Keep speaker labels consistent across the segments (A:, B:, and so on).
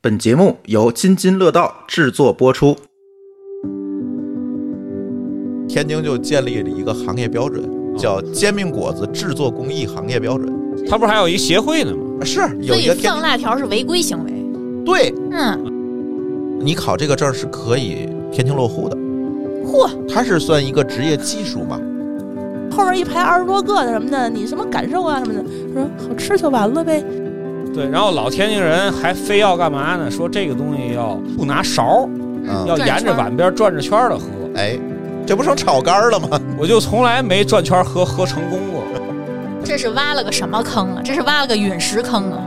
A: 本节目由津津乐道制作播出。
B: 天津就建立了一个行业标准，叫煎饼果子制作工艺行业标准。
C: 他不是还有一协会呢吗？
B: 是有
D: 所
B: 一
D: 以
B: 个天
D: 放辣条是违规行为。
B: 对，
D: 嗯，
B: 你考这个证是可以天津落户的，
E: 嚯，
B: 它是算一个职业技术嘛？
E: 后边一排二十多个的什么的，你什么感受啊什么的，说好吃就完了呗。
C: 对，然后老天津人还非要干嘛呢？说这个东西要不拿勺，
B: 嗯
C: 要
D: 转
C: 沿着
D: 圈儿
C: 碗边转着圈儿的喝。
B: 哎，这不成炒肝儿了吗？
C: 我就从来没转圈儿喝喝成功过。
D: 这是挖了个什么坑啊？这是挖了个陨石坑啊！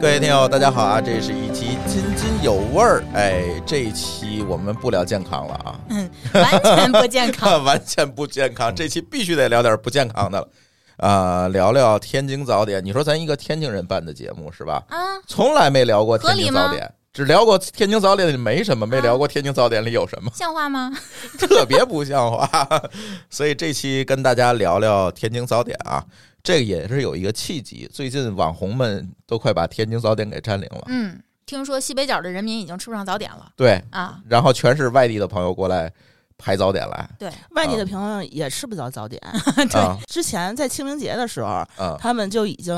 B: 各位听友，大家好啊！这是一期津津有味儿。哎，这一期我们不聊健康了啊，
D: 嗯，完全不健 康。
B: 完全不健康。这期必须得聊点不健康的了，啊、聊聊天津早点。你说咱一个天津人办的节目是吧？
D: 啊，
B: 从来没聊过天津早
D: 合理
B: 点，只聊过天津早点里没什么，没
D: 啊
B: 聊过天津早点里有什么，
D: 像话吗？
B: 特别不像话。 所以这期跟大家聊聊天津早点啊，这个也是有一个契机。最近网红们都快把天津早点给占领了，
D: 嗯，听说西北角的人民已经吃不上早点了
B: 对，
D: 啊。
B: 然后全是外地的朋友过来排早点 来，
D: 对，
E: 外地的朋友也吃不着早点。
B: 啊
E: 之前在清明节的时候，
B: 啊
E: 他们就已经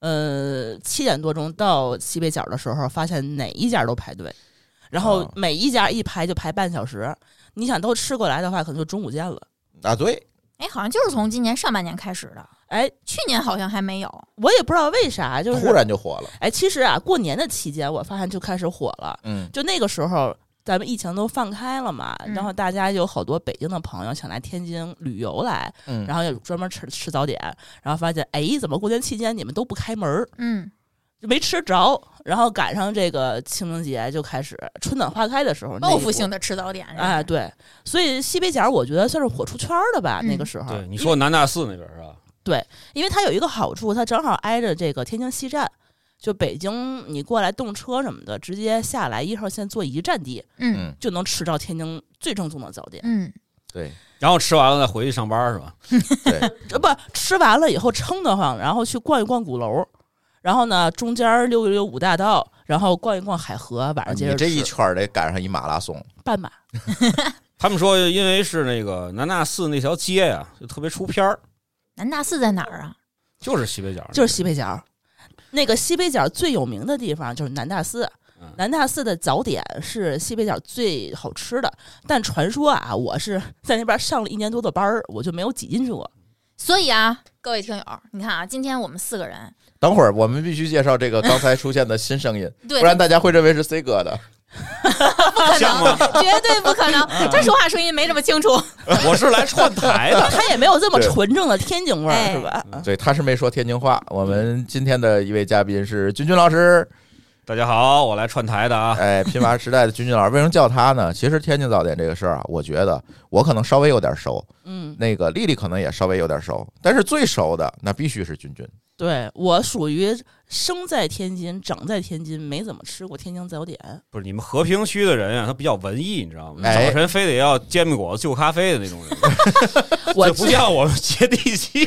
E: 呃七点多钟到西北角的时候，发现哪一家都排队，然后
B: 啊
E: 每一家一排就排半小时。你想都吃过来的话，可能就中午见了。
B: 啊！对，
D: 哎，好像就是从今年上半年开始的，
E: 哎，
D: 去年好像还没有。
E: 我也不知道为啥，就是
B: 突然就火了，
E: 哎，其实啊，过年的期间我发现就开始火了。
B: 嗯
E: 就那个时候，咱们疫情都放开了嘛，
D: 嗯
E: 然后大家有好多北京的朋友想来天津旅游来，
B: 嗯
E: 然后也专门吃吃早点，然后发现哎，怎么过年期间你们都不开门儿，
D: 嗯，
E: 就没吃着，然后赶上这个清明节就开始春暖花开的时候，那
D: 报
E: 一波
D: 复性的吃早点。
E: 哎，
D: 这是，
E: 对，所以西北角我觉得算是火出圈儿了吧，
D: 嗯
E: 那个时候，
C: 对，你说南大寺那边是吧？
E: 因为它有一个好处，它正好挨着这个天津西站。就北京，你过来动车什么的，直接下来一号线坐一站地
D: 嗯
B: 嗯，
E: 就能吃到天津最正宗的早点。
D: 嗯，
B: 对
C: 然后吃完了再回去上班是吧？
B: 对，
E: 这呃不吃完了以后撑得慌，然后去逛一逛鼓楼，然后呢中间溜一溜五大道，然后逛一逛海河，晚上接
B: 啊你
E: 着
B: 这一
E: 吃
B: 圈儿得赶上一马拉松，
E: 半马。
C: 他们说，因为是那个南大寺那条街呀、就特别出片儿，
D: 南大寺在哪儿啊？
C: 就是西北角那边，
E: 就是西北角。那个西北角最有名的地方就是南大寺
C: 嗯，
E: 南大寺的早点是西北角最好吃的。但传说啊，我是在那边上了一年多的班儿，我就没有挤进 去过。
D: 所以啊，各位听友，你看啊，今天我们四个人，
B: 等会儿我们必须介绍这个刚才出现的新声音，
D: 对，
B: 不然大家会认为是 C 哥的。
D: 不可
C: 像
D: 能， 绝对不可能。他说话声音没这么清楚。
C: 我是来串台的。
E: 它也没有这么
B: 对
E: 纯正的天津味儿，
D: 哎
E: 是吧？
B: 对，他是没说天津话。我们今天的一位嘉宾是君君老师，
C: 大家好，我来串台的啊。
B: 哎，拼娃时代的君君老师。为什么叫他呢？其实天津早点这个事儿啊，我觉得我可能稍微有点熟，
E: 嗯，
B: 那个丽丽可能也稍微有点熟，但是最熟的那必须是君君。
E: 对我属于生在天津，长在天津，没怎么吃过天津早点。
C: 不是你们和平区的人啊，他比较文艺，你知道吗？
B: 哎
C: 早晨非得要煎饼果子、就咖啡的那种人，
E: 我
C: 就不像我们接地气。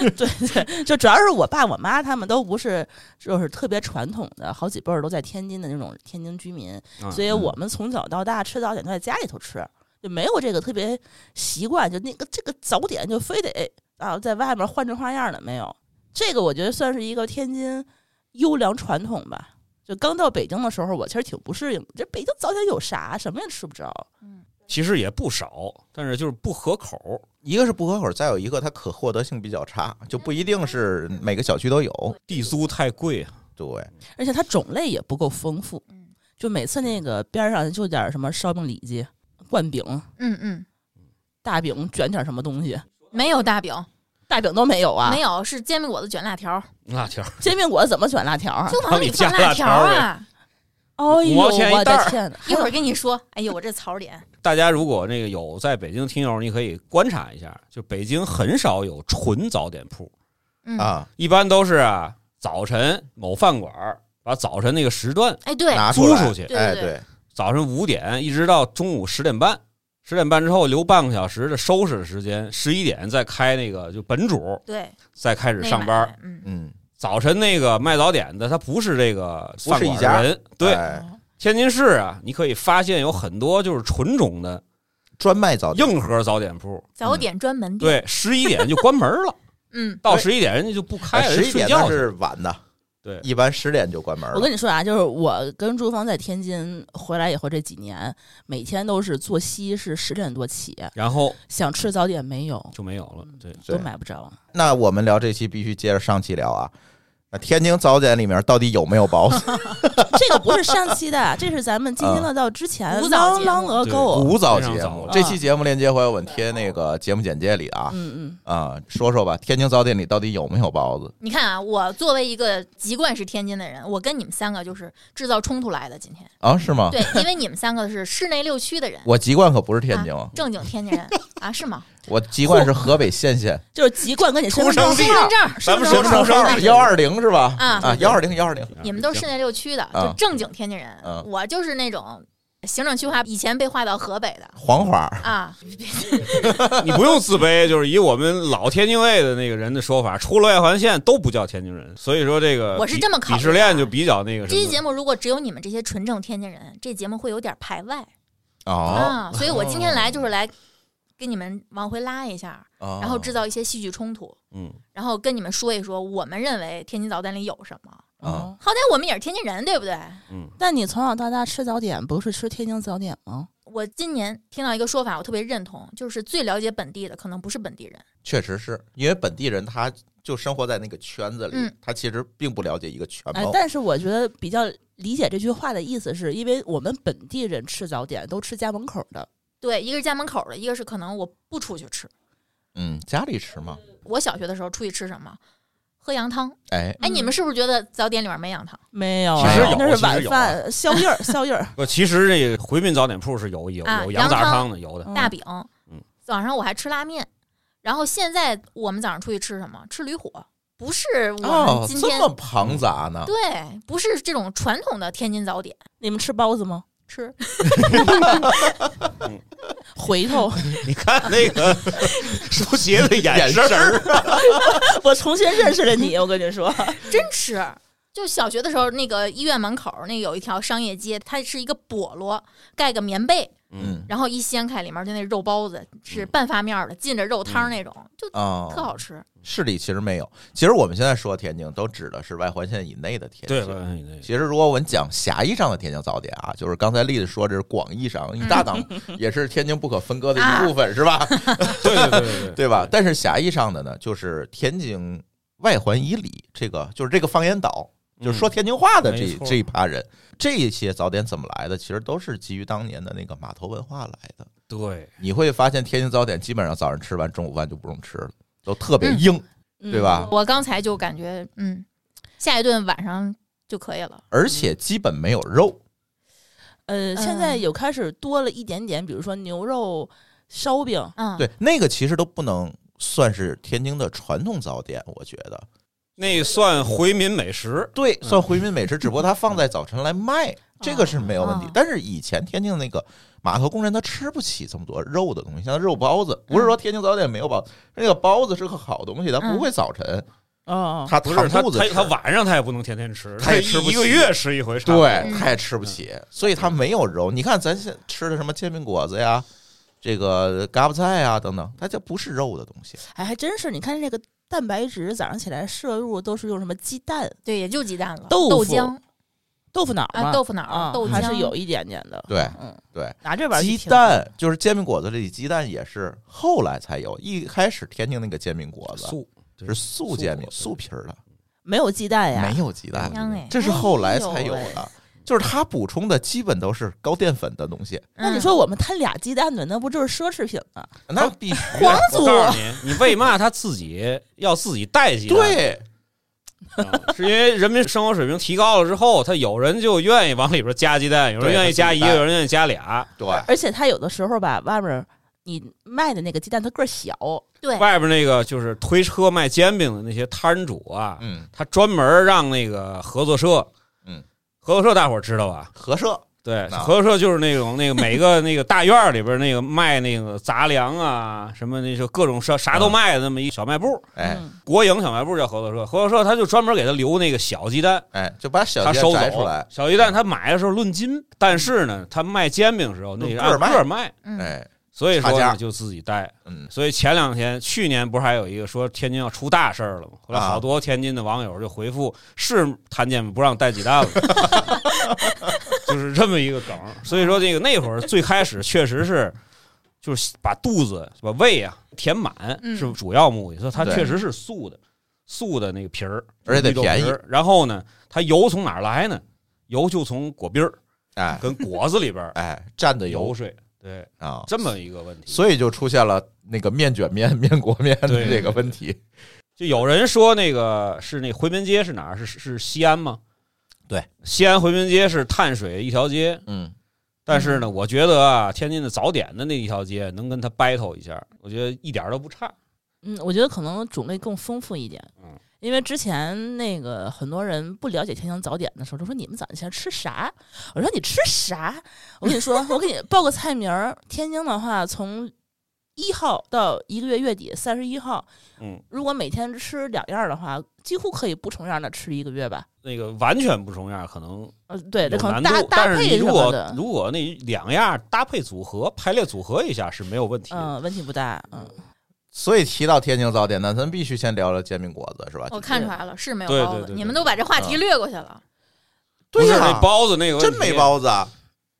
E: 对对， 就主要是我爸我妈他们都不是，就是特别传统的，好几辈儿都在天津的那种天津居民，
C: 啊
E: 所以我们从小到大吃早点都在家里头吃，就没有这个特别习惯，就那个这个早点就非得啊在外面换着花样的没有。这个我觉得算是一个天津优良传统吧。就刚到北京的时候，我其实挺不适应，这北京早点有啥，什么也吃不着。
C: 其实也不少，但是就是不合口。
B: 一个是不合伙，再有一个它可获得性比较差，就不一定是每个小区都有。
C: 地租太贵啊，
B: 对，
E: 而且它种类也不够丰富
D: 嗯。
E: 就每次那个边儿上就点儿什么烧饼、里脊、灌饼、
D: 嗯嗯，
E: 大饼，卷点儿什么东西，
D: 没有大饼，
E: 大饼都没有啊。
D: 没有，是煎饼果子卷辣条，
C: 辣条
E: 煎饼果子怎么卷辣条啊？
D: 就往里放辣条
C: 往里加辣
D: 啊！
E: 哦
C: 五
E: 呦，
C: 毛钱一
E: 我
C: 袋儿
E: 的天哪！
D: 一会儿跟你说，哎呦，我这槽点，
C: 大家如果那个有在北京的听友，你可以观察一下，就北京很少有纯早点铺，
D: 嗯，
B: 啊，
C: 一般都是啊早晨某饭馆儿把早晨那个时段
D: 哎，对，
B: 拿
C: 租
B: 来
C: 出去，
D: 对
B: 哎，
D: 对
B: 对，
C: 早晨五点一直到中午十点半，十点半之后留半个小时的收拾的时间，十一点再开那个就本主
D: 对，
C: 再开始上班。，
D: 嗯，
B: 嗯，
C: 早晨那个卖早点的，他不是这个
B: 不
C: 饭
B: 是一
C: 馆
B: 家
C: 的人，对，
B: 哎
C: 天津市啊，你可以发现有很多就是纯种的
B: 专卖早点，
C: 硬核早点铺，
D: 早点专门店，
C: 对，十一点就关门 了，
D: 嗯，
C: 到十一点人家就不开了，
B: 哎十
C: 人
B: 一
C: 睡
B: 点
C: 觉
B: 那
C: 去了。
B: 是晚的，
C: 对
B: 一般十点就关门
E: 我
B: 了。
E: 跟你说啊，就是我跟朱芳在天津回来以后这几年，每天都是作息是十点多起，
C: 然后
E: 想吃早点没有，
C: 就没有了。对，
E: 都
B: 对
E: 买不着。
B: 那我们聊这期必须接着上期聊啊。那天津早点里面到底有没有 包子？
E: 这个不是上期的，这是咱们津津乐道之前
D: 古早
E: long
D: 节目
E: long
C: 对
E: ago。
B: 古早
C: 非
B: 节
C: 常
B: 目
C: 早，
B: 这期节目链接回来我们贴那个节目简介里啊
E: 嗯
B: 啊，说说吧，天津早点里到底有没有包子？
D: 你看啊，我作为一个籍贯是天津的人，我跟你们三个就是制造冲突来的。今天，
B: 啊，是吗？
D: 对，因为你们三个是市内六区的人，
B: 我籍贯可不是天津，
D: 啊正经天津人啊，是吗？
B: 我籍贯是河北县 县，
E: 嗯，就是籍贯跟你身份证
B: 出生地
D: 身份证，
C: 咱们
D: 身
B: 身份
D: 份证
B: 证
D: 出生
B: 号
D: 地
B: 幺二零是吧？
D: 啊
B: 啊，幺二零幺二零，
D: 你们都是市内六区的，
B: 啊
D: 就正经天津人。
B: 啊
D: 我就是那种行政区划以前被划到河北的
B: 黄花儿
D: 啊，
C: 你不用自卑，就是以我们老天津卫的那个人的说法，出了外环线都不叫天津人，所以说这个
D: 我是
C: 鄙
D: 这么考虑的啊
C: 鄙视链就比较那个
D: 这
C: 什
D: 期
C: 么。
D: 节目如果只有你们这些纯正天津人，这节目会有点排外、
B: 哦，
D: 啊。所以我今天来就是来给你们往回拉一下，然
B: 然
D: 后制造一些戏剧冲突，
C: 嗯，
D: 然后跟你们说一说我们认为天津早点里有什么。
E: 嗯
B: 啊。
D: 好歹我们也是天津人，对不对？
E: 但你从小到大吃早点不是吃天津早点吗？
D: 我今年听到一个说法，我特别认同，就是最了解本地的可能不是本地人。
B: 确实是因为本地人他就生活在那个圈子里，
D: 嗯
B: 他其实并不了解一个全
E: 哎
B: 貌。，
E: 但是我觉得比较理解这句话的意思，是因为我们本地人吃早点都吃家门口的，
D: 对，一个是家门口的，一个是可能我不出去吃。
B: 嗯，家里吃嘛，
D: 我小学的时候出去吃什么？喝羊汤。
B: 哎，
D: 哎，
E: 嗯
D: 你们是不是觉得早点里面没羊汤？
E: 没有啊，
B: 其实
C: 有
E: 那
C: 其
E: 是
C: 实
E: 晚
C: 有啊
E: 饭宵夜儿，宵 夜儿。
C: 不，其实这个回民早点铺是有有
D: 啊
C: 有
D: 羊
C: 羊杂
D: 汤
C: 汤的，有的。
E: 嗯
D: 大饼。
C: 嗯
D: 早上我还吃拉面，然后现在我们早上出去吃什么？吃驴火，不是我
B: 哦
D: 们，今
B: 这
D: 天、
B: 么庞杂呢？
D: 对，不是这种传统的天津早点
E: 你们吃包子 吗？
D: 吃。
E: 回头
C: 你看那 个舒淇的眼神儿，
E: 我重新认识了你，我跟你说，
D: 真吃。就小学的时候，那个医院门口那个有一条商业街，它是一个笸箩，盖个棉被，
B: 嗯
D: 然后一掀开，里面就那肉包子是半发面的，浸着肉
B: 嗯
D: 汤那种，就
B: 啊，
D: 特好吃。
B: 市里其实没有。其实我们现在说天津，都指的是外环线以内的天
C: 对
B: 津。
C: 吧？哎那个
B: 其实，如果我们讲狭义上的天津早点啊，就是刚才栗子说这是广义上，一
D: 嗯
B: 大档 也是天津不可分割的
D: 啊
B: 一部分，是吧？
C: 对对对对
B: 对吧？？但是狭义上的呢，就是天津外环以里，这个就是这个方言岛，
C: 嗯
B: 就是说天津话的这
C: 没错
B: 这一趴人，这些早点怎么来的，其实都是基于当年的那个码头文化来的。
C: 对，
B: 你会发现，天津早点基本上早上吃完，中午饭就不用吃了，都特别硬，
E: 嗯
B: 对？吧？
D: 我刚才就感觉，嗯，下一顿晚上就可以了。
B: 而且基本没有肉。
E: 呃，现在有开始多了一点点，比如说牛肉烧饼，
D: 嗯，
B: 对，那个其实都不能算是天津的传统早点，我觉得。
C: 那算回民美食。
B: 对，
C: 嗯
B: 算回民美食，只不过它放在早晨来
E: 嗯
B: 卖，这个是没有问题
D: 哦。
B: 但是以前天津的那个码头工人他吃不起这么多肉的东西，像肉包子，
E: 嗯
B: 不是说天津早点没有包子，那个包子是个好东西，它
D: 嗯
B: 不会早晨，
E: 哦，
B: 它
C: 不是
B: 糖
C: 他
B: 肚子
C: 他
B: 吃
C: 他晚上他也不能天天吃，
B: 他也吃不
C: 一个
B: 起
C: 月吃一回差不多。
E: 嗯
B: 对，他也吃不起，所以他没有肉。你看咱现吃的什么煎饼果子呀，这个嘎巴菜呀等等，它就不是肉的东西。
E: 哎，还真是，你看这个蛋白质，早上起来摄入都是用什么鸡蛋、
D: 对，也就鸡蛋了，
E: 豆腐
D: 豆浆
E: 豆腐脑儿嘛，
D: 啊，豆腐脑
E: 啊
D: 儿、豆
E: 还
D: 浆
E: 是有一点点的。
B: 对
E: 嗯，
B: 对，
E: 拿这玩意儿去
B: 鸡
E: 挺
B: 蛋就是煎饼果子里鸡蛋也是后来才有，一开始天津那个煎饼果子
C: 素
B: 是素
C: 素
B: 煎
C: 果
B: 饼，
C: 子
B: 素皮儿的。
E: 没有鸡蛋哎呀？
B: 没有鸡蛋，
D: 香哎。
B: 这是后来才有
E: 哎呦
B: 的。就是它补充的基本都是高淀粉的东西，
E: 那你
D: 嗯
E: 说我们摊俩鸡蛋的，那不就是奢侈品吗？
B: 那必须
E: 皇
C: 我
E: 族
C: 告诉你，你为嘛他自己要自己带鸡蛋？
B: 对
C: 啊，是因为人民生活水平提高了之后，他有人就愿意往里边加鸡蛋，有人
B: 对
C: 愿意加一个，
B: 他自己带
C: 有人愿意加俩。
B: 对，
E: 而且它有的时候吧，外面儿你卖的那个鸡蛋它个儿小，
D: 对，
C: 外边那个就是推车卖煎饼的那些摊主啊，
B: 嗯，
C: 他专门让那个合作社，
B: 嗯，
C: 合作社大伙儿知道吧？啊
B: 合社
C: 对，
B: 那
C: 合作社就是那种那个每个那个大院儿里边儿那个卖那个杂粮啊，什么那就各种啥啥
B: 嗯
C: 都卖的那么一小卖部，
B: 哎
E: 嗯
C: 国营小卖部叫合作社。合作社他就专门给他留那个小鸡蛋，
B: 哎，就把小
C: 他
B: 鸡
C: 收
B: 摘
C: 走
B: 出来，
C: 小鸡蛋他买的时候论斤，但是呢，他卖煎饼的时候那
B: 论
C: 是
B: 个儿
C: 按
B: 卖
C: 个儿卖，
D: 嗯，
B: 哎，
C: 所以说
B: 差价
C: 呢就自己带。
B: 嗯，
C: 所以前两天，去年不是还有一个说天津要出大事儿了吗？后来
B: 啊
C: 好多天津的网友就回复是摊煎饼不让带鸡蛋了， 就是这么一个梗儿。所以说这个那会儿最开始确实是就是把肚子把胃啊填满
D: 嗯
C: 是主要目的，所以它
B: 对
C: 确实是素的素的那个皮儿，
B: 而且得
C: 绿豆皮儿
B: 便宜。
C: 然后呢，它油从哪儿来呢？油就从果篦儿
B: 哎
C: 跟果子里边儿
B: 哎，蘸的
C: 油
B: 油
C: 水，对
B: 啊，
C: 这么一个问题。
B: 所以就出现了那个面卷面、 面裹面的
C: 对
B: 这个问题。
C: 就有人说那个是那回民街是哪儿？是是是西安吗？
B: 对，
C: 西安回民街是碳水一条街。
B: 嗯，
C: 但是呢，我觉得啊，天津的早点的那一条街能跟它 battle 一下，我觉得一点儿都不差。
E: 嗯，我觉得可能种类更丰富一点。
C: 嗯
E: 因为之前那个很多人不了解天津早点的时候，就说你们早上起来吃啥？我说你吃啥？我跟你说，我给你报个菜名儿。天津的话，从一号到一个月月底三十一号，
C: 嗯，
E: 如果每天吃两样儿的话，几乎可以不重样的吃一个月吧。
C: 那个完全不重样，可能
E: 呃，对，这
C: 有
E: 可能
C: 难度
E: 搭。搭
C: 但是你
E: 配什
C: 如
E: 么
C: 果
E: 的，
C: 如果那两样搭配组合排列组合一下是没有问题的。
E: 嗯，问题不大。嗯，
B: 所以提到天津早点，那咱必须先聊聊煎饼果子，是吧？
D: 我看出来了，是没有
C: 对
D: 包
C: 对
D: 子，
C: 对
D: 你
C: 对
D: 们都把这话题略过去了。
B: 对
C: 不是
B: 呀、
C: 那包子那个问
B: 啊真
C: 题
B: 没。包子啊！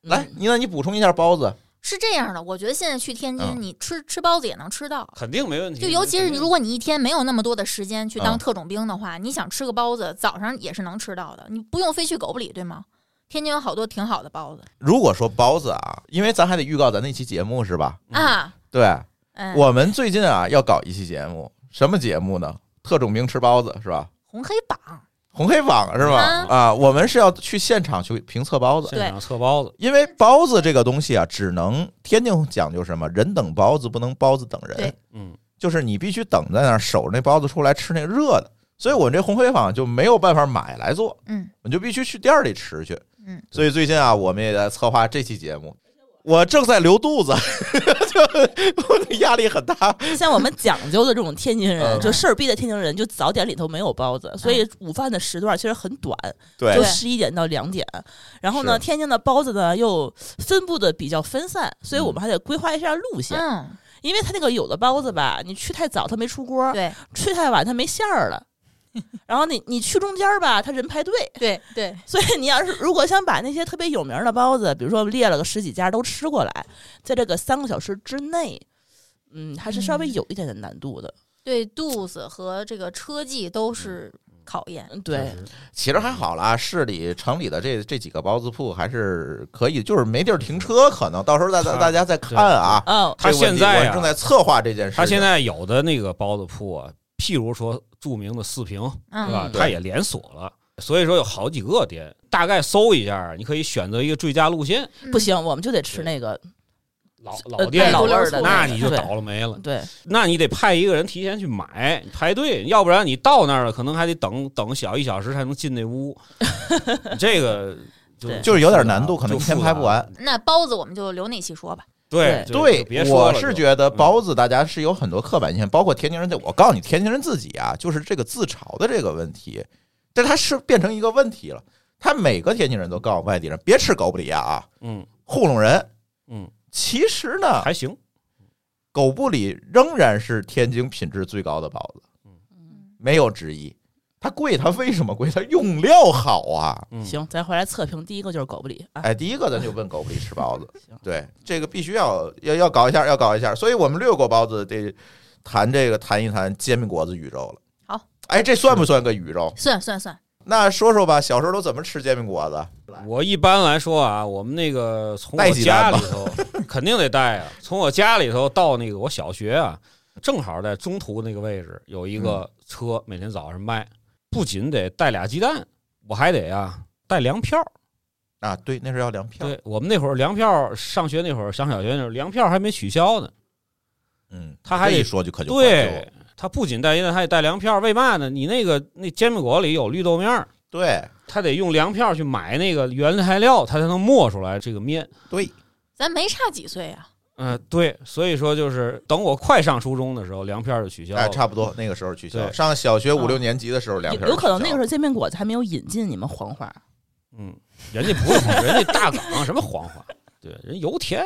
E: 嗯
B: 来，你那你补充一下包子，
D: 是这样的，我觉得现在去天津，
B: 嗯
D: 你吃吃包子也能吃到。
C: 肯定没问题，
D: 就尤其是
C: 肯定
D: 如果你一天没有那么多的时间去
B: 嗯
D: 当特种兵的话，你想吃个包子，早上也是能吃到的，你不用非去狗不理，对吗？天津有好多挺好的包子
B: 如果说包子啊，因为咱还得预告咱那期节目是吧？
C: 嗯
D: 啊，
B: 对，
D: 嗯，
B: 我们最近啊要搞一期节目，什么节目呢？特种兵吃包子是吧？
D: 红黑榜，
B: 红黑榜是吧？
D: 啊
B: 啊，我们是要去现场去评测包子，
C: 现场测包子，
B: 因为包子这个东西啊，只能天津讲究什么？人等包子，不能包子等人
D: 对，
C: 嗯，
B: 就是你必须等在那儿守着那包子出来吃那热的。所以我们这红黑榜就没有办法买来做，
D: 嗯
B: 我们就必须去店儿里吃去。
D: 嗯，
B: 所以最近啊，我们也在策划这期节目。我正在留肚子， 就我的压力很大。
E: 嗯像我们讲究的这种天津人，
B: 嗯
E: 就事儿逼的天津人，就早点里头没有包子，所以午饭的时段其实很短，
B: 对
E: 就十一点到两点。然后呢，
B: 是
E: 天津的包子呢又分布的比较分散，所以我
C: 嗯
E: 们还得规划一下路线，
D: 嗯，
E: 因为它那个有的包子吧，你去太早它没出锅，
D: 对
E: 去太晚它没馅儿 了。然后你你去中间儿吧，他人排队，
D: 对对，
E: 所以你要是如果想把那些特别有名儿的包子，比如说列了个十几家都吃过来，在这个三个小时之内，嗯，还是稍微有一点点难度的。
D: 对肚子和这个车技都是考验。
E: 嗯，对
C: 确，实
B: 其实还好啦，市里、城里的这这几个包子铺还是可以，就是没地儿停车，可能到时候大家
C: 啊
B: 大家再看啊。
E: 哦，
C: 他
B: 这个问
C: 现
B: 题
C: 在
B: 我正
C: 啊，
B: 在策划这件事情，
C: 他现在有的那个包子铺啊，譬如说著名的四平，
D: 嗯，
C: 是吧？
E: 对
C: 它也连锁了，所以说有好几个店，大概搜一下，你可以选择一个最佳路线，
D: 嗯
E: 不，行，我们就得吃那个
C: 老
E: 呃
C: 老店
E: 老味
D: 儿
E: 的
C: 那
E: 那个
C: 你就
E: 对嗯
C: 倒了霉了。
E: 对，
C: 那你得派一个人提前去买排队，要不然你到那儿了，可能还得等等小一小时才能进那 屋，这个就
E: 对
B: 就是有点难度，
C: 就
B: 可能一
C: 复
B: 天
C: 杂
B: 拍不完。
D: 那包子我们就留那期说吧。
C: 对就就别说
B: 我
C: 了
B: 是
C: 就
B: 觉得
C: 嗯
B: 包子大家是有很多刻板印象，包括天津人的。我告诉你，天津人自己啊，就是这个自嘲的这个问题，但他是变成一个问题了。他每个天津人都告诉外地人别吃狗不理啊啊，
C: 嗯
B: 糊弄人。
C: 嗯
B: 其实呢，
C: 还行，
B: 狗不理仍然是天津品质最高的包子，
D: 嗯
B: 没有之一。它贵，它为什么贵？它用料好啊！
C: 嗯
E: 行，咱回来测评，第一个就是狗不理啊。
B: 哎，第一个咱就问狗不理吃包子
E: 行，
B: 对这个必须要要要搞一下，要搞一下。所以我们略过包子，得谈这个谈一谈煎饼果子宇宙了。
D: 好，
B: 哎，这算不算个宇宙？
D: 算算算，
B: 那说说吧，小时候都怎么吃煎饼果子？
C: 我一般来说啊，我们那个从
B: 带
C: 我
B: 鸡
C: 家
B: 蛋
C: 里
B: 吧
C: 头 肯定得带啊，从我家里头到那个我小学啊，正好在中途那个位置有一
B: 嗯
C: 个车，每天早上卖，不仅得带俩鸡蛋，我还得啊带粮票。
B: 啊，对，那是要粮票。
C: 对我们那会儿粮票，上学那会儿上小学那会儿粮票还没取消呢。
B: 嗯，
C: 他还
B: 这一
C: 得
B: 说就可就
C: 对，他不仅带鸡蛋，还得带粮票，为嘛呢？你那个那煎饼果里有绿豆面儿，
B: 对，
C: 他得用粮票去买那个原材料，他才能磨出来这个面。
B: 对，
D: 咱没差几岁啊，
C: 嗯、对，所以说就是等我快上初中的时候，粮票就取消了。
B: 哎，差不多那个时候取消。
C: 对
B: 上小学五
E: 啊
B: 六年级的时候，两
E: 有
B: 片
E: 有可能那个时
B: 候
E: 候煎饼果子还没有引进你们黄花，
C: 嗯，人家不是黄花，人家大港什么黄花，对，人油田，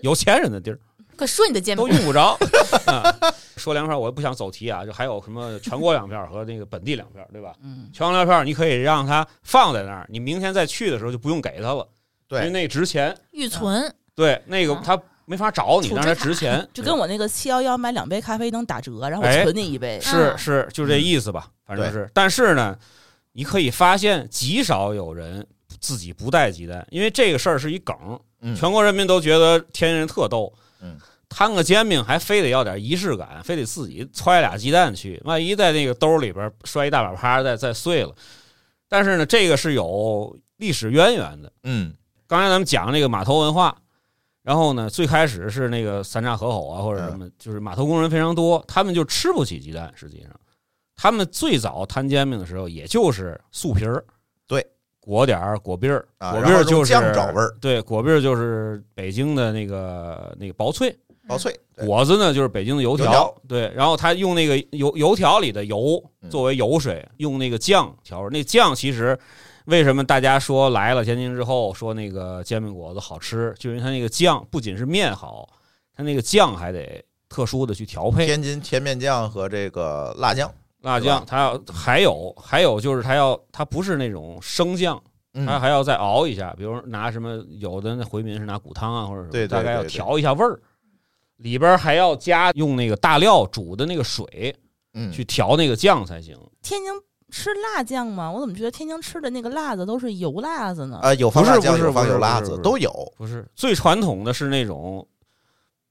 C: 有钱人的地儿
D: 可说你的煎饼
C: 都用不着。 啊说粮票，我也不想走题啊，就还有什么全国粮票和那个本地粮票，对吧？
E: 嗯，
C: 全国粮票你可以让它放在那儿，你明天再去的时候就不用给他了，因为
B: 对，
C: 那值钱。
D: 预存，
C: 对，那个
E: 啊
D: 嗯
C: 他没法找你，
D: 储
C: 但是它
D: 值卡
C: 值钱。
E: 就跟我那个七幺幺买两杯咖啡能打折，然后
C: 哎
E: 我存你一杯，
C: 是
D: 嗯
C: 是，就这意思吧，反正是。但是呢，你可以发现极少有人自己不带鸡蛋，因为这个事儿是一梗，
B: 嗯
C: 全国人民都觉得天津人特逗。
B: 嗯，
C: 摊个煎饼还非得要点仪式感，非得自己揣俩鸡蛋去，万一在那个兜里边摔一大把啪，再再碎了。但是呢，这个是有历史渊源的。
B: 嗯，
C: 刚才咱们讲那个码头文化，然后呢，最开始是那个三岔河口啊，或者什
B: 嗯
C: 么，就是码头工人非常多，他们就吃不起鸡蛋。实际上，他们最早摊煎饼的时候，也就是素皮儿，
B: 对，
C: 裹点儿果篦儿，
B: 啊
C: 果
B: 然
C: 篦
B: 后
C: 儿
B: 用
C: 就是
B: 酱找味儿，
C: 对，果篦儿就是北京的那个那个薄脆，
B: 薄脆，对
C: 果子呢就是北京的油
B: 油条
C: 对，然后他用那个油油条里的油
B: 嗯
C: 作为油水，用那个酱调味。那酱其实为什么大家说来了天津之后说那个煎饼果子好吃，就因为它那个酱不仅是面好，它那个酱还得特殊的去调配
B: 天津甜面酱和这个辣酱，
C: 辣
B: 是吧
C: 酱，它要还有还有就是它要它不是那种生酱，它
B: 嗯，
C: 还要再熬一下，比如拿什么，有的那回民是拿骨汤啊，或者什么，
B: 对对
C: 大概要
B: 对对
C: 调一下味儿，里边还要加用那个大料煮的那个水
B: 嗯，
C: 去调那个酱才行。
E: 天津吃辣酱吗？我怎么觉得天津吃的那个辣子都是油辣子呢？
B: 啊，有放
C: 不是
B: 辣酱，
C: 不是
B: 有放
C: 不是
B: 有辣
C: 不是
B: 子，
C: 不是
B: 都有，
C: 不是最传统的是那种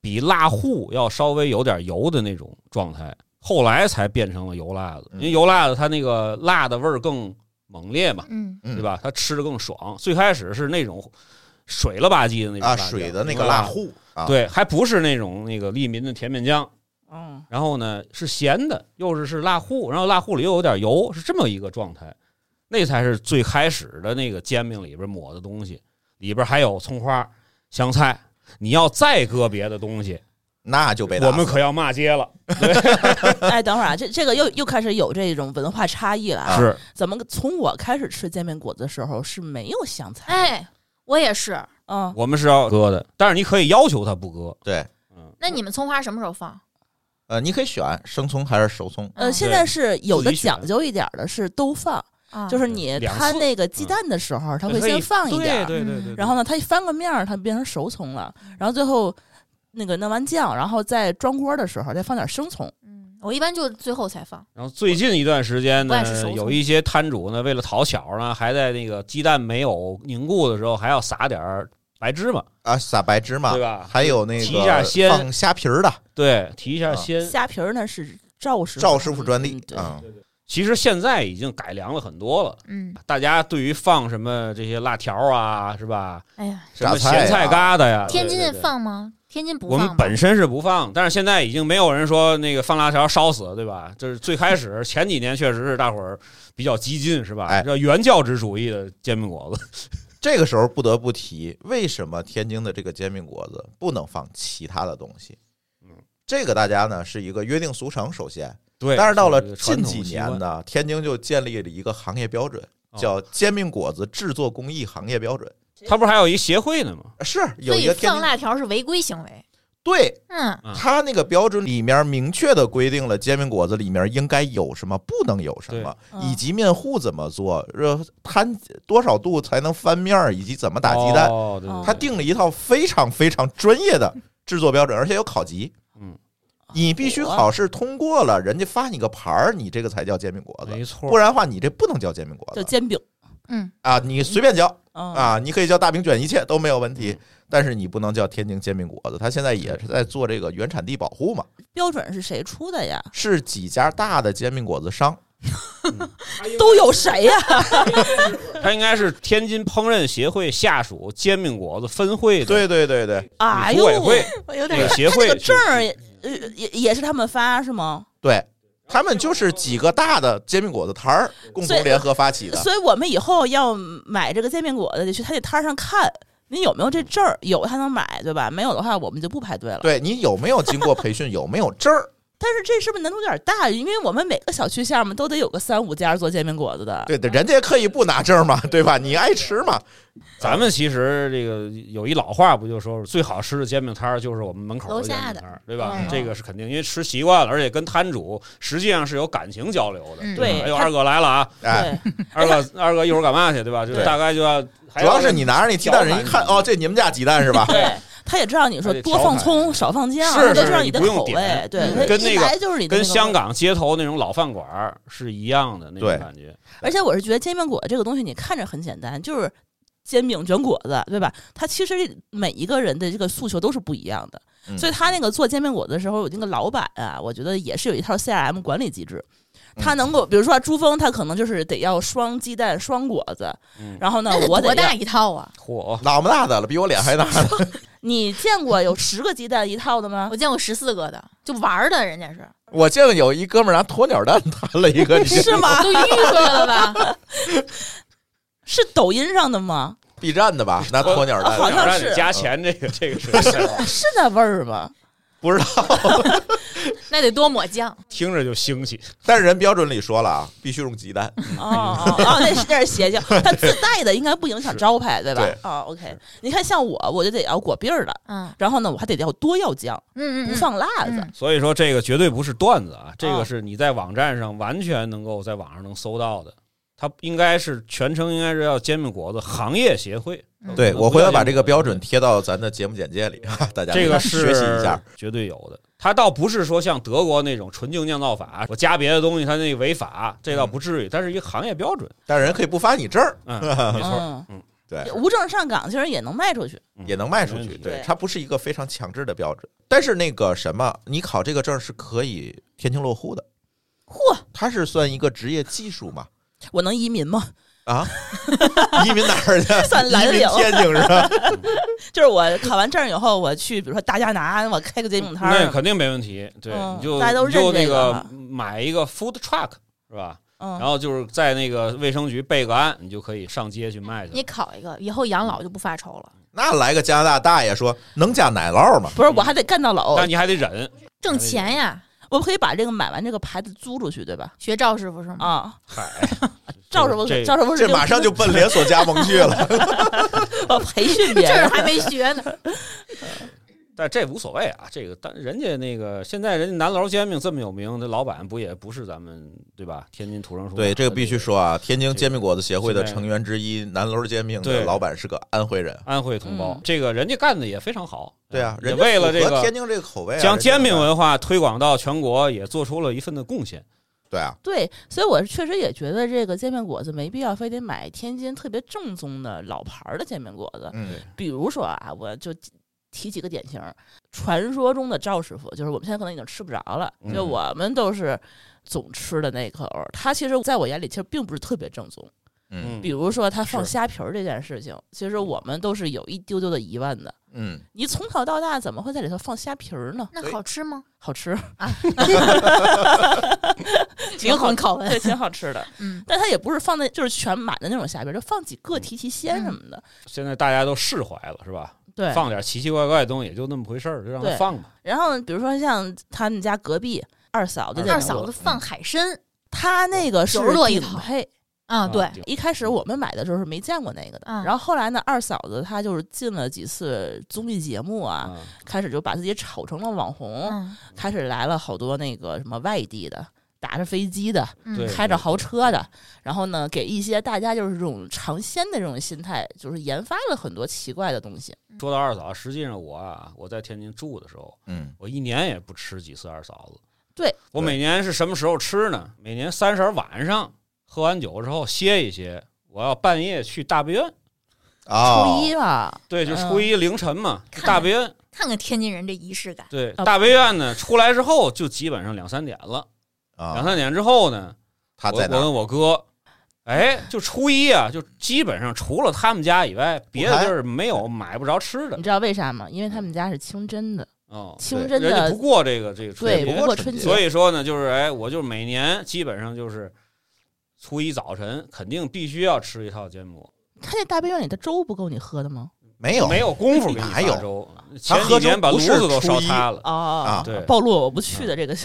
C: 比辣糊要稍微有点油的那种状态，后来才变成了油辣子，因
B: 嗯
C: 为油辣子它那个辣的味儿更猛烈嘛，
D: 嗯，
B: 嗯
C: 对吧？它吃的更爽。最开始是那种水了吧唧的那种
B: 啊，
C: 辣酱
B: 水的那
C: 油
B: 个
C: 辣
B: 辣
C: 子
B: 糊啊，，
C: 对，还不是那种那个利民的甜面酱，
E: 嗯，
C: 然后呢是咸的，又是是辣糊，然后辣糊里又有点油，是这么一个状态，那才是最开始的那个煎饼里边抹的东西，里边还有葱花、香菜。你要再搁别的东西，
B: 那就被打
C: 我们
B: 死
C: 可要骂街了。
E: 哎，等会儿啊，这这个又又开始有这种文化差异了啊。
C: 是
E: 怎么从我开始吃煎饼果子的时候是没有香菜？，
D: 哎，我也是。
E: 嗯，
C: 我们是要搁的，但是你可以要求他不搁。
B: 对，
C: 嗯，
D: 那你们葱花什么时候放？
B: 呃，你可以选生葱还是熟葱，
E: 呃，
D: 嗯
E: 现在是有
C: 自
E: 的
C: 己选
E: 讲究一点儿的是都放，
D: 啊
E: 就是你
C: 两
E: 摊
C: 次
E: 那个鸡蛋的时候，它会
C: 可以
E: 先放一点儿，嗯
C: 对对对对。嗯
E: 然后呢，它一翻个面儿，它变成熟葱了，然后最后那个弄完酱，然后再装锅的时候再放点生葱。
D: 嗯，我一般就最后才放。
C: 然后最近一段时间
D: 不爱吃
C: 呢，
D: 熟
C: 有
D: 葱
C: 一些摊主呢，为了讨巧呢，还在那个鸡蛋没有凝固的时候，还要撒点儿白芝麻，
B: 啊，撒白芝麻
C: 对，吧？
B: 还有那
C: 提一下
B: 个
C: 鲜
B: 放虾皮儿的，
C: 对，提一下
B: 啊
C: 鲜。
E: 虾皮儿呢是赵师
B: 赵师傅专利
E: 嗯对
B: 啊，
C: 其实现在已经改良了很多了，
D: 嗯，
C: 大家对于放什么这些辣条啊，是吧？
D: 哎呀，
C: 什么
B: 榨菜啊
C: 咸菜疙瘩呀，对
D: 天津
C: 对
D: 人
C: 对
D: 放吗？天津不
C: 我
D: 放吧。
C: 们本身是不放，但是现在已经没有人说那个放辣条烧死，对吧？就是最开始前几年确实是大伙儿比较激进，是吧？
B: 哎
C: 叫原教旨主义的煎饼果子，
B: 这个时候不得不提，为什么天津的这个煎饼果子不能放其他的东西？
C: 嗯，
B: 这个大家呢是一个约定俗成，首先，
C: 对。
B: 但是到了
C: 这个传
B: 近
C: 统
B: 几
C: 习惯
B: 年呢，天津就建立了一个行业标准，
C: 哦
B: 叫煎饼果子制作工艺行业标准。
C: 他不是还有一协会呢吗？
B: 是有
D: 所
B: 一
D: 以
B: 个天
D: 放
B: 津，
D: 辣条是违规行为。
B: 对
D: 嗯
C: 嗯
B: 它那个标准里面明确的规定了煎饼果子里面应该有什么，不能有什么，
E: 对
B: 以及面糊怎么做，呃，摊多少度才能翻面儿，以及怎么打鸡蛋。
C: 哦、对对对
B: 他定了一套非常非常专业的制作标准，而且有考级。
C: 嗯，
B: 你必须考试通过了，人家发你个牌儿，你这个才叫煎饼
D: 哦
B: 果
C: 没
B: 子，
C: 错，
B: 不然的话你这不能叫煎饼果子
E: 叫煎饼
D: 嗯，
B: 啊！你随便叫
E: 嗯，
B: 啊，你可以叫大饼卷，一切都没有问题
C: 嗯。
B: 但是你不能叫天津煎饼果子，它现在也是在做这个原产地保护嘛，
E: 标准是谁出的呀？
B: 是几家大的煎饼果子商，
C: 哎
E: 都有谁呀？
C: 他应该是天津烹饪协会下属煎饼果子分会的
B: 对对对对
E: 哎
C: 组
E: 呦，
C: 委会
E: 我有
C: 那个
E: 点
C: 协
E: 他那
C: 会
E: 个
C: 去
E: 证儿也呃也也是他们发是吗？
B: 对，他们就是几个大的煎饼果子摊儿共同联合发起的。
E: 所以我们以后要买这个煎饼果子，得去他那摊儿上看，您有没有这证儿？有才能买，对吧？没有的话，我们就不排队了。
B: 对你有没有经过培训，有没有证 儿？
E: 但是这是不是难度有点大？因为我们每个小区下面都得有个三五家做煎饼果子的。
B: 对对，人家也可以不拿证儿嘛， 对吧？你爱吃嘛，
C: 咱们其实这个有一老话，不就说最好吃的煎饼摊儿就是我们门口
D: 楼
C: 煎
D: 下
C: 饼
D: 的
C: 摊儿，对吧？
D: 嗯
C: 这个是肯定，因为吃习惯了，而且跟摊主实际上是有感情交流的。
D: 嗯
E: 对
C: 哎呦，
E: 他
C: 二哥来了啊！
B: 哎，
E: 对，
C: 二哥，二哥一会儿干嘛去，对吧？就是
B: 对
C: 大概就要，主
B: 主要是你拿着那鸡蛋，人一看，哦，这你们家鸡蛋是吧？
E: 对，他也知道你说
C: 他得
E: 多放葱少放酱，
C: 是
E: 他都
C: 是
E: 知道你的
C: 你不用
E: 口味
C: 点。
E: 对
D: 嗯，
E: 他
C: 跟那
E: 一
C: 个
E: 来就是你的
C: 跟
E: 那个
C: 香
E: 味
C: 港街头那种老饭馆儿是一样的那种
B: 对
C: 感觉。
E: 而且我是觉得煎饼果子这个东西，你看着很简单，就是煎饼卷果子，对吧？它其实每一个人的这个诉求都是不一样的，
B: 嗯
E: 所以他那个做煎饼果子的时候，有那个老板啊，我觉得也是有一套 CRM 管理机制。他能够，比如说朱峰，他可能就是得要双鸡蛋、双果子，
C: 嗯，
E: 然后呢
D: 那，得
E: 我得
D: 多大
E: 要
D: 一套啊？
C: 嚯，
B: 那么大的了，比我脸还大呢。
E: 你见过有十个鸡蛋一套 的吗
D: 我？见过十四个的，就玩儿的，人家是
B: 我见过有一哥们儿拿鸵鸟蛋摊了一个，你知道
E: 是
B: 吗
E: 吗？
D: 都晕出来了吧？
E: 是抖音上的吗？
B: ？B 站的吧，拿鸵鸟
E: 好
B: 蛋，
E: 像
C: 让
E: 是
C: 你加钱，这个这个是
E: 是那味儿吗？
B: 不知道。
D: 那得多抹酱。
C: 听着就腥气。
B: 但是人标准里说了啊，必须用鸡蛋。
E: 哦哦哦，那是那是邪教，他自带的应该不影响招牌，对吧
B: 对？
E: 哦，OK，你看像我，我就得要果篦儿的，
D: 嗯
E: 然后呢，我还得要多要酱，
D: 嗯嗯，
E: 不放辣子。
D: 嗯
C: 所以说，这个绝对不是段子啊，这
E: 啊
C: 个是你在网站上完全能够在网上能搜到的。它应该是全称应该是叫煎饼果子行业协会。
D: 嗯
B: 对
C: 不
B: 我回
C: 叫
B: 头把
C: 煎饼
B: 这个
C: 果子
B: 标准贴到咱的节目简介里， 大家
C: 这个是
B: 学习一下。
C: 绝对有的。它倒不是说像德国那种纯净酿造法，我加别的东西它那违法，这倒
E: 嗯
C: 不至于。它是一个行业标准，
B: 但是人可以不发你证儿，
C: 嗯，没错，
E: 嗯，
B: 对，
E: 无证上岗其实也能卖出去。
C: 嗯
B: 也能卖出
C: 没问
B: 去。
C: 题
E: 对
B: 对，它不是一个非常强制的标准。但是那个什么，你考这个证是可以天青落户的，
E: 嚯，
B: 它是算一个职业技术嘛？
E: 我能移民吗？
B: 啊， 移民哪儿去？
E: 算蓝
B: 移民
E: 领
B: 天津是吧？
E: 就是我考完证以后，我去，比如说大家拿，我开个煎饼摊
C: 那
E: 儿，啊
C: 肯定没问题。对，
E: 嗯
C: 你就
E: 大家都
C: 你就
E: 认
C: 那
E: 这个
C: 个
E: 了
C: 买一个 food truck 是吧？然
E: 嗯，
C: 后就是在那个卫生局备个案，你就可以上街去卖去
D: 你
C: 了。
D: 考一个，以后养老就不发愁了，
B: 那来个加拿大大爷说能加奶酪吗？
E: 不是，我还得干到老，
C: 但你还得忍，
D: 挣钱呀。
E: 我可以把这个买完这个牌子租出去，对吧？
D: 学赵师傅是 吗？
E: 啊，
C: 嗨，
E: 赵师傅，
C: 嗯这
E: 赵师傅是
B: 哎这马上就奔连锁加盟去了。
E: 我培训别
D: 这
E: 人
D: 儿，还没学呢，
C: 但这无所谓啊，这个但人家那个现在人家南楼煎饼这么有名，这老板不也不是咱们对吧？天津土生土长的
B: 对，这个必须说啊，天津煎饼果子协会的
C: 现在
B: 成员之一南楼煎饼的
C: 对
B: 老板是个安徽人。
C: 安徽同胞，
E: 嗯
C: 这个人家干的也非常好。呃
B: 对啊，
C: 嗯也
B: 人家
C: 为了这
B: 符合天
C: 个
B: 津这个口味啊，
C: 将煎饼
B: 人家
C: 文化推广到全国，也做出了一份的贡献。
B: 对啊，
E: 对，所以我确实也觉得这个煎饼果子没必要非得买天津特别正宗的老牌儿的煎饼果子。
B: 嗯，
E: 比如说啊，我就提几个典型儿，传说中的赵师傅，就是我们现在可能已经吃不着了，就
C: 嗯
E: 我们都是总吃的那口儿。他其实在我眼里其实并不是特别正宗。
B: 嗯
E: 比如说他放
C: 是
E: 虾皮儿这件事情，其实我们都是有一丢丢的疑问的。
B: 嗯，
E: 你从小到大怎么会在里头放虾皮儿呢？
D: 那好吃吗？
E: 好吃，啊 挺
D: 灵
E: 好
D: 魂拷问。
E: 对，挺好吃的。
D: 嗯，
E: 但它也不是放在就是全满的那种虾皮儿，就放几
C: 嗯
E: 个提提
D: 嗯
E: 鲜什么的。
C: 现在大家都释怀了，是吧？
E: 对，
C: 放点奇奇怪怪的东西也就那么回事儿，就让它
E: 对
C: 放吧。
E: 然后比如说像他们家隔壁二嫂子这种，
D: 嗯二嫂子放海参
E: 她那个是
D: 90多一
E: 顶
D: 套
E: 配。
D: 啊，对
C: 啊，
E: 一开始我们买的时候是没见过那个的，
D: 嗯
E: 然后后来呢，二嫂子她就是进了几次综艺节目啊，
C: 啊
E: 开始就把自己炒成了网红，
D: 嗯，
E: 开始来了好多那个什么外地的。打着飞机的，
D: 嗯
C: 对
E: 开着豪车的，然后呢，给一些大家就是这种尝鲜的这种心态，就是研发了很多奇怪的东西。
C: 说到二嫂，实际上我啊，我在天津住的时候，
B: 嗯，
C: 我一年也不吃几次二嫂子。
E: 对
C: 我每年是什么时候吃呢？每年三十儿晚上喝完酒之后歇一歇，我要半夜去大悲院。
B: 啊，
E: 初一吧，
C: 对，就
E: 啊
C: 初一凌晨嘛，去大悲院。
D: 看看天津人这仪式感。
C: 对，
E: 啊
C: 大悲院呢，出来之后就基本上两三点了。两
B: 啊，
C: 三点之后呢，
B: 他
C: 我
B: 在
C: 我
B: 哪儿？
C: 跟我哥，哎，就初一啊，就基本上除了他们家以外，别的地儿没有买不着吃的
E: 你。知道为啥吗？因为他们家是清真的，
C: 哦，
E: 清真
C: 人家
E: 的
C: 不过这个这个
E: 对
C: 春
E: 不
C: 节，
E: 过
B: 春
E: 春
B: 节
E: 节
C: 所以说呢，就是哎，我就是每年基本上就是初一早晨肯定必须要吃一套煎馍，
E: 他那大冰院里的粥不够你喝的吗？
B: 没有
C: 没有功夫给你
B: 哪
C: 发
B: 有
C: 粥，
B: 他
C: 前
B: 喝
C: 几
B: 粥
C: 年把
B: 不
C: 炉
B: 是
C: 子都
B: 初
C: 烧
B: 一
C: 塌了。
E: 哦，
C: 啊对
E: 暴露了我不去
C: 啊
E: 的 这个，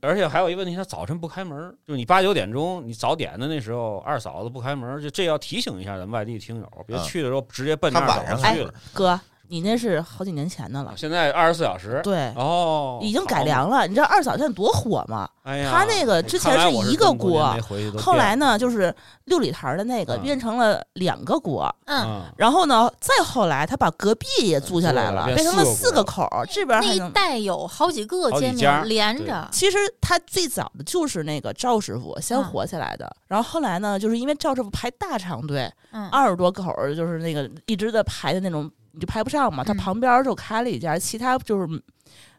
C: 而且还有一个问题，他早晨不开门，就是你八九点钟你早点的那时候，二嫂子不开门，就这要提醒一下咱们外地听友，别
B: 嗯
C: 去的时候直接奔
B: 他
C: 那
B: 晚
C: 儿
B: 上
E: 啊
C: 去了。
E: 哥，你那是好几年前的了，
C: 现在二十四小时，
E: 对，
C: 哦，
E: 已经改
C: 好嘛。
E: 良了。你知道二嫂现在多火吗？
C: 哎呀，
E: 他那个
C: 哎
E: 之
C: 看
E: 前
C: 来
E: 是
C: 我
E: 一个
C: 这么多年
E: 锅
C: 没回去都
E: 后来
C: 变
E: 呢，就是六里台的那个
C: 嗯
E: 变成了两个锅，
D: 嗯，
C: 了，
E: 然后呢，再后来他把隔壁也租下来了，
C: 嗯
E: 变成了四
C: 四
E: 个
C: 个锅
E: 口儿，这边
D: 那
E: 还
D: 一
E: 能。
D: 带有好几个
C: 好几
D: 煎
C: 家
D: 饼连着，
E: 其实他最早的就是那个赵师傅先
D: 嗯
E: 火起来的，然后后来呢，就是因为赵师傅排大长队，
D: 嗯，
E: 二十多口儿就是那个一直在排的那种，你就排不上嘛。他
D: 嗯
E: 旁边儿就开了一家，其他就是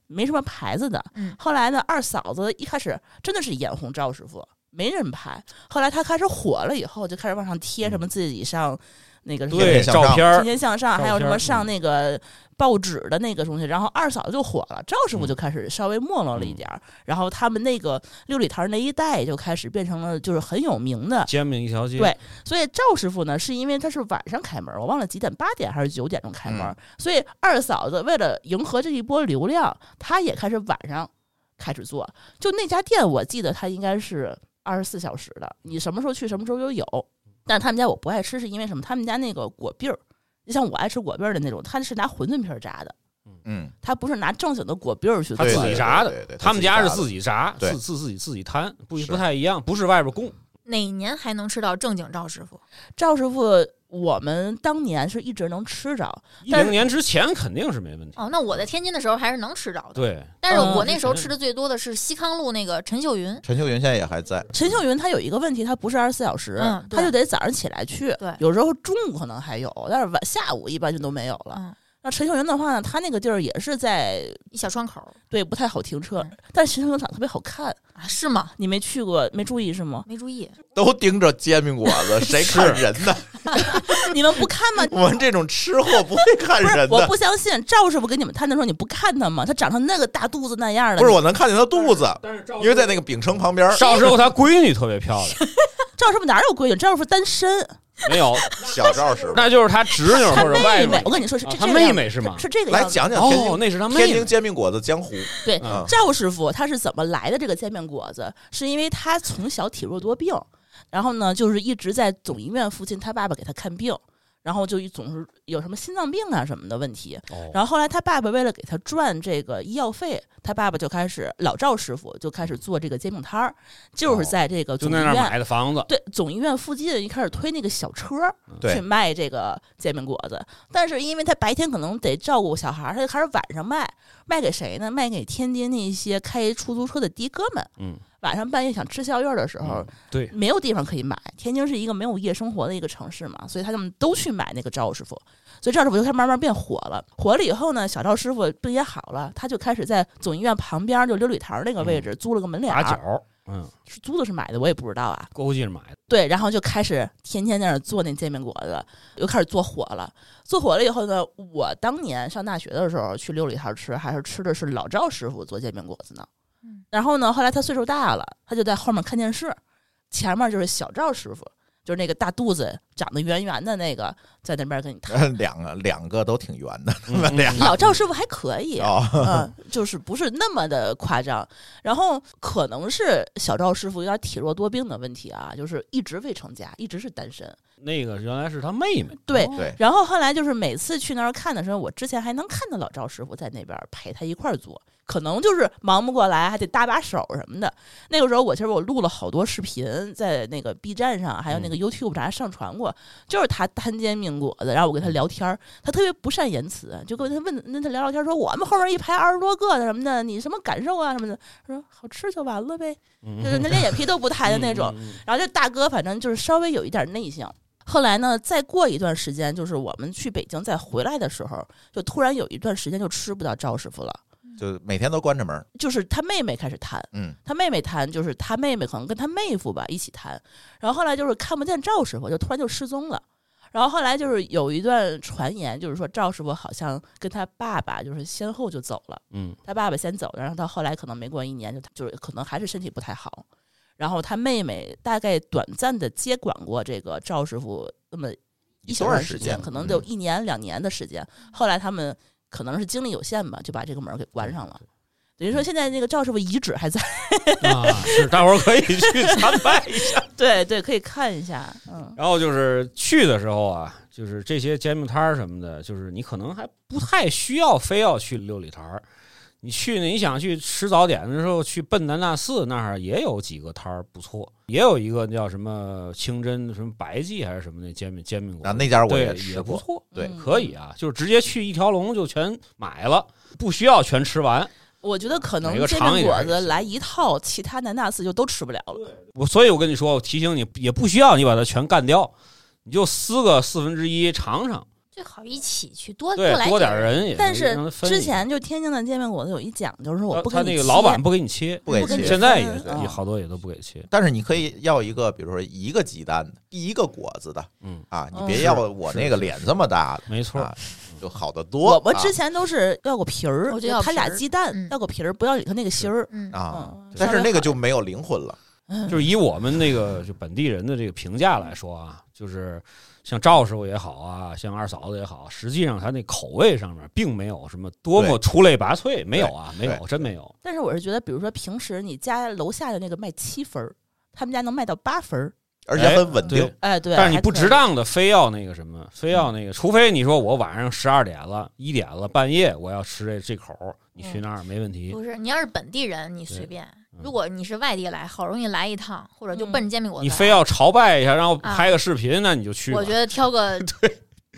E: 没什么牌子的。
D: 嗯
E: 后来呢，二嫂子一开始真的是眼红赵师傅，没人排。后来他开始火了以后，就开始往上贴什么自己上那个
C: 嗯
E: 什么
C: 对，
B: 向
C: 照
B: 上
C: 片
E: 天
C: 儿
E: 天向上，还有
C: 照
E: 什
C: 片
E: 么
C: 儿嗯
E: 上那个报纸的那个东西，然后二嫂子就火了，赵师
C: 嗯
E: 傅就开始稍微没落了一点儿，然后他们那个六里台那一带就开始变成了就是很有名的，
C: 煎饼一条街，
E: 对所以赵师傅呢是因为他是晚上开门，我忘了几点，八点还是九点钟开门，
B: 嗯
E: 所以二嫂子为了迎合这一波流量，她也开始晚上开始做，就那家店我记得它应该是二十四小时的，你什么时候去什么时候都有，但是他们家我不爱吃，是因为什么？他们家那个果篦儿，就像我爱吃果篦儿的那种，它是拿馄饨皮儿炸的，
B: 嗯，
E: 它不是拿正经的果篦儿去
C: 他
E: 做
C: 自
E: 的。
C: 己炸的
B: 对对对对
C: 他们家是
B: 自
C: 自己炸，
B: 对
C: 自自自己自己摊，不
B: 是
C: 不太一样，不是外边供。
D: 哪年还能吃到正经赵师傅？
E: 赵师傅，我们当年是一直能吃着，
C: 一
E: 但是
C: 零年之前肯定是没问题。
D: 哦，那我在天津的时候还是能吃着的，
C: 对，
D: 但是
E: 嗯
D: 我那时候吃的最多的是西康路那个陈秀云，
B: 陈秀云现在也还在，
E: 陈秀云她有一个问题，她不是二十四小时，
D: 嗯对
E: 她就得早上起来去。
D: 对
E: 有时候中午可能还有，但是晚下午一般就都没有了。
D: 嗯，
E: 那陈秀云的话呢，她那个地儿也是在
D: 一小窗口
E: 对不太好停车
D: 嗯，
E: 但是陈秀云长得特别好看，
D: 啊，是吗？？
E: 你没去过没注意是吗
D: 没注意，
B: 都盯着煎饼果子，谁看人呢？
E: 你们不看 吗？
B: 我们这种吃货不会看
E: 不是
B: 人，
E: 我
B: 的。
E: 不相信赵师傅跟你们摊的时候你不看他吗？他长成那个大肚子那样的，
B: 不是，我能看见他肚子，
C: 但是
B: 因为在那个饼城旁边儿，
C: 赵师傅他闺女特别漂亮，
E: 赵师傅哪有规矩？赵师傅单身，
C: 没有，
B: 小赵师傅。
C: 那就是他侄女
E: 他
C: 或者
E: 妹
C: 外
E: 妹
C: 甥，
E: 我跟你说是
C: 啊
E: 这
C: 他
E: 这个样
C: 妹妹是吗
E: 是这个
B: 来
E: 样子。
B: 讲讲天
C: 哦，
B: 津
C: 那是他妹
B: 天
C: 妹
B: 津。煎饼果子江湖，
E: 对，
C: 嗯
E: 赵师傅他是怎么来的这个煎饼果子？是因为他从小体弱多病，然后呢，就是一直在总医院附近，他爸爸给他看病，然后就一总是有什么心脏病啊什么的问题。
C: 哦
E: 然后后来他爸爸为了给他赚这个医药费，他爸爸就开始老赵师傅就开始做这个煎饼摊儿，就是在这个
C: 哦就
E: 总医
C: 在那儿
E: 院。
C: 买的房子，
E: 对，总医院附近一开始推那个小车
C: 嗯
B: 对
E: 去卖这个煎饼果子，但是因为他白天可能得照顾小孩儿，他就开始晚上卖，卖给谁呢？卖给天津那些开出租车的的哥们。
C: 嗯，
E: 晚上半夜想吃宵夜的时候，
C: 嗯对，
E: 没有地方可以买。天津是一个没有夜生活的一个城市嘛，所以他们都去买那个赵师傅，所以赵师傅就开始慢慢变火了。火了以后呢，小赵师傅病也好了，他就开始在总医院旁边就六里台儿那个位置租了个门脸
C: 嗯打
E: 儿，
C: 脚，嗯，
E: 是租的是买的，我也不知道啊。
C: 估计是买的。
E: 对，然后就开始天天在那儿做那煎饼果子，又开始做火了。做火了以后呢，我当年上大学的时候去六里摊吃，还是吃的是老赵师傅做煎饼果子呢
D: 嗯。
E: 然后呢，后来他岁数大了，他就在后面看电视，前面就是小赵师傅，就是那个大肚子长得圆圆的那个，在那边跟 你谈。
B: 两个两个都挺圆的，他
C: 嗯
B: 们俩
E: 老赵师傅还可以，
B: 哦，
E: 嗯，就是不是那么的夸张。然后可能是小赵师傅有点体弱多病的问题啊，就是一直未成家，一直是单身。
C: 那个原来是他妹妹，
E: 对
C: 哦
B: 对
E: 然后后来就是每次去那儿看的时候，我之前还能看到老赵师傅在那边陪他一块儿做，可能就是忙不过来，还得搭把手什么的。那个时候我其实我录了好多视频，在那个 B 站上还有那个 YouTube 上还上传过，就是他摊煎饼果子，然后我跟他聊天儿，他特别不善言辞，就跟他问跟他聊聊天儿，说我们后面一排二十多个的什么的，你什么感受啊什么的，他说好吃就完了呗，
C: 嗯
E: 就是那连眼皮都不抬的那种。，
C: 嗯嗯
E: 然后这大哥反正就是稍微有一点内向。后来呢，再过一段时间，就是我们去北京再回来的时候，就突然有一段时间就吃不到赵师傅了。
B: 就每天都关着门儿，
E: 就是他妹妹开始谈，
B: 嗯，
E: 他妹妹谈，就是他妹妹可能跟他妹夫吧一起谈，然后后来就是看不见赵师傅，就突然就失踪了。然后后来就是有一段传言，就是说赵师傅好像跟他爸爸就是先后就走了，
C: 嗯，
E: 他爸爸先走了，然后到后来可能没过一年就就是可能还是身体不太好，然后他妹妹大概短暂的接管过这个赵师傅那么一小
B: 段
E: 段
B: 时
E: 间，
B: 间
E: 可能得
C: 嗯
E: 有一年两年的时间，后来他们可能是精力有限吧，就把这个门儿给关上了。等
C: 嗯
E: 于说，现在那个赵师傅遗址还在，
C: 啊，是，大伙儿可以去参拜一下。
E: 对对，可以看一下， 嗯，
C: 然后就是去的时候啊，就是这些煎饼摊儿什么的，就是你可能还不太需要非要去六里台儿。你去呢，你想去吃早点的时候，去奔南大寺那儿也有几个摊儿不错，也有一个叫什么清真什么白记还是什么那煎饼煎饼
B: 啊，
C: 馆，
B: 那家我
C: 对
B: 也吃
C: 不
B: 过，
C: 错，
B: 对
E: 嗯
C: 可以啊，就是直接去一条龙就全买了，不需要全吃完。
E: 我觉得可能
C: 哪个
E: 煎
C: 长一点
E: 饼果
C: 儿也
E: 子
C: 行
E: 来一套，其他南大寺就都吃不了了。
C: 我所以，我跟你说，我提醒你，也不需要你把它全干掉，你就撕个四分之一尝尝，
D: 最好一起去多
C: 对，
D: 呃来
C: 多
D: 点
C: 点儿。人也
E: 但
C: 是
E: 是
C: 让它分
E: 之
C: 一下呃
E: 前就天津的煎饼果子有一讲究，是我不
C: 他他那
E: 给你
C: 个
E: 切
C: 老板不给你切，
B: 不给
E: 不跟你
B: 切
E: 说。
C: 现在也
E: 嗯
C: 也好多也都不给切。
B: 但是你可以要一个，比如说一个鸡蛋的，一个果子的
C: 嗯，
B: 啊，你
E: 嗯
B: 别
E: 是
B: 要我那个脸这么大 的，
C: 没错，
B: 啊，就好得多。
E: 我们
B: 啊
E: 之前都是要个皮儿，
D: 我就要
E: 他俩
D: 皮儿
E: 鸡蛋
D: 嗯
E: 要个皮儿，不要里头那个芯儿。
D: 嗯，
B: 啊，
E: 嗯
B: 但是那个
E: 稍微
B: 就没有灵魂了。
C: 就是以我们那个就本地人的这个评价来说啊，就是像赵师傅也好啊，像二嫂子也好，实际上他那口味上面并没有什么多么出类拔萃，没有啊，没
B: 对
C: 有，真没有。
E: 但是我是觉得，比如说平时你家楼下的那个卖七分儿，他们家能卖到八分儿，
B: 而且很稳定
C: 对，
E: 哎，对，
C: 但是你不
E: 还可以
C: 值当的非要那个什么，非要那个，除非你说我晚上十二点了、一点了、半夜我要吃这这口儿，你去那儿没问题。
D: 不是，你要是本地人，你随
C: 对
D: 便；
C: 嗯
D: 如果你是外地来，好容易来一趟，或者就
E: 嗯
D: 奔着煎饼果子来，
C: 你非要朝拜一下，然后拍个视频，那你就去吧。
D: 我觉得 挑个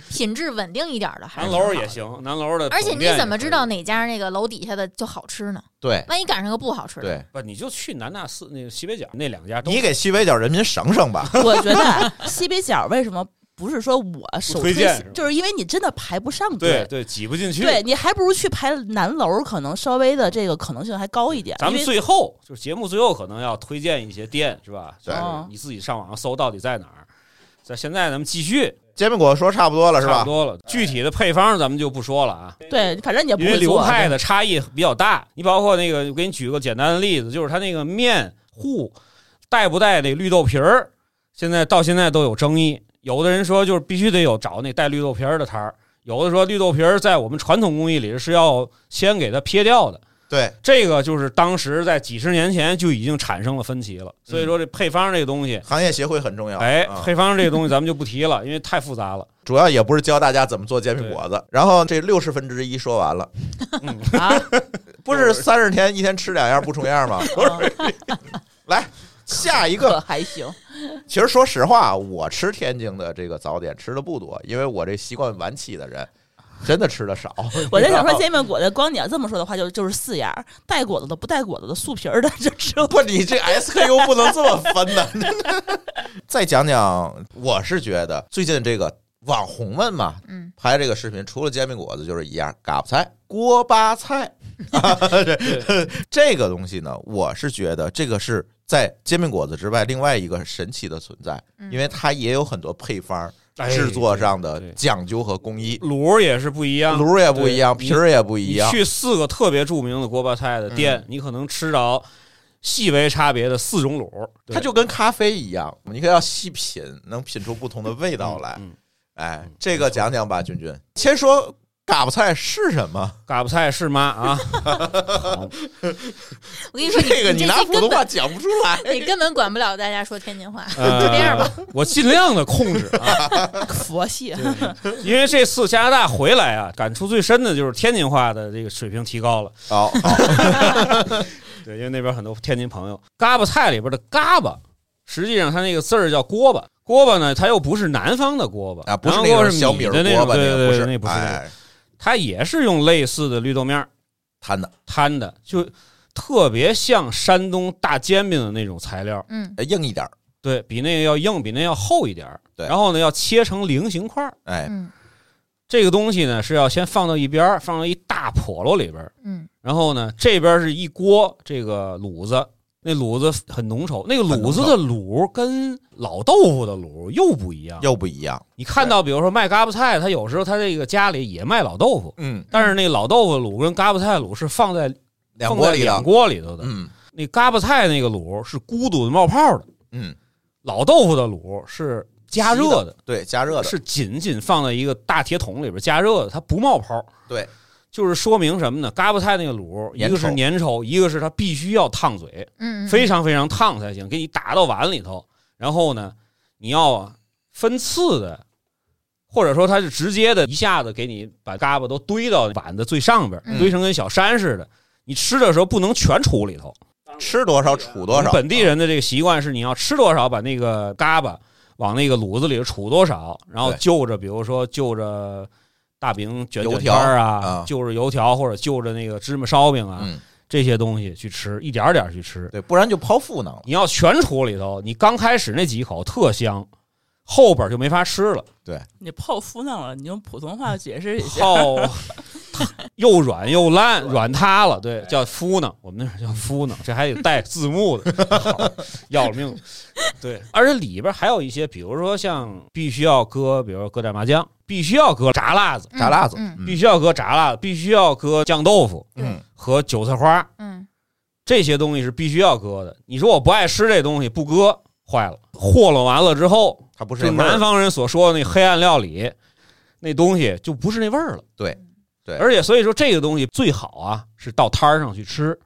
D: 品质稳定一点的，还
C: 南
D: 是
C: 楼
D: 挺
C: 也
D: 好的。
C: 行，南楼的。
D: 而且你怎么知道？哪家那个楼底下的就好吃呢？
B: 对
D: 万一赶上个不好吃的，
B: 对。
C: 不，你就去南大寺那个西北角那两家都
B: 你给西北角人民省省 吧，
E: 我觉得 西北角为什么不是说我首
C: 推荐是吧
E: 就是因为你真的排不上
C: 对
E: 队。
C: 对挤不进去。
E: 对你还不如去排南楼，可能稍微的这个可能性还高一点。
C: 咱们
E: 因为
C: 最后就是节目最后可能要推荐一些店是吧？
B: 对
D: 哦
C: 就是你自己上网上搜到底在哪儿。在现在咱们继续，
B: 煎饼果子说差不多了是
C: 差
B: 吧
C: 不？多了。具体的配方咱们就不说了啊，
E: 对，反正你也不
C: 因为
E: 会
C: 流
E: 做啊
C: 派的差异比较大。你包括那个，我给你举个简单的例子，就是它那个面糊带不带那绿豆皮儿，现在到现在都有争议。有的人说就是必须得有找那带绿豆皮儿的摊儿，有的说绿豆皮儿在我们传统工艺里是要先给它撇掉的。
B: 对，
C: 这个就是当时在几十年前就已经产生了分歧了。所以说这配方这个东西，
B: 行业协会很重要。
C: 哎
B: 嗯啊，
C: 配方这个东西咱们就不提了，因为太复杂了。
B: 主要也不是教大家怎么做煎饼果子。然后这六十分之一说完了，
C: 嗯，
E: 啊，
B: 不是三十天一天吃两样不重样吗？
E: 嗯
B: 来下一
E: 可
B: 个。
E: 还行。
B: 其实说实话，我吃天津的这个早点吃的不多，因为我这习惯晚起的人，真的吃的少。
E: 我在想
B: 你知道
E: 说
B: 吗
E: 煎饼果子，光你要这么说的话，就就是四样儿，带果子的、不带果子的、素皮儿的，就只有
B: 不，你这 SKU 不能这么分的。 再讲讲，我是觉得最近这个网红们嘛，
D: 嗯，
B: 拍这个视频，除了煎饼果子就是一样，嘎巴菜、锅巴 菜。啊这 这个东西呢，我是觉得这个是在煎饼果子之外另外一个神奇的存在，
D: 嗯
B: 因为它也有很多配方、
C: 哎
B: 制作上
C: 对
B: 的
C: 对
B: 讲究和工艺，
C: 卤儿也是不一样，
B: 卤儿也不一样，
C: 对
B: 皮儿也不一
C: 你
B: 样。嗯
C: 去四个特别著名的锅巴菜的店，你可能吃着细微差别的四种卤，
B: 它就跟咖啡一样，你可以要细品，能品出不同的味
C: 味
B: 道来。
C: 嗯，
B: 哎
C: 嗯，
B: 这个讲讲吧，君君。先说嘎巴菜是什 么？
C: 嘎巴菜是妈 啊，
D: 我跟你说，你
B: 这个
D: 你
B: 你拿
D: 这
B: 普
D: 根
B: 通
D: 本
B: 话讲不出 来。
D: 你根本管不了大家说天津话，
C: 呃
D: 就这样吧。
C: 我尽量的控制啊，
E: 佛系。
C: 因为这次加拿大回来啊，感触最深的就是天津话的这个水平提高了。
B: 好，好
C: 对，因为那边很多天津朋友，嘎巴菜里边的嘎巴，实际上它那个字儿叫锅巴。锅巴呢，它又不是南方的锅巴
B: 啊，不是
C: 南
B: 那
C: 方锅
B: 种
C: 巴
B: 小米
C: 米
B: 儿
C: 的
B: 锅
C: 种，
B: 巴，
C: 对
B: 个
C: 对
B: 不
C: 对，
B: 是，
C: 那不是那个，
B: 哎，
C: 它也是用类似的绿豆面儿
B: 摊的
C: 摊的，就特别像山东大煎饼的那种材料，
D: 嗯，
B: 呃硬一点儿，
C: 对比那个要硬，比那要厚一点儿。
B: 对
C: 然后呢，要切成菱形块儿。
B: 哎，
D: 嗯
C: 这个东西呢是要先放到一边儿，放到一大笸箩里边儿。
D: 嗯
C: 然后呢，这边是一锅这个卤子，那卤子很浓稠，那个
B: 很
C: 卤
B: 浓
C: 子
B: 稠
C: 的卤跟老豆腐的卤又不一样。
B: 又不一样。
C: 你看到，比如说卖嘎巴菜，他有时候他这个家里也卖老豆腐，
B: 嗯，
C: 但是那老豆腐卤跟嘎巴菜卤是放在
B: 两
C: 放
B: 锅
C: 在
B: 里
C: 两
B: 了。
C: 锅里头的。
B: 嗯
C: 那嘎巴菜那个卤是咕嘟的冒泡的，
B: 嗯，
C: 老豆腐的卤是加热的，
B: 对，加热的。
C: 是紧紧放在一个大铁桶里边加热的，它不冒泡。
B: 对，
C: 就是说明什么呢？嘎巴菜那个卤，一
B: 粘稠
C: 个是粘稠，一个是它必须要烫嘴，
D: 嗯，嗯
C: 非常非常烫才行，给你打到碗里头。然后呢，你要啊分次的，或者说它是直接的，一下子给你把嘎巴都堆到碗的最上边，
D: 嗯
C: 堆成跟小山似的。你吃的时候不能全杵里头，
B: 吃多少杵多少。啊
C: 本地人的这个习惯是，你要吃多少，把那个嘎巴往那个卤子里杵多少，然后
B: 对
C: 就着，比如说就着大饼卷
B: 油
C: 卷
B: 条
C: 圈儿
B: 啊
C: 啊，就着油条或者就着那个芝麻烧饼啊，
B: 嗯，
C: 这些东西去吃，一点儿点儿去吃。
B: 对，不然就剖腹囊了。
C: 你要全杵里头，你刚开始那几口特香，后边就没法吃了，
E: 你泡敷弄了，你用普通话解释一下。
C: 泡又软又烂，软塌了，对，叫敷呢，我们那儿叫敷呢，这还得带字幕的， 好要了命。对，而且里边还有一些，比如说像必须要搁，比如说搁点麻酱，必须要搁炸辣子，
D: 嗯
B: 炸辣子
D: 嗯
C: 必须要搁炸辣子，必须要搁酱豆腐
B: 嗯，
C: 和韭菜花，
D: 嗯，
C: 这些东西是必须要搁的。你说我不爱吃这东西，不搁坏了，和了完了之后，
B: 它不是
C: 这
B: 那味
C: 南
B: 儿。
C: 方人所说的那黑暗料理，那东西就不是那味儿了。
B: 对，对
C: 而且所以说这个东西最好啊是到摊儿上去吃，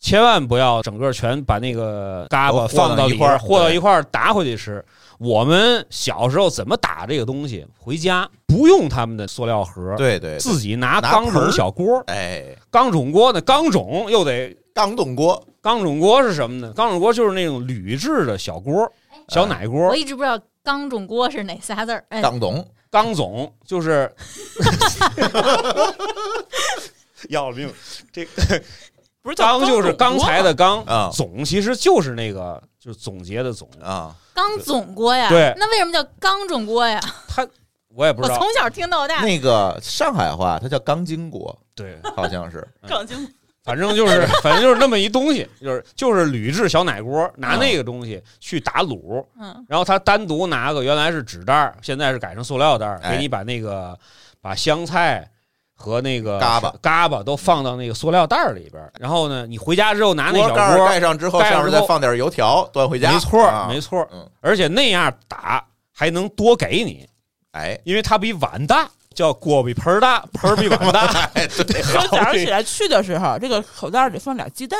C: 千万不要整个全把那个嘎
B: 都
C: 巴
B: 哦和到
C: 放到里
B: 一块儿
C: 边，和到
B: 对
C: 一块儿打回去吃。我们小时候怎么打这个东西？回家不用他们的塑料盒，
B: 对对，对
C: 自己拿
B: 拿
C: 钢
B: 盆儿
C: 种小锅，
B: 哎，
C: 钢种锅呢，钢种又得
B: 钢冻锅
C: 钢种锅是什么呢？钢种锅就是那种铝制的小锅，小奶锅。
D: 我一直不知道“钢种锅”是哪仨字儿。哎，
B: 钢冻，
C: 钢总就是要了命，这
E: 不是叫
C: 钢就是刚
E: 钢
C: 才的钢
B: 啊
C: 总其实就是那个就是总结的总。
B: 啊，
D: 钢总锅呀？
C: 对
D: 那为什么叫钢种锅呀？
C: 我也不
D: 我
C: 知道
D: 从，小听到大。
B: 那个上海话它叫钢筋锅，
C: 对，
B: 好像是。
E: 钢筋
C: 反正就是反正就是那么一东西，就是就是铝制小奶锅，
B: 啊
C: 拿那个东西去打卤，
D: 嗯
C: 然后他单独拿个原来是纸袋儿，现在是改成塑料袋儿，
B: 哎
C: 给你把那个把香菜和那个
B: 嘎巴
C: 嘎巴都放到那个塑料袋儿里边儿。然后呢，你回家之后 拿那
B: 锅
C: 小
B: 盖儿
C: 锅
B: 盖上之后，
C: 盖上
B: 上面
C: 之后
B: 再放点油条，端回家。
C: 没错
B: 啊
C: 儿，没错儿
B: 嗯，
C: 而且那样打还能多给你，
B: 哎，
C: 因为它比碗大，叫锅比盆儿大，盆儿比碗大。
B: 哎，对，
E: 说早上起来去的时候，这个口袋里放俩鸡蛋，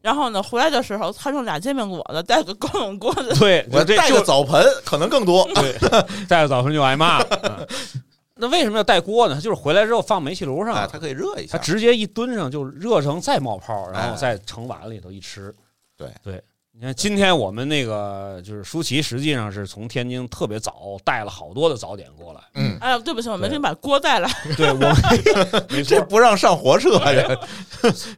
E: 然后呢，回来的时候摊上俩煎饼果子，带个钢种锅子。
C: 对，
B: 我
C: 就这
B: 带
C: 就
B: 个澡盆可能更多。
C: 对，带着早晨就 挨骂了。嗯那为什么要带锅呢？它就是回来之后放煤气炉
B: 啊，
C: 上，
B: 它可以热一下。
C: 它直接一蹲上就热成再冒泡，然后
B: 哎
C: 再盛碗里头一吃。
B: 对
C: 对，你看今天我们那个就是舒淇，实际上是从天津特别早带了好多的早点过来。
B: 嗯，
E: 哎呀，对不起，我没
C: 对
E: 给你把锅带来。
C: 对我们， 没错
B: 这，不让上火车呀。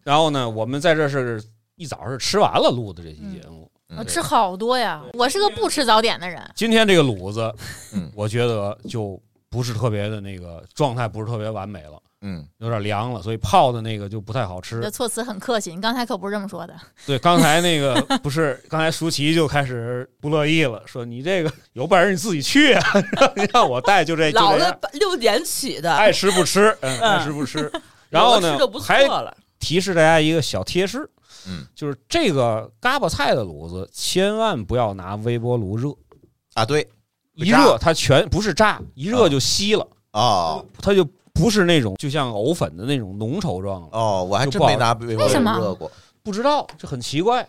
C: 然后呢，我们在这是一早是吃完了录的这期节目。
D: 我吃好多呀！我是个不吃早点的人。
C: 今天这个卤子，
B: 嗯
C: 我觉得就不是特别的那个状态，不是特别完美了，
B: 嗯，
C: 有点凉了，所以泡的那个就不太好
D: 你
C: 吃。
D: 的措辞很客气，你刚才可不是这么说的。
C: 对，刚才那个 不是，刚才舒淇就开始不乐意了，说你这个有本事你自己去啊， 你让我带哎就这 就
E: 老
C: 这样
E: 子，六点起的，
C: 爱吃不 吃，嗯，
E: 嗯
C: 爱吃不吃。然后
E: 有的
C: 呢
E: 吃就不，错
C: 还
E: 了。
C: 提示大家一个小贴士，
B: 嗯，
C: 就是这个嘎巴菜的卤子千万不要拿微波炉热，
B: 啊，对，
C: 一热它全不是炸，一
B: 啊
C: 热就稀了，
B: 哦
C: 它就不是那种就像藕粉的那种浓稠状了。
B: 哦，我还
C: 就
B: 真
C: 不好
B: 没拿微波
D: 为什么
B: 炉热过
C: 不知道，这很奇怪。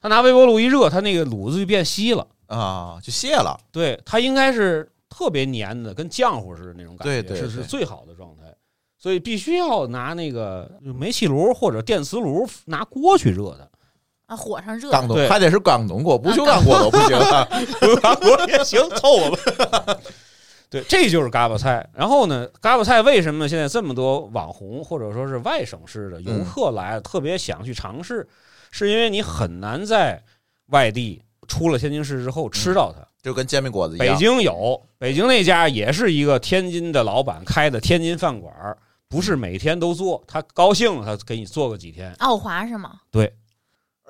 C: 他拿微波炉一热，它那个卤子就变稀了。
B: 啊，就卸了。
C: 对，它应该是特别粘的，跟浆糊似的那种感觉，
B: 对对
C: 是
B: 对
C: 是最好的状态。所以必须要拿那个煤气炉或者电磁炉，拿锅去热它。
D: 啊，火上热，
B: 钢
C: 对
B: 桶还得是钢桶锅，不锈
D: 啊
B: 钢锅都不行啊。
C: 韩国也行，凑合吧。 对，这就是嘎巴菜。然后呢，嘎巴菜为什么现在这么多网红或者说是外省市的游客来了，特别想去尝试，是因为你很难在外地出了天津市之后吃到它。
B: 就跟煎饼果嗯子一
C: 北
B: 样。
C: 京有，北京那家也是一个天津的老板开的天津饭馆儿，不是每天都做，他高兴了他给你做个几天。
D: 奥华是吗？
C: 对，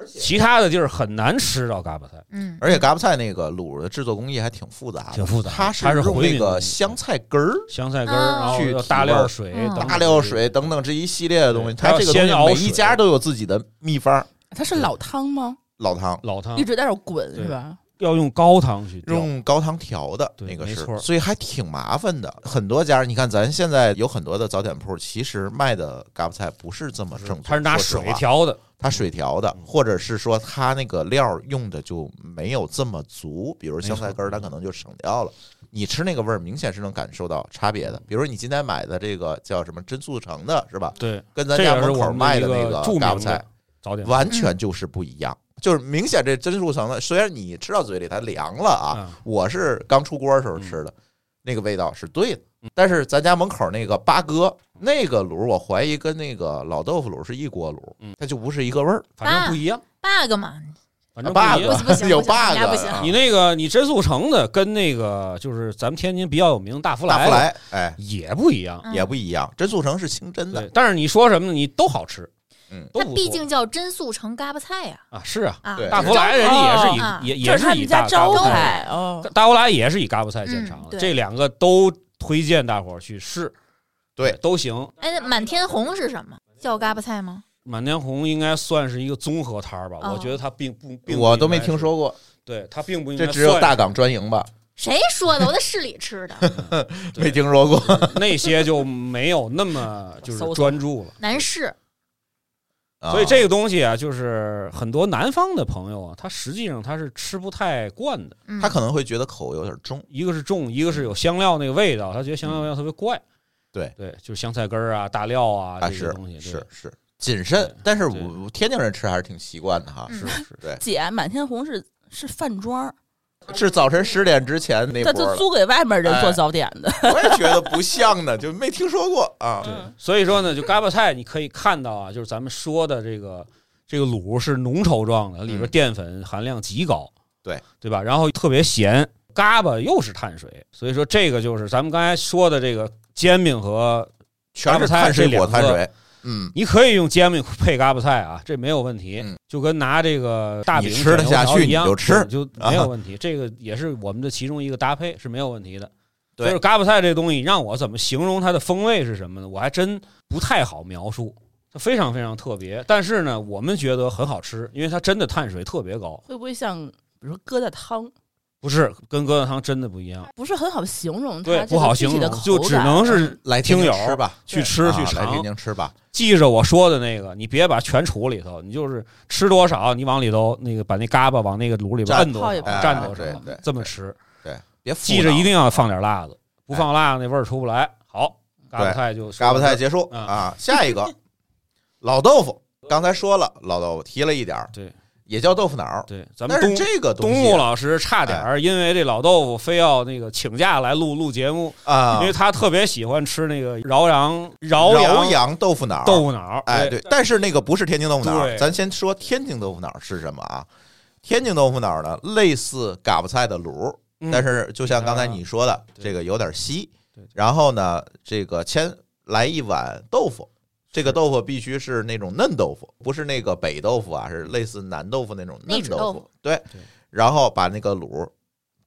C: 其他的地儿很难吃到嘎巴菜。
D: 嗯，
B: 而且嘎巴菜那个卤的制作工艺还挺复杂的，
C: 挺复杂的
B: 它
C: 它是
B: 用
C: 回
B: 那
C: 民
B: 个
C: 的
B: 香菜根儿、
C: 香菜根儿，
D: 啊
C: 然后
B: 去
C: 要
B: 提
C: 大
B: 味儿
C: 料水
D: 嗯、
C: 等等
B: 大料水等等这一系列的东西，
C: 对它要
B: 这个东
C: 先熬
B: 西每
C: 水
B: 一家都有自己的秘方。
E: 哎它是老汤吗？
B: 老汤
C: 老汤
E: 一直在那儿滚
C: 嗯对
E: 是吧？
C: 要用高汤去调，
B: 用高汤调的
C: 对
B: 那个
C: 没
B: 是
C: 错，
B: 所以还挺麻烦的。很多家你看，咱现在有很多的早点铺，其实卖的嘎巴菜不是这么正宗，
C: 它是
B: 说
C: 拿
B: 实
C: 水
B: 话
C: 调的，
B: 它水调的，
C: 嗯
B: 或者是说它那个料儿用的就没有这么足，比如香菜
C: 嗯
B: 根儿，它可能就省掉了。你吃那个味儿，明显是能感受到差别
C: 嗯
B: 的。比如你今天买的这个叫什么真速成的，是吧？
C: 对，
B: 跟咱
C: 这
B: 家
C: 也是
B: 门
C: 我
B: 口
C: 们
B: 卖
C: 一
B: 的那
C: 个
B: 个
C: 著
B: 嘎巴
C: 名
B: 菜
C: 的嗯早点
B: 完全就是不一样，就是明显这真速成的，虽然你吃到嘴里它凉了啊，
C: 啊，
B: 我是刚出锅的时候吃
C: 嗯
B: 的，那个味道是对的。但是咱家门口那个八哥那个卤，我怀疑跟那个老豆腐卤是一锅
C: 嗯
B: 卤，它就不是一个味儿。
C: 反正不一样，
D: bug 嘛，
C: 反正不一
B: bug
C: 样。
D: 不行
B: 有
D: 不行人
B: bug，
D: 家不行
B: 啊
C: 你那个你真速成的跟那个就是咱们天津比较有名的大福
B: 大
C: 来
B: 福来，哎，
C: 也不一样，
D: 嗯
B: 也不一样。真速成是清真
C: 对
B: 的，。
C: 但是你说什么呢？你都好吃，
B: 嗯
C: 都
D: 它
C: 不错
D: 毕竟叫真速成嘎巴菜呀、
C: 啊是啊，
D: 啊，
B: 对
C: 大福来人家也是以、
D: 啊
C: 也也
E: 这是他
C: 以
E: 们
C: 大
E: 家
C: 嘎
E: 招
C: 巴菜
E: 牌哦。
C: 大欧拉也是以嘎巴菜见长
D: 嗯
C: 的，
D: 对
C: 这两个都推荐大伙儿去试，
B: 对
C: 都行。
D: 哎，那满天红是什么？叫嘎巴菜吗？
C: 满天红应该算是一个综合摊儿吧，
D: 哦
C: 我觉得它并不，并不
B: 我都没
C: 应该是
B: 听，说过，
C: 对它并不应该
B: 这
C: 算
B: 只有大港专营吧，
D: 谁说的？我在市里吃的，
C: 对
B: 没听说过。
C: 那些就没有那么就是
E: 搜搜
C: 专注了。
D: 南市。
C: 所以
B: 啊
C: 这个东西啊，就是很多南方的朋友啊，他实际上他是吃不太惯的，
D: 嗯，
B: 他可能会觉得口有点重，
C: 一个是重，一个是有香料那个味道，他觉得香料味道特别怪。
B: 对
C: 对，就是香菜根儿啊、大料啊
B: 啊
C: 这些
B: 是
C: 东西，对
B: 是是谨慎
C: 对，
B: 但是
C: 对
B: 我天津人吃还是挺习惯的哈，
D: 嗯
C: 是是。
B: 对，
E: 姐，满天红是是饭庄儿，
B: 是早晨十点之前那
E: 但
B: 波
E: 就
B: 了，
E: 租给外面
C: 哎
E: 人做早点的。
B: 我也觉得不像呢，就没听说过啊。
C: 对，所以说呢，就嘎巴菜，你可以看到啊，就是咱们说的这个这个卤是浓稠状的，里边淀粉含量极高，
B: 对
C: 对吧？然后特别咸，嘎巴又是碳水，所以说这个就是咱们刚才说的这个煎饼和，
B: 全是碳水果碳水，嗯，
C: 你可以用煎饼配嘎巴菜啊，这没有问题，
B: 嗯
C: 就跟拿这个大饼
B: 你吃得
C: 卷油
B: 下
C: 条
B: 去
C: 一样
B: 你就吃啊
C: 就没有问题。这个也是我们的其中一个搭配是没有问题的。
B: 对
C: 所以说嘎巴菜这东西，让我怎么形容它的风味是什么呢？我还真不太好描述，它非常非常特别。但是呢，我们觉得很好吃，因为它真的碳水特别高，
E: 会不会像比如说疙瘩汤，
C: 不是跟疙瘩汤真的不一样，
E: 不是很好形容嗯它
C: 对，
E: 这
C: 不
E: 个
C: 好
E: 具
C: 形
E: 体的
C: 容，
E: 口
C: 就只
E: 感啊嗯
C: 能是
B: 来
C: 听
B: 天津
C: 友
B: 吃吧，
C: 去吃去
B: 啊来
C: 尝
B: 天。津吃吧，
C: 记着我说的那个，你别把全杵里头，你就是吃多少，你往里头那个把那嘎巴往那个卤里边
B: 蘸
C: 摁多
E: 泡
C: 少
E: 一，泡
C: 哦蘸多
B: 哎
C: 少
B: 对对，
C: 这么吃。
B: 别复
C: 记着
B: 脑
C: 一定要放点辣子，不放辣那味儿出不来。好，嘎巴菜就
B: 哎嘎巴菜，结束
C: 嗯
B: 啊，下一个老豆腐，刚才说了老豆腐提了一点儿，
C: 对，
B: 也叫豆腐脑儿，
C: 对，咱们
B: 但是
C: 东
B: 这个东
C: 东
B: 西啊哎
C: 木老师差点儿因为这老豆腐非要那个请假来录录节目，
B: 啊
C: 因为，他特别喜欢吃那个饶阳饶
B: 饶
C: 阳
B: 阳豆腐脑儿，
C: 豆腐脑儿。
B: 哎，对，但是那个不是天津豆腐脑儿，
C: 对
B: 咱先说天津豆腐脑儿是什么啊？天津豆腐脑儿呢，类似嘎巴菜的卤儿，
C: 嗯
B: 但是就像刚才你说的，
C: 对
B: 这个有点稀
C: 对对。
B: 然后呢，这个先来一碗豆腐，这个豆腐必须是那种嫩豆腐，不是那个北豆腐啊，是类似南豆腐那种嫩
D: 内酯
B: 豆
D: 豆
B: 腐。对
C: 嗯对，
B: 然后把那个卤儿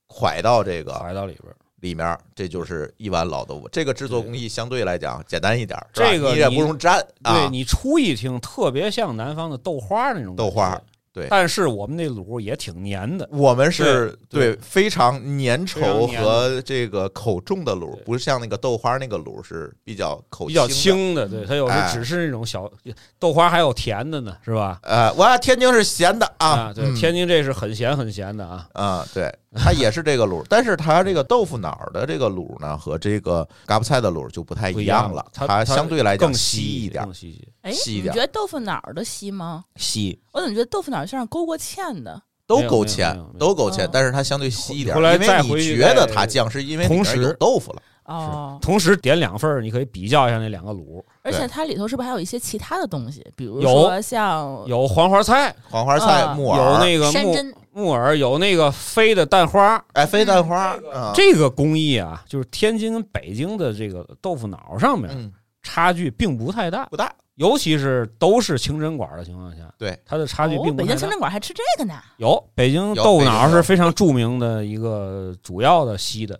B: 蒯到这个
C: 摆到里边儿，
B: 里面儿，这就是一碗老豆腐。这个制作工艺相对来讲简单一点儿，是吧
C: 这个
B: 你也
C: 你
B: 不用蘸
C: 对
B: 啊。
C: 你初一听特别像南方的豆花儿那种感觉
B: 豆花儿，对
C: 但是我们那卤也挺粘的，
B: 我们是
C: 对
B: 对非常粘
C: 非常
B: 稠
C: 粘
B: 和这个口重的卤
C: 对，
B: 不是像那个豆花那个卤是比较口
C: 比较
B: 轻的。
C: 轻的，
D: 嗯
C: 对，它有时候
B: 哎
C: 只是那种小豆花，还有甜的呢，是吧？
B: 呃，我天津是咸的啊，
C: 对，
B: 嗯
C: 天津这是很咸很咸的啊，
B: 啊，对，它也是这个 卤，但是它这个豆腐脑儿的这个卤呢，和这个嘎巴菜的卤就不太
C: 不
B: 一
C: 一样
B: 样了
C: 了，它它
B: 相对来讲
C: 更
B: 哎稀一点儿
C: 更，稀一些。
E: 哎，
B: 稀一
E: 你
B: 点
E: 觉得豆腐脑儿的稀吗？
B: 稀
E: 我怎么觉得豆腐脑儿像是勾过芡的？
B: 都
C: 没有
B: 勾
C: 没有
B: 芡
C: 没有没有，啊
B: 都勾芡
E: 嗯，
B: 但是它相对稀一点儿，
C: 后来
B: 因
C: 再
B: 为
C: 回
B: 你
C: 去
B: 觉得
C: 再
B: 它酱是因为
C: 同
B: 里面
C: 时
B: 有豆腐了，
E: 哦，
C: 同时点两份儿，你可以比较一下那两个卤，
E: 而且
B: 对
E: 它里头是不是还有一些其他的东西？比如
C: 有
E: 说像
C: 有黄花菜，
B: 黄花菜、
E: 啊
B: 呃木
C: 有
B: 耳、
C: 那个
D: 山
C: 木
D: 珍
C: 木耳，有那个飞的蛋花。
B: 哎飞蛋花，啊
C: 嗯这个工艺啊，就是天津跟北京的这个豆腐脑上面
B: 嗯
C: 差距并不太大，
B: 不大，
C: 尤其是都是清真馆的情况下，
B: 对
C: 它的差距并
E: 哦、
C: 不
E: 北
C: 太
E: 京
C: 大
E: 清。真馆还吃这个呢，
C: 有北京
B: 有
C: 豆腐
B: 北京
C: 脑
B: 的
C: 是非常著名的一个主要的西的，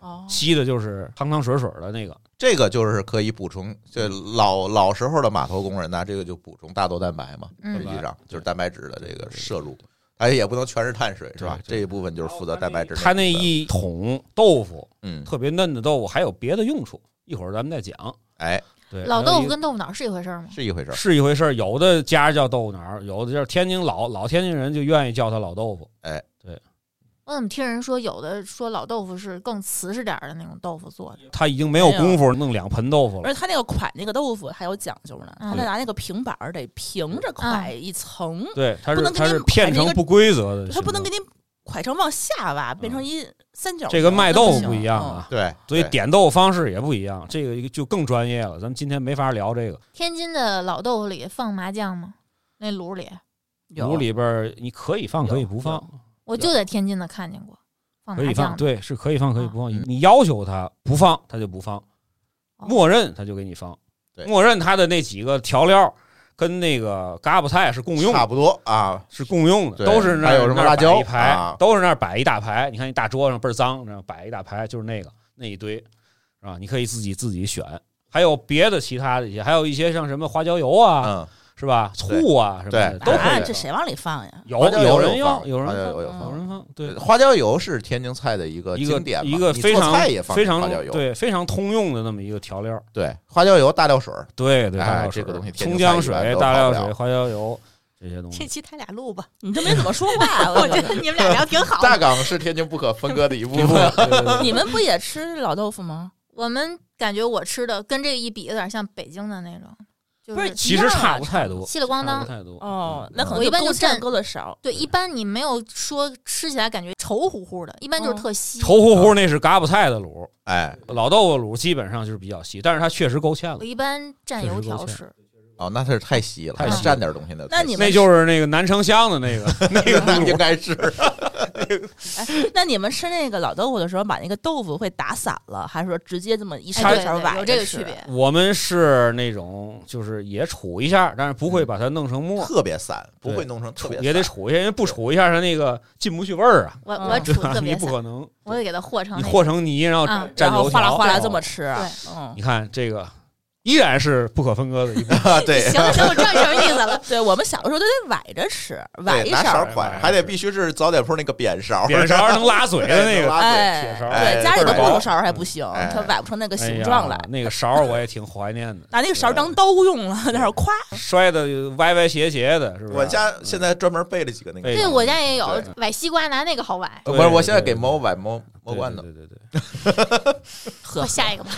E: 哦
C: 西的就是汤汤水水的那个。
B: 这个就是可以补充，这
C: 嗯
B: 老老时候的码头工人呢，这个就补充大豆蛋白嘛，
D: 嗯
B: 实际上就是蛋白质的这个摄入，它也不能全是碳水，是吧？
C: 对对
B: 这一部分就是负责蛋白质的部分。
C: 它那一桶豆腐，
B: 嗯，
C: 特别嫩的豆腐，还有别的用处，一会儿咱们再讲。
B: 哎，
C: 对，
D: 老
C: 还有
D: 豆
C: 一
D: 腐
C: 个
D: 跟豆腐脑是一回事儿吗？
B: 是一回事儿。
C: 是一回事儿，有的家叫豆腐脑儿，有的就是天津老老天津人就愿意叫它老豆腐。
D: 我怎么听人说有的说老豆腐是更瓷实点儿的那种豆腐做的？
C: 他已经没有
E: 没有
C: 功夫弄两盆豆腐了
E: 而。且他那个蒯那个豆腐还有讲究呢，
D: 嗯
E: 他得拿那个平板儿得平着
C: 嗯
E: 蒯一层，
C: 对，它
E: 不
C: 是
E: 能给
C: 它
E: 你
C: 是
E: 买
C: 片
E: 那
C: 成
E: 个
C: 不规则的形状，
E: 他不能给你蒯成往下挖，变成一三角形。
C: 嗯这跟卖豆腐
E: 那
C: 不一样
E: 行嗯
C: 啊，，
B: 对，
C: 所以
B: 嗯对
C: 点豆腐方式也不一样，这个就更专业了。咱们今天没法聊这个，
D: 天津的老豆腐里放麻酱吗？那卤里，
E: 嗯有
C: 炉里边儿你可以放，可以不放，
D: 我就在天津的看见过放
C: 可
D: 麻
C: 以
D: 嗯酱
C: 放，
D: 的。
C: 对，是可以放，可以不放。
B: 嗯
C: 你要求他不放，他就不放，
D: 哦
C: 默认他就给你放
B: 对。
C: 默认他的那几个调料跟那个嘎巴菜是共用的，
B: 差不多啊，
C: 是共用的，
B: 对
C: 都是那儿
B: 还有什么
C: 那儿
B: 辣椒
C: 摆一排，
B: 啊
C: 都是那儿摆一大排。你看一大桌上倍儿脏，然后摆一大排，就是那个那一堆，是吧？你可以自己自己选。还有别的其他的一些，还有一些像什么花椒油啊，
B: 嗯，
C: 是吧？醋啊什么的
B: 对
C: 都可
E: 啊
C: 以。
E: 这谁往里放呀？
C: 有
B: 花椒油有
C: 有人要，
B: 放
C: 有人
B: 花椒
C: 放
B: 油有
E: 放
C: 有人放，对，
B: 花椒油是天津菜的一个
C: 一个
B: 经典嘛，
C: 一个
B: 你
C: 非
B: 做
C: 常
B: 菜也放
C: 非常
B: 花椒油，
C: 对非常通用的那么一个调料。
B: 对，花椒油、大料水儿，
C: 对对，
B: 哎
C: 大料水
B: 这个东西天
C: 葱
B: 津菜
C: 姜水
B: 一般、都
C: 大
B: 跑
C: 料
B: 不
C: 水、
B: 了
C: 花椒油这些东西。
F: 期他俩录吧，
E: 你都没怎么说 话，我觉得
F: 你们俩聊挺好
B: 大港是天津不可分割的一部
C: 对
B: 分。
C: 对对对
E: 你们不也吃老豆腐吗？
D: 我们感觉我吃的跟这个一比，有点像北京的那种，就
E: 不是
D: 是
C: 其实差不太多，
D: 稀里咣
C: 差不
D: 当。
C: 太多。
E: 哦
C: 嗯，
E: 那可能
D: 我一般就
E: 勾芡
D: 蘸
E: 勾的少，
D: 对，一般你没有说吃起来感觉稠乎乎的，一般就是
E: 嗯
D: 特稀。
C: 稠乎乎那是嘎巴菜的卤，
B: 哎，
C: 老豆腐卤基本上就是比较稀，但是它确实够芡了
D: 我。一般
C: 确
D: 蘸
C: 实
D: 油
C: 够
D: 条
C: 呛
D: 吃，
B: 哦，那它是太稀了，
C: 太
D: 稀
B: 蘸点东西呢。
E: 那你们
C: 那就是那个南城乡的 那个那 个
B: 那应
C: 卤，
B: 该是
E: 那你们吃那个老豆腐的时候，把那个豆腐会打散了，还是说直接这么一
D: 哎
E: 勺
D: 对
E: 一勺
D: 对
E: 崴？
D: 有这个区。别。
C: 我们是那种就是也杵一下，但是不会把它弄成沫，
B: 特别散，不
C: 对
B: 会弄成特别
C: 也得
B: 散
C: 杵一下，因为不杵一下它那个进不去味儿啊，
D: 我
E: 嗯
D: 我
C: 对
D: 煮
C: 吧？
D: 特
C: 你
D: 别
C: 不
D: 散，
C: 可能
D: 我得给它和成
C: 你
D: 那
C: 和
D: 种
C: 成泥，然后
D: 嗯
C: 蘸
E: 然后
C: 油
E: 哗啦
C: 条，
E: 哗啦这么吃啊，嗯，
C: 你看这个依然是不可分割的一部 分。
B: 啊，对
D: 行了行了，我知道你什么意思了。
E: 嗯 对我们小的时候都得崴着吃，崴
B: 对，
E: 一
B: 拿
E: 勺
B: 勺
E: 儿，
B: 㧟，还得必须是早点铺那个扁勺，
C: 扁 勺能拉嘴的那 个，
B: 拉嘴
E: 哎，
C: 铁勺
B: 哎
E: 对，家里
B: 倍
E: 的
B: 儿
E: 木
B: 薄
E: 头勺儿还不行，
B: 哎
E: 它崴不成那个
C: 哎
E: 形
C: 呀
E: 状来，
C: 那个勺儿我也挺怀念 的，
E: 拿那个勺儿当刀用了，在那儿夸。
C: 摔的歪歪斜斜的，是不是？
B: 我家现在专门备了几个那
C: 备
B: 个
C: 这
D: 对，
C: 了
B: 勺，
C: 种
D: 我家也有
B: 对
D: 崴西瓜，拿那个好崴。
B: 呃不是，
C: 对
B: 我现在
C: 对
B: 给
C: 对
B: 猫崴猫猫
C: 对
B: 罐头，
C: 对对对对，
E: 呵，
D: 下一个吧，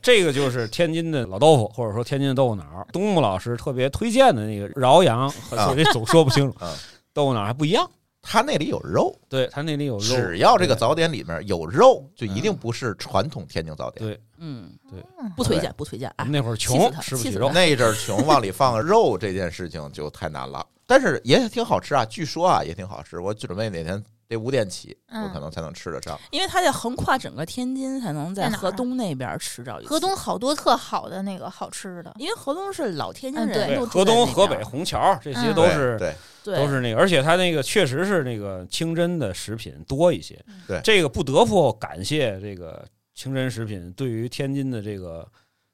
C: 这个就是天津的老豆腐，或者说天津的豆腐脑儿。东木老师特别推荐的那个饶阳，
B: 啊
C: 我这总说不清楚
B: 啊，
C: 豆腐脑儿还不一样。
B: 它那里有肉，
C: 对，它那里有肉，嗯
B: 只要这个早点里面有肉，就一定不是传统天津早点。
C: 对嗯
E: 嗯，
D: 嗯
E: 不推荐，不推荐
C: 我
E: 啊
C: 们。那会儿
E: 气
C: 穷
E: 死，他
C: 吃不
E: 气
C: 起
E: 死
C: 肉
E: 他。
B: 那一阵儿穷，往里放肉这件事情就太难了。但是也挺好吃啊，据说啊也挺好吃。我准备哪天得五点起，我
D: 嗯
B: 可能才能吃得上。
E: 因为它得横跨整个天津，才能在
D: 在哪儿啊
E: 河东那边吃着一次
D: 河东，好多特好的那个好吃的，
E: 因为河东是老天津
D: 嗯对
E: 人，
C: 对，
E: 都
C: 河
E: 住在
C: 东、
E: 那
C: 河
E: 边
C: 北、虹桥这些
D: 嗯
C: 都是
B: 对
E: 对
C: 都是那个，而且它那个确实是那个清真的食品多一些。
E: 嗯
B: 对
C: 这个不得不感谢这个清真食品对于天津的这个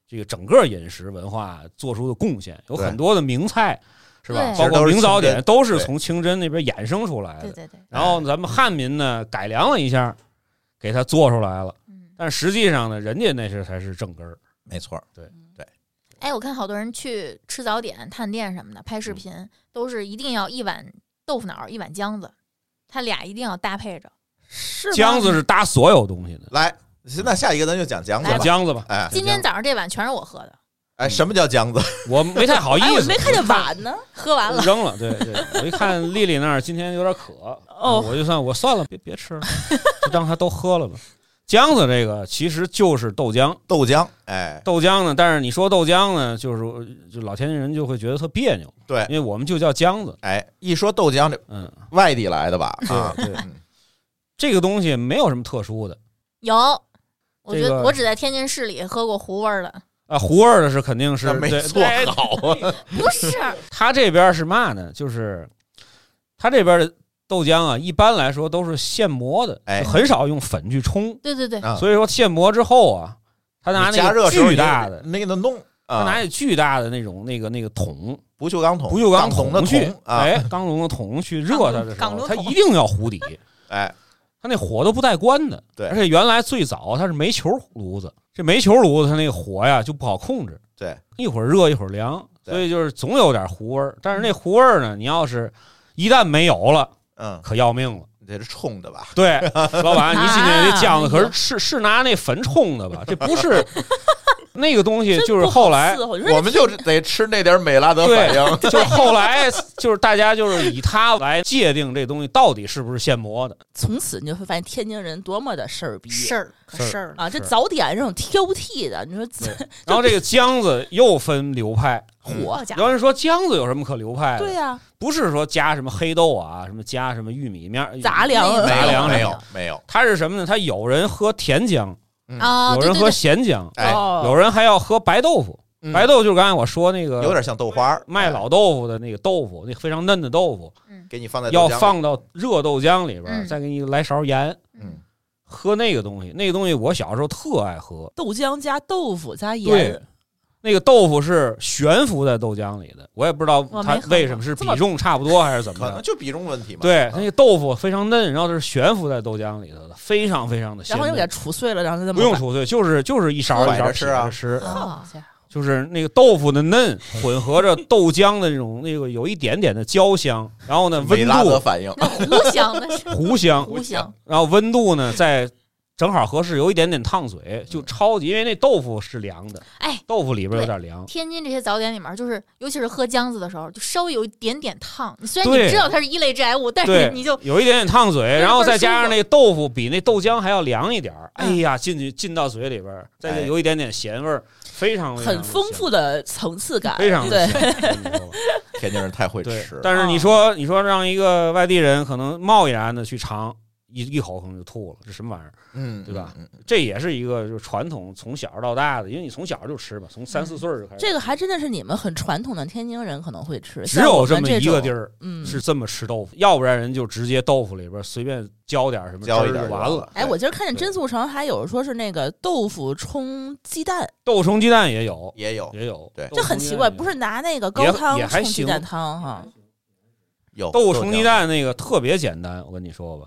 C: 这个整个饮食文化做出的贡献，有
B: 对
C: 很多的名菜是吧？
D: 对
C: 包括名早
B: 其
C: 点
B: 实
C: 都
B: 真
C: 是从清真那边衍生出来
D: 对
C: 的。
D: 对对，
C: 然后咱们汉民呢改良了一下，给它做出来了。
D: 嗯。
C: 但实际上呢，人家那是才是正根儿。
B: 没错儿，
D: 哎，我看好多人去吃早点、探店什么的，
C: 嗯
D: 拍视频、都是一定要一碗豆腐脑儿，一碗浆子，它俩一定要搭配着。
E: 是
C: 姜子是搭所有东西的，
B: 来，那下一个咱就讲姜子
C: 讲
B: 吧。
C: 姜子吧。
B: 哎
D: 今天早上这碗全是我喝的，
B: 哎，什么叫姜子？
C: 我没太好意
E: 哎，我
C: 思，
E: 没看见碗呢。
D: 喝完了，
C: 扔了。对对，我一看丽丽那儿今天有点 渴，
E: 哦
C: 我就算我算了，别别吃了，就当她都喝了吧。姜子这个其实就是豆浆，
B: 豆浆。哎，
C: 豆浆呢，但是你说豆浆呢，就是就老天津人就会觉得特别扭，
B: 对
C: 因为我们就叫姜子，
B: 哎，一说豆浆，这
C: 嗯，
B: 外地来的吧？啊，
C: 对对
B: 嗯
C: 这个东西没有什么特殊的，
D: 有。我觉
C: 这
D: 得
C: 个
D: 我只在天津市里喝过糊味儿的，
C: 啊，糊味儿的是肯定是
B: 那没
C: 对
B: 做
C: 对
B: 好 啊，
D: 不是，
C: 他这边是嘛呢？就是他这边的豆浆啊，一般来说都是现磨的，
B: 哎
C: 就很少用粉去冲。
D: 对对对，
C: 所以说现磨之后啊，他拿
B: 啊你加
C: 那
B: 热
C: 个
B: 时候
C: 巨
B: 你
C: 大的，
B: 那个弄
C: 他拿
B: 啊，
C: 那巨大的那种那个那个桶，
B: 不锈钢桶，
C: 不锈钢
B: 钢的
C: 去
B: 桶，啊，
C: 哎，钢笼的桶 去热它的时
D: 钢
C: 候，
D: 笼
C: 它
D: 桶
C: 一定要糊底。
B: 哎，
C: 它那火都不带关的。
B: 对
C: 而且原来最早它是煤球炉子，这煤球炉子它那个火呀就不好控制，
B: 对，
C: 一会儿热一会儿凉，
B: 对
C: 所以就是总有点糊味儿。但是那糊味儿呢，你要是一旦没有了，
B: 嗯，
C: 可要命了。
B: 你这是冲的吧？
C: 对，老板，你今天
E: 啊
C: 这
D: 哎
C: 浆
D: 呦
C: 子可是是是拿那粉冲的吧？这不 是那个东西，
E: 真
C: 就是
E: 不好
C: 后来
E: 伺候你说
B: 我们就得吃那点美拉德反 应，
C: 就是后来就是大家就是以它来界定这东西到底是不是现磨的。
E: 从此你就会发现天津人多么的事儿逼
D: 事儿可事儿了，
E: 啊！这
C: 是
E: 早点这种挑剔的，你说
C: 然后这个浆子又分流派，
E: 火
D: 好家
C: 啊有
D: 伙，
C: 人说浆子有什么可流派的？
E: 对啊呀，
C: 不是说加什么黑豆啊，什么加什么玉米面儿
E: 杂。粮啊
D: 那个
C: 杂粮
B: 没
C: 嗯没
B: 有
D: 有
B: 没有，
C: 它是什么呢？它有人喝甜浆，
D: 啊，
C: 有
D: 对
C: 人
D: 对
C: 喝
D: 对，
C: 咸浆，
B: 哎，
C: 有
E: 哦，
C: 人还要喝白豆腐。
B: 嗯
C: 白豆就是刚才我说那个
B: 有点像豆花儿
C: 卖
B: 哎
C: 老豆腐的那个豆腐，那非常嫩的豆腐，
B: 给你放在豆
C: 要
B: 浆里，
C: 放到热豆浆里边儿，
D: 嗯
C: 再给你来勺盐，
B: 嗯，
C: 喝那个东西。那个东西我小时候特爱喝，
E: 豆浆加豆腐加盐
C: 对，，那个豆腐是悬浮在豆浆里的，我也不知道
E: 我没
C: 它
E: 喝过
C: 为什么是
E: 这
C: 比
E: 么
C: 重差不多还是怎么
B: 可
C: 的
B: 能。就比重问题嘛。
C: 对
B: 啊，
C: 那个豆腐非常嫩，然后它是悬浮在豆浆里头的，非常非常的鲜
E: 然后
C: 嫩。
E: 又给它杵碎了，然后再
C: 不用出去，就是就是一勺一
B: 摆着
C: 勺
B: 吃
C: 撇
B: 啊
C: 着吃，
E: 好
D: 啊，
E: 家伙，
C: 就是那个豆腐的嫩混合着豆浆的那种那个有一点点的焦香，然后呢
B: 美
C: 温
B: 拉德
C: 度
B: 反应，
D: 那糊香的是
C: 糊香，
D: 糊香，
C: 然后温度呢在正好合适，有一点点烫嘴，就超级，因为那豆腐是凉的，
D: 哎，
C: 豆腐里边有点凉，
D: 天津这些早点里面，就是尤其是喝浆子的时候，就稍微有一点点烫。你虽然
C: 对
D: 你知道它是一类致癌物，但
C: 对
D: 是你就
C: 有一点点烫嘴，
D: 是
C: 然后
D: 味儿
C: 再加
D: 舒
C: 上
D: 服
C: 那豆腐比那豆浆还要凉一点儿，哎
D: 嗯
C: 呀，进去进到嘴里边儿，再就
B: 哎
C: 有一点点咸味儿，非常非常
E: 很
C: 地
E: 丰
C: 香
E: 富的层次 感，
C: 非常
E: 对
C: 的，香，对，
B: 天津人太会
C: 对
B: 吃。。
C: 但是你说，你说让一个外地人可能贸易然的去尝一一口，可能就吐了，这什么玩意儿？
B: 嗯，
C: 对吧
B: 嗯？嗯
C: 这也是一个就是传统，从小到大的，因为你从小就吃嘛，从三四岁儿就开始。
E: 这个还真的是你们很传统的天津人可能会吃，
C: 只有
E: 像我
C: 这
E: 们
C: 么
E: 这
C: 一个地
E: 种，
C: 儿
E: 嗯，
C: 是这么吃豆腐，要不然人就直接豆腐里边随便浇点什么
B: 嗯
C: 汁儿
B: 浇一
C: 就
B: 点儿就
C: 完了。。
E: 哎，
B: 对
E: 我今儿看见
C: 对
E: 真素城还有说是那个豆腐冲鸡蛋，
C: 豆腐冲鸡蛋也有，
B: 也有
C: 也有，
B: 对
E: 这很奇怪，不是拿那个高汤
C: 也还
E: 冲鸡
C: 行
E: 蛋汤哈，
B: 有
C: 豆腐冲鸡
B: 浆，
C: 蛋那个特别简单，我跟你说吧，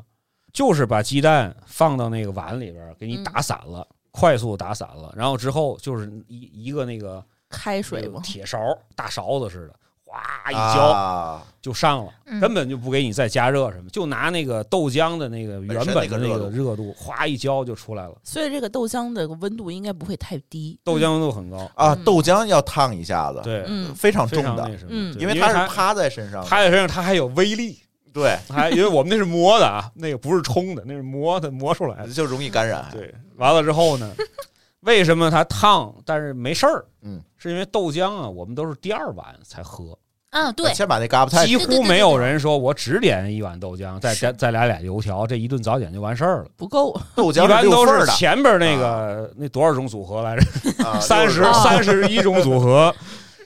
C: 就是把鸡蛋放到那个碗里边儿，给你
E: 嗯
C: 打散了，快速打散了，然后之后就是一一个那个
E: 开水
C: 那个
E: 嘛，
C: 铁勺大勺子似的，哗一浇、
B: 啊，
C: 就上了，
D: 嗯
C: 根本就不给你再加热什么，就拿那个豆浆的那个原本的
B: 本身那
C: 那
B: 个热
C: 个热度，哗一浇就出来了，
E: 所以这个豆浆的温度应该不会太低，
C: 豆浆温度很高，
B: 啊，
E: 嗯
B: 豆浆要烫一下子，，
C: 对，
E: 嗯，
B: 非常
C: 非
B: 重
C: 常
B: 的，
C: 那什么，
E: 嗯
C: 对
B: 因
C: 因
B: 为它
C: 它
B: 是趴在身上的，
C: 趴在身上，它还有微 力。
B: 对，
C: 还因为我们那是磨的啊，那个不是冲的，那是磨的磨出来的。
B: 就容易感染。
C: 对，完了之后呢，为什么它烫但是没事儿？
B: 嗯，
C: 是因为豆浆啊，我们都是第二碗才喝，
D: 啊，对，
B: 先把那嘎巴菜
C: 几
D: 对对
C: 乎
D: 对
C: 没有
D: 对
C: 人说我只点一碗豆浆，再加再来俩油条，这一顿早点就完事儿了。
E: 不够，
B: 豆
C: 一
B: 浆
C: 般
B: 六
C: 都
B: 份儿
C: 是
B: 的
C: 前边那个那多少种组合来着？
B: 啊，
C: 三十
B: 六 份儿
C: 三十一种组 合，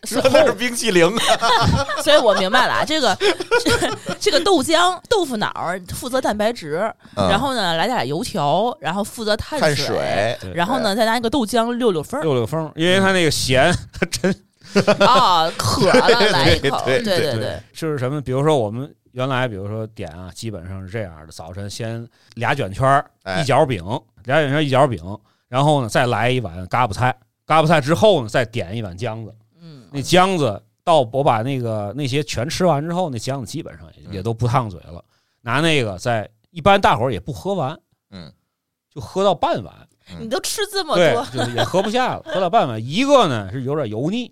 E: 所
B: 那是
E: 以
B: 冰 淇淋，
E: 所以我明白了啊，这个这这个豆浆豆腐脑儿负责蛋白质，
B: 嗯
E: 然后呢来点油条，然后负责碳
B: 碳
E: 水，
B: 水，
E: 然后呢再拿一个豆浆溜溜风儿
C: 六六风，因为它那个咸，它真
E: 啊，渴了来一口，
B: 对
E: 对
B: 对
E: 对，
C: 就是什么？比如说我们原来，比如说点啊，基本上是这样的：早晨先俩卷圈儿
B: 哎
C: 一角饼，俩卷圈儿一角饼，然后呢再来一碗嘎巴菜，嘎巴菜之后呢再点一碗浆子，
E: 嗯，
C: 那浆子到我把那个那些全吃完之后，那浆子基本上也
B: 嗯
C: 也都不烫嘴了，拿那个再一般大伙儿也不喝完，
B: 嗯，
C: 就喝到半碗，
E: 你都吃这么
C: 对
E: 多，，
C: 就是也喝不下了，喝到半碗。一个呢是有点油腻，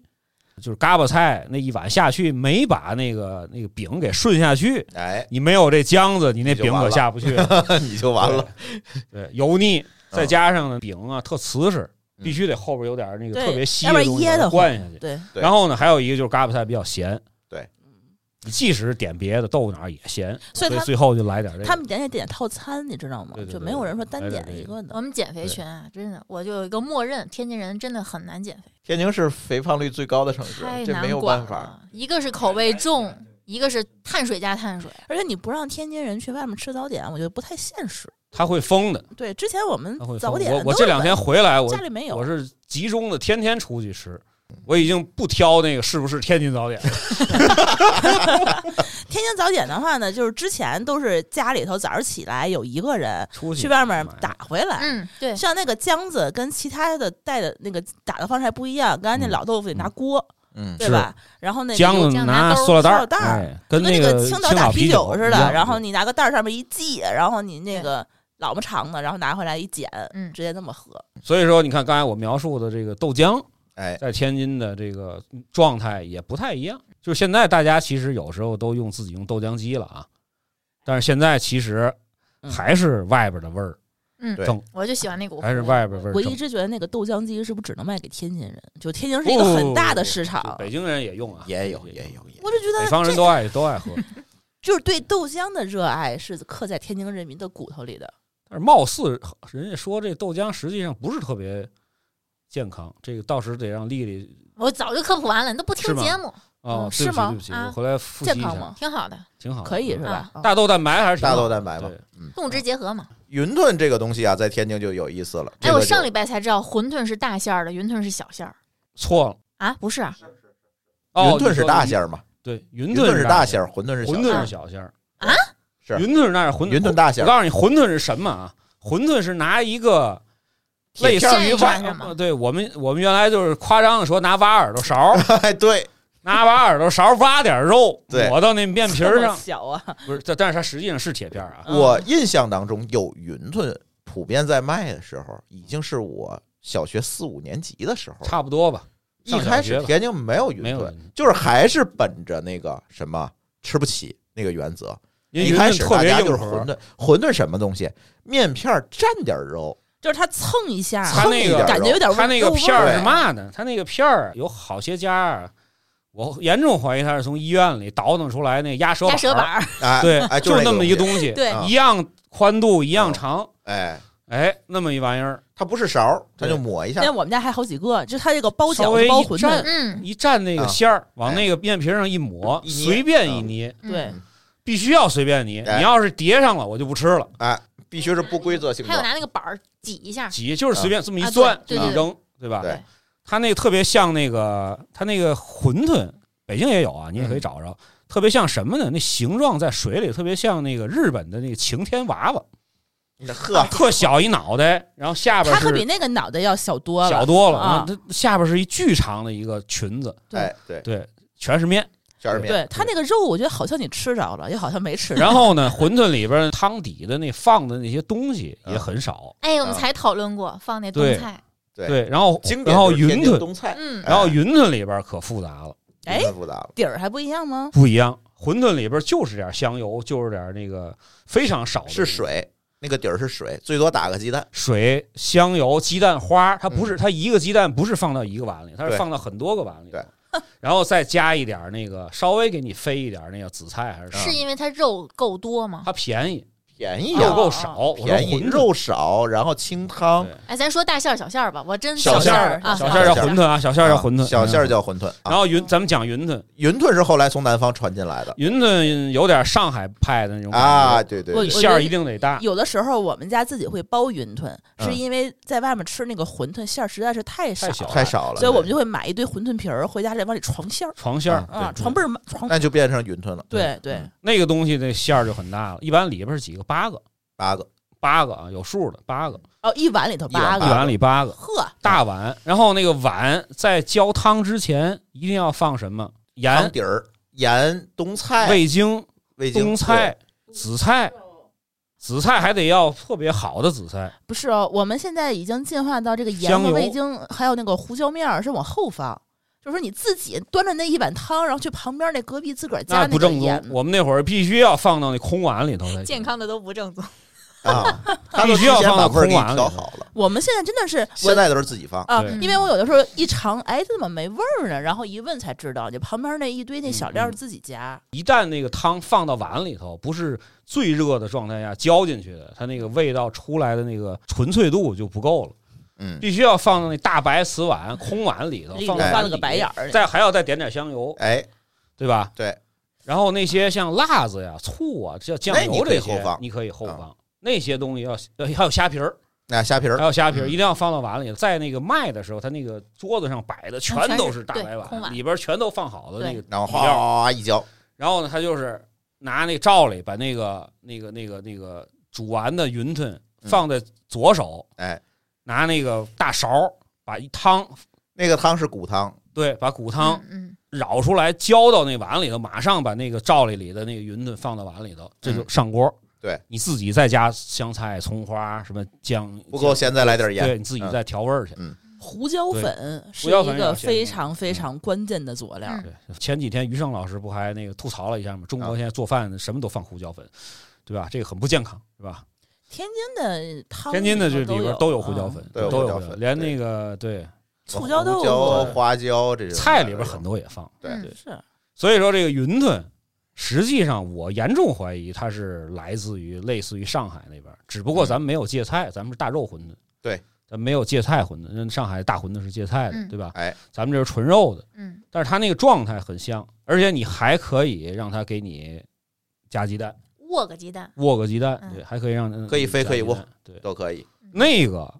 C: 就是嘎巴菜那一碗下去没把那个那个饼给顺下去，
B: 哎，
C: 你没有这浆子，你那
B: 你
C: 饼
B: 就完
C: 可
B: 了
C: 下 不去了。
B: 你就完了。
C: 对，油腻，
B: 嗯
C: 再加上呢饼啊特瓷实，
B: 嗯
C: 必须得后边有点那个
E: 对
C: 特别稀
E: 要不
C: 的
E: 然
C: 东西
E: 噎
C: 给它
E: 得慌
C: 灌下去。
E: 对，
B: 对
C: 然后呢，还有一个就是嘎巴菜比较咸，你即使点别的豆腐脑也咸，
E: 所以他
C: 最后就来点这个。
E: 他们点也点套餐，你知道吗
C: 对？对
E: 就
C: 对
E: 没有人说单
C: 来点
E: 点一
C: 这个
E: 个
D: 我
E: 的。
D: 们减肥
C: 对
D: 群啊，真的，我就有一个默认，天津人真的很难减肥，
B: 天津是肥胖率最高的城市
D: 太，
B: 这没
D: 难
B: 有
D: 管
B: 办法。
D: 了。啊一个是口味重，一个是碳水加碳水，
E: 而且你不让天津人去外面吃早点，我觉得不太现实。
C: 他会疯的，
E: 对，之前我们
C: 他会疯。
E: 早点
C: 我我
E: 都
C: 这
E: 是
C: 两
E: 外
C: 天回来，我
E: 家里没有
C: 我，是集中的，天天出去吃。我已经不挑那个是不是天津早点了，
E: 天津早点的话呢，就是之前都是家里头早上起来有一个人
C: 出去
E: 去外面
C: 买
E: 打回来。
D: 嗯，对，
E: 像那个姜子跟其他的带的那个打的方式还不一样，刚才那
C: 嗯
E: 老豆腐得拿锅，
B: 嗯，
E: 对吧？然后那个
C: 姜
E: 就
C: 子
D: 姜
C: 拿
D: 拿兜儿
C: 塑料袋
E: 塑料袋儿
C: 哎，跟
E: 跟
C: 那
E: 个
C: 青
E: 青岛打
C: 啤
E: 酒似
C: 一
E: 的，
C: 样
E: 然后你拿个袋儿上面一系，然后你那个老么长的，然后拿回来一剪，
D: 嗯
E: 直接那么喝。
C: 所以说你看刚才我描述的这个豆浆，
B: 哎，
C: 在天津的这个状态也不太一样。就是现在大家其实有时候都用自己用豆浆机了啊，但是现在其实
E: 嗯
C: 还是外边的味儿，
D: 嗯
B: 对，
C: 正
D: 我就喜欢那股，
C: 还是外边味儿
E: 我
C: 正。
E: 一直觉得那个豆浆机是不是只能卖给天津人？就天津是一个很大的市场，
C: 哦就北京人也用啊，
B: 也有也有也有
E: 我就觉
C: 北
E: 得
C: 方人
E: 这
C: 都爱都爱喝，
E: 就是对豆浆的热爱是刻在天津人民的骨头里的。
C: 但是貌似人家说这豆浆实际上不是特别健康，这个到时得让丽丽
D: 我早就科普完了，你都不
C: 是
D: 听
C: 吗
D: 节目，
C: 哦，
E: 嗯
C: 对
E: 是
C: 不起
E: 吗
C: 对不起，
D: 啊
C: 我回来复习
E: 健
C: 一
E: 康
C: 下
E: 吗，？
D: 挺好的，
C: 挺好的，
E: 可以是
C: 嗯
E: 吧？啊
C: 大豆蛋白还是挺
B: 大
C: 好
B: 豆
C: 的
B: 蛋白嘛
C: 对。
B: 嗯，
D: 动之结合嘛。
B: 云吞这个东西啊，在天津就有意思了。
D: 哎，
B: 这个
D: 我
B: 就
D: 上礼拜才知道馄饨是大馅儿的，云吞是小馅儿
C: 错了，
D: 啊，不是啊？
C: 哦
B: 云吞是大馅，儿嘛，
C: 你说对，云
B: 云
C: 吞
B: 是
C: 大
B: 大馅儿，馄饨是小
C: 馄
B: 馅
C: 饨
B: 儿
C: 是小馅儿
D: 啊
B: 是
C: 云吞是那是馄饨，
B: 云吞大馅
C: 我
B: 儿，
C: 告诉你，馄饨是什么啊？馄饨是拿一个类
B: 铁
C: 似
B: 片
C: 于
D: 馅
C: 挖呃
D: 儿是吗，
C: 对我们我们原来就是夸张的说拿挖耳朵勺 儿，
B: 儿，哎，对，
C: 拿挖耳朵勺儿挖点肉
B: 对
C: 抹到那面皮
E: 这
C: 儿
E: 么
C: 上，
E: 小啊，
C: 不是，但但是它实际上是铁片儿啊。
E: 嗯
B: 我印象当中有云吞普遍在卖的时候，已经是我小学四五年级的时候了。
C: 差不多吧，
B: 一
C: 上小
B: 开
C: 学
B: 始
C: 吧
B: 天津没有云
C: 没有
B: 吞
C: 云吞，
B: 就是还是本着那个什么吃不起那个原则。
C: 因为
B: 一
C: 云
B: 开
C: 吞
B: 始
C: 特
B: 大
C: 别
B: 家就
C: 硬
B: 是
C: 核
B: 馄。饨，馄饨什么东西？面片儿蘸点儿肉，
E: 就是它蹭一下，
C: 它那个
E: 感觉有点味
C: 它那个片儿是
B: 对
C: 嘛呢？它那个片儿有好些家儿，啊我严重怀疑它是从医院里倒腾出来那鸭舌
D: 鸭舌
C: 板
D: 板
C: 儿，
D: 儿，
B: 哎，
C: 对，
B: 哎，
C: 就是那么一
B: 个
C: 东西，
D: 对
B: 啊
C: 一样宽度，一样
B: 嗯
C: 长，
B: 哎，
C: 哎，那么一玩意儿，
B: 它不是勺儿，它就
C: 对
B: 抹一下
E: 现在，我们家还好几个，就它这个包
C: 稍
E: 饺
C: 微
E: 子、
C: 一
E: 包馄
C: 蘸
E: 饨，
D: 嗯，
C: 一蘸那个馅儿，往那个面皮上一抹，
B: 哎一捏
C: 随便一捏，
D: 嗯
E: 对，
C: 必须要随便捏。
B: 哎
C: 你要是叠上了，我就不吃了，
B: 哎，必须是不规则性
D: 还有
B: 状。
D: 拿那个板儿挤一
E: 啊
D: 下，
C: 挤就是随便这么一
D: 啊
C: 攥，就
D: 对
C: 一
D: 对对
C: 扔，对吧？
B: 嗯对，
C: 它那个特别像那个，它那个馄饨，北京也有啊，你
B: 嗯
C: 也可以找着。特别像什么呢？那形状在水里特别像那个日本的那个晴天娃娃，
B: 那
D: 啊
B: 呵，
C: 特小一脑袋，然后下边
E: 它可比
C: 是
E: 那个脑袋要小多了。
C: 小多了，嗯
E: 啊
C: 然后它下边是一巨长的一个裙子，
E: 对
B: 哎，对，
C: 对，全是面。
B: 卷儿面，
E: 对它那个肉，我觉得好像你吃着了，又好像没吃着。
C: 然后呢，馄饨里边汤底的那放的那些东西
B: 嗯
C: 也很少，
D: 哎，我们
B: 啊
D: 才讨论过放那冬
C: 对啊
D: 菜，
B: 对
C: 对，然后
B: 经典
C: 然后
B: 就是天
C: 云
B: 津哎
C: 吞，
B: 冬菜，
D: 嗯，
C: 然后云吞里边可复杂了，
E: 哎
B: 太复杂了，
E: 底儿还不一样吗？
C: 不一样。馄饨里边就是点香油，就是点那个非常少的
B: 是水，那个底儿是水，最多打个鸡蛋，
C: 水、香油、鸡蛋花，它不是、它一个鸡蛋不是放到一个碗里，它是
B: 嗯对
C: 放到很多个碗里
B: 对，
C: 然后再加一点那个稍微给你飞一点那个紫菜还是什么
D: 是因为它肉够多吗？
C: 它便宜
B: 便宜
C: 肉
B: 啊，
C: 够少，我说
B: 便宜，
C: 馄饨
B: 肉少，然后清汤
C: 对，
D: 哎，咱说大馅儿小馅儿吧，我真
B: 小
D: 馅
B: 馅
D: 儿
B: 儿
D: 啊，
C: 小馅儿叫馄饨啊，小馅儿叫馄饨，
B: 啊小馅儿叫
C: 叫。
B: 馄饨
C: 然
B: 啊。
C: 后云，咱们讲云吞，
B: 云吞是后来从南方传进来的
C: 云吞有点上海派的那种感觉
B: 啊，，对对
E: 我
B: 对，
C: 馅儿一定得大。
E: 有的时候我们家自己会包云吞，
B: 嗯
E: 是因为在外面吃那个馄饨馅儿实在是太少
C: 太小
E: 了
B: 太少了，
E: 所以我们
B: 对
E: 就会买一堆馄饨皮儿回家，再往里床馅儿
C: 床馅儿
B: 啊
E: 啊，
C: 对
E: 床被儿床
B: 那就变成云吞了，
E: 对对
B: 嗯，
C: 那个东西那馅儿就很大了，一般里边是几个？八个，
B: 八个
C: 八个啊，有数的八个，
E: 哦，一碗里头八
B: 一
C: 一
E: 个，
C: 碗里八个
E: 呵，
C: 大碗。然后那个碗在浇汤之前一定要放什么？
B: 汤
C: 盐、
B: 底儿，盐、冬菜、
C: 哎味精、
B: 味精、
C: 冬菜、紫菜，紫菜还得要特别好的紫菜，
E: 不是哦，我们现在已经进化到这个盐
C: 香
E: 和
C: 油
E: 味精，还有那个胡椒面儿是往后放，就是说你自己端着那一碗汤，然后去旁边那隔壁自个儿加
C: 不
E: 个
C: 正宗
E: 盐。。
C: 我们那会儿必须要放到那空碗里头才行
D: 健康的都不正宗。
B: 啊，他都
C: 必
B: 提
C: 须要
B: 前
C: 放到
B: 把味儿
C: 空
B: 给你
C: 碗里
B: 调
C: 头
B: 好了，
E: 我们现在真的是我
B: 现在都是自己放。
E: 啊
C: 对，
E: 因为我有的时候一尝，哎，怎么没味儿呢？然后一问才知道，就旁边那一堆那小
C: 嗯
E: 料是
C: 嗯
E: 自己加。
C: 一旦那个汤放到碗里头，不是最热的状态下浇进去的，它那个味道出来的那个纯粹度就不够了，
B: 嗯，
C: 必须要放到那大白瓷碗、空碗里头，
E: 里
C: 放
E: 头
C: 到
E: 放
C: 碗
E: 了个
C: 里
E: 白眼儿
C: 再还要再点点香油，
B: 哎，
C: 对吧？
B: 对。
C: 然后那些像辣子呀、醋啊、像酱
B: 那你
C: 油
B: 可以
C: 这些
B: 后放，
C: 你可以后
B: 啊
C: 放。那些东西要呃还有虾皮儿，
B: 那虾皮
C: 还
B: 儿，
C: 有虾皮儿，
B: 嗯
C: 一定要放到碗里。在那个卖的时候，他那个桌子上摆的
D: 全
C: 全
D: 是
C: 都是大
D: 对
C: 白
D: 空碗
C: 里边儿全都放好的那
D: 对
C: 个
B: 然后
C: 底料
B: 哗一浇，
C: 然后呢，他就是拿那罩里把那个那个那个那个煮完的云吞放在左手，
B: 哎，
C: 拿那个大勺把一汤，
B: 那个汤是骨汤，
C: 对，把骨汤
D: 嗯嗯，
C: 舀出来浇到那碗里头，马上把那个罩里里的那个云吞放到碗里头，这就上锅。
B: 嗯对，
C: 你自己再加香菜、葱花什么酱，
B: 不够嗯咸再来点
C: 对，
B: 盐。
C: 你自己再调味儿去。
E: 胡椒粉是
C: 胡椒粉
E: 一
C: 也要
E: 个
C: 先
E: 非
C: 放
E: 常非常关键的佐料。
D: 嗯
C: 对，前几天于胜老师不还那个吐槽了一下吗？中
B: 嗯
C: 国现在做饭什么都放胡椒粉，对吧？这个很不健康，对吧？
E: 天津的汤，
C: 天津的这里边
E: 哦都
C: 都有胡椒粉
E: 嗯，
B: 都有
C: 都
B: 胡椒
C: 胡椒
B: 粉
C: 连
B: 对
C: 那个对
E: 醋椒
B: 胡
E: 豆
B: 椒、啊
E: 腐啊
B: 花椒这种
C: 菜里边很多也放。
B: 对
D: 嗯
C: 对
E: 是
C: 所以说这个云吞，实际上我严重怀疑它是来自于类似于上海那边，只不过咱们没有芥菜，咱们是大肉馄饨。
B: 嗯对，
C: 咱没有芥菜馄饨，那上海大馄饨是芥菜的，
D: 嗯
C: 对吧？
B: 哎，
C: 咱们这是纯肉的，
D: 嗯，
C: 但是它那个状态很像，而且你还可以让它给你加鸡蛋，
D: 握个鸡蛋，
C: 握个鸡蛋，
D: 嗯
C: 对，还可以让它
B: 可以飞
C: 加
B: 可以
C: 鸡蛋
B: 握，
C: 对，
B: 都可以。
C: 那个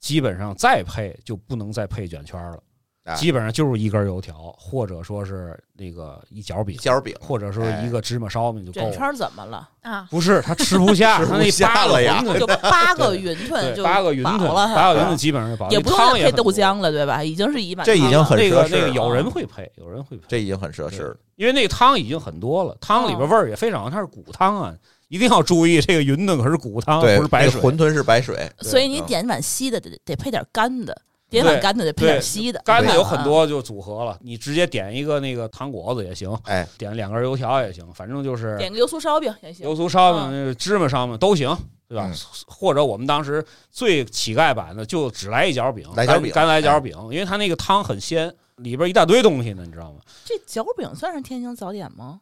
C: 基本上再配就不能再配卷圈了，
B: 啊
C: 基本上就是一根油条，或者说是那个一角饼，
B: 椒饼
C: 或者说
B: 哎
C: 一个芝麻烧饼就够
E: 卷
C: 了。
E: 圈怎么了？
D: 啊，
C: 不是，他吃不 下，
B: 吃不
C: 他那
B: 下
C: 八个
B: 了呀
C: 馄饨
E: 就八个
C: 对
E: 云吞
C: 对，
E: 就
C: 八个云
E: 饱
C: 吞，
E: 了，嗯
C: 八个云吞基本上就饱了，
E: 也
C: 那
E: 不用
C: 汤
E: 再配
C: 很
E: 豆
C: 多。
E: 浆了，对吧？已经是一碗
B: 这已
E: 汤
B: 经
E: 了
B: 很
C: 那
B: 奢
C: 个
B: 侈
C: 那个
B: 了
C: 有人会
B: 啊
C: 配，有人会配，
B: 这已经很奢侈了。
C: 因为那个汤已经很多了，汤里边味儿也非常，它是骨汤啊，一定要注意这个云吞可是骨汤，
B: 对，
C: 啊不是白
B: 那
C: 水
B: 个。馄饨是白水，
E: 所以你
B: 嗯
E: 点碗稀的得得配点干的，点碗
C: 对
E: 干的得配点
C: 对
E: 稀的，
C: 干的
E: 对
C: 有
E: 吧
C: 很。多就组合了，你直接点一个那个糖果子也行，
B: 哎，
C: 点两根油条也行，反正就是
E: 点个油酥烧饼也行
C: 油，酥烧饼、
E: 啊
C: 那个芝麻烧饼都行，对吧？
B: 嗯
C: 或者我们当时最乞丐版的，就只来一角饼，
B: 来
C: 干
B: 角饼哎
C: 干来角饼，因为它那个汤很鲜，里边一大堆东西呢，你知道吗？
E: 这饺饼算是天津早点吗？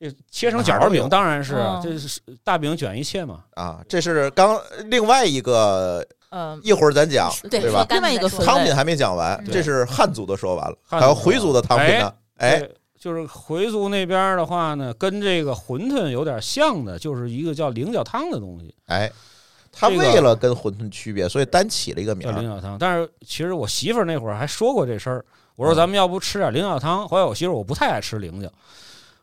C: 这切成
B: 哪
C: 角
B: 儿
C: 儿
B: 有
C: 饼当然是啊
E: 嗯
C: 这是大饼卷一切嘛，
B: 啊，这是刚另外一个，
E: 嗯，
B: 一会儿咱讲
D: 对
B: 啊吧
D: 说？干
E: 另外一个
D: 再说
E: 分
B: 汤
E: 类
B: 品还没讲完，
D: 对
B: 这是汉族的说完了，
C: 汉族
B: 还有回族的汤品呢。哎，
C: 对，就是回族那边儿的话呢，跟这个馄饨有点像的，就是一个叫菱角汤的东西。
B: 哎，他
C: 这个
B: 为了跟馄饨区别，所以单起了一个名
C: 叫
B: 儿
C: 菱角汤。但是其实我媳妇儿那会儿还说过这事儿，我说
B: 嗯
C: 咱们要不吃点菱角汤？后来我媳妇儿我不太爱吃菱角，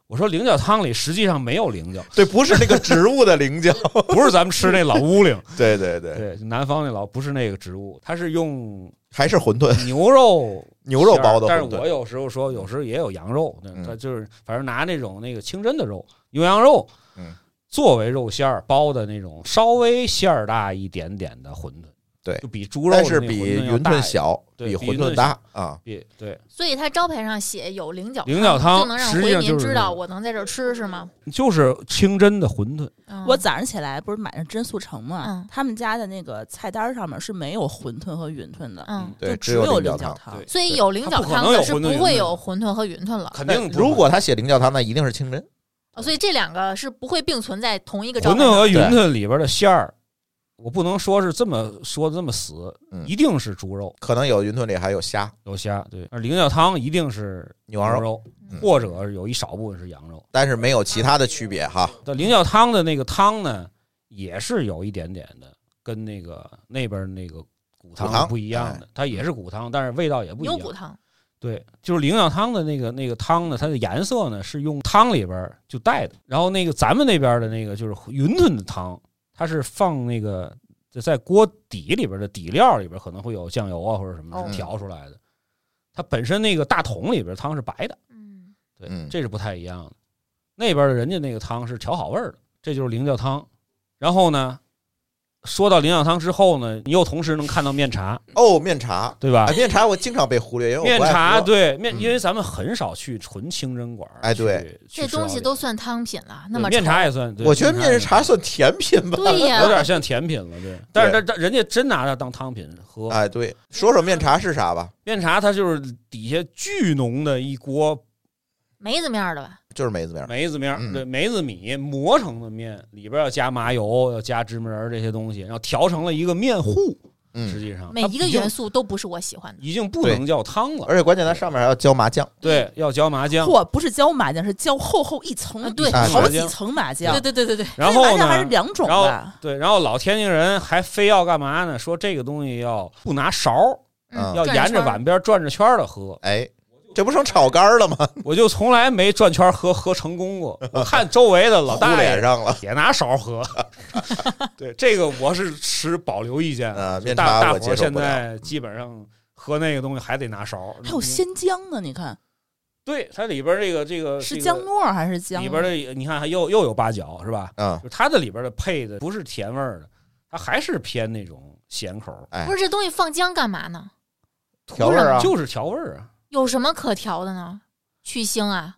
C: 我说菱角汤里实际上没有菱角，
B: 对，不是那个植物的菱角，
C: 不是咱们吃那老乌灵，
B: 对对 对，
C: 对，南方那老不是那个植物，它是用
B: 还是馄饨，
C: 牛肉
B: 牛肉
C: 馅儿
B: 包的
C: 但
B: 馄
C: 是我
B: 饨，
C: 有时候说，有时候也有羊肉，那
B: 嗯
C: 它就是反正拿那种那个清真的肉，牛羊肉，
B: 嗯，
C: 作为肉馅儿包的那种稍微馅儿大一点点的馄饨，
B: 对
C: 就比猪肉
B: 但
C: 的
B: 是
C: 那
B: 比
C: 馄饨要
B: 云
C: 大
B: 吞
C: 一点，
B: 小，
C: 对
B: 比
C: 比
B: 馄
C: 云
B: 饨
C: 吞
B: 大啊。
C: 比对。
D: 所以它招牌上写有菱角，
C: 菱角汤
D: 就能让
C: 实际
D: 回
C: 上就
D: 民
C: 是
D: 知道我能在这儿吃，是吗？
C: 就是清真的馄饨，
D: 嗯
E: 我早上起来不是买的真素城嘛
D: 嗯，
E: 他们家的那个菜单上面是没有馄饨和云吞的，
D: 嗯，
E: 就
B: 对，
E: 只
B: 有菱
E: 菱
B: 汤。
E: 汤
C: 对。
D: 所以有菱角
C: 它不可
D: 汤
C: 能有
D: 的
C: 馄
D: 是
C: 饨
D: 不
C: 云
D: 会
C: 吞
D: 有馄饨和云吞了。
C: 肯
B: 那
C: 定不
B: 如果他写菱角汤，那一定是清真。
D: 哦所以这两个是不会并存在同一个招
C: 馄
D: 牌
C: 饨
D: 上
C: 和
D: 的。
C: 云吞里边的馅儿，我不能说是这么说的这么死，
B: 嗯
C: 一定是猪肉
B: 可能有云吞里还有虾、
C: 有虾，对，而菱角汤一定是
B: 牛
C: 牛
B: 羊肉，
C: 肉，
D: 嗯
C: 或者有一少部分是羊肉。
B: 但是没有其他的区别哈。
C: 但菱角汤的那个汤呢，也是有一点点的跟那个那边那个骨
B: 骨
C: 汤是
B: 汤哎
C: 不一样的，它也是骨汤，但是味道也不一
D: 牛骨
C: 样。
D: 汤，
C: 对，就是菱角汤的那个那个汤呢，它的颜色呢是用汤里边儿就带的。然后那个咱们那边的那个就是云吞的汤，它是放那个就在锅底里边的底料里边可能会有酱油啊或者什么
D: 哦
C: 调出来的。它本身那个大桶里边汤是白的，
D: 嗯，
C: 对
B: 嗯，
C: 这是不太一样的。那边的人家那个汤是调好味儿的，这就是菱角汤。然后呢，说到领养汤之后呢，你又同时能看到面茶，
B: 哦，面茶，
C: 对吧
B: 哎，？面茶我经常被忽略，因为我
C: 面
B: 不爱
C: 茶
B: 喝
C: 对面，
B: 嗯
C: 因为咱们很少去纯清真馆儿去。
B: 哎对
C: 去
D: 这
C: 吃
D: 东西
C: 到
D: 都
C: 底
D: 算汤品了，那
C: 啊对
D: 么
C: 面
D: 稠
C: 茶也算，对
B: 我觉得
C: 也
B: 面
C: 算
B: 茶算甜品吧。
D: 对呀、
C: 有点像甜品了，对。但是但但人家真拿它当汤品喝，
B: 哎，对，说说面茶是啥吧？
C: 面茶它就是底下巨浓的一锅
D: 梅子面儿的吧？
B: 就是梅子面儿。
C: 梅子面儿，
B: 嗯
C: 对梅子米磨成的面，里边要加麻油，要加芝麻仁儿这些东西，然后调成了一个面糊。实
B: 嗯，
C: 际上，
D: 每
C: 它
D: 一个
C: 已经
D: 元素都不是我喜欢的。
C: 已经不能叫汤了，
B: 而且关键它上面还要浇麻酱，
C: 对，要浇麻酱。
E: 嚯，不是浇麻酱，是浇厚厚一层，
D: 啊对
E: 好几层麻酱
D: 对，对对对对，
C: 然
E: 麻
C: 后
E: 酱还是
C: 呢？
E: 两种
C: 然后
E: 吧？
C: 对，然后老天津人还非要干嘛呢？说这个东西要不拿勺儿，
B: 嗯
C: 要沿着碗边转着圈的喝。
B: 哎，这不成炒肝儿了吗？
C: 我就从来没转圈儿喝喝成功过。我看周围的 老
B: 糊
C: 大爷
B: 脸上了。
C: 也拿勺喝。 对，这个我是持保留意见的。
B: 呃，面
C: 大
B: 茶
C: 大
B: 我
C: 伙
B: 接
C: 儿
B: 受
C: 现
B: 不了。嗯
C: 在基本上喝那个东西还得拿勺。嗯
E: 还有鲜姜呢，你看
C: 对它里边这个这个
E: 是
C: 这个
E: 姜末还是姜？
C: 里边的，你看还又又有八角是吧？
B: 嗯，
C: 就它的里边的配的不是甜味儿的，它还是偏那种咸口儿，
B: 哎
D: 不，是这东西放姜干嘛呢？
B: 调味儿啊，
C: 就是调味儿啊。
D: 有什么可调的呢？去腥啊？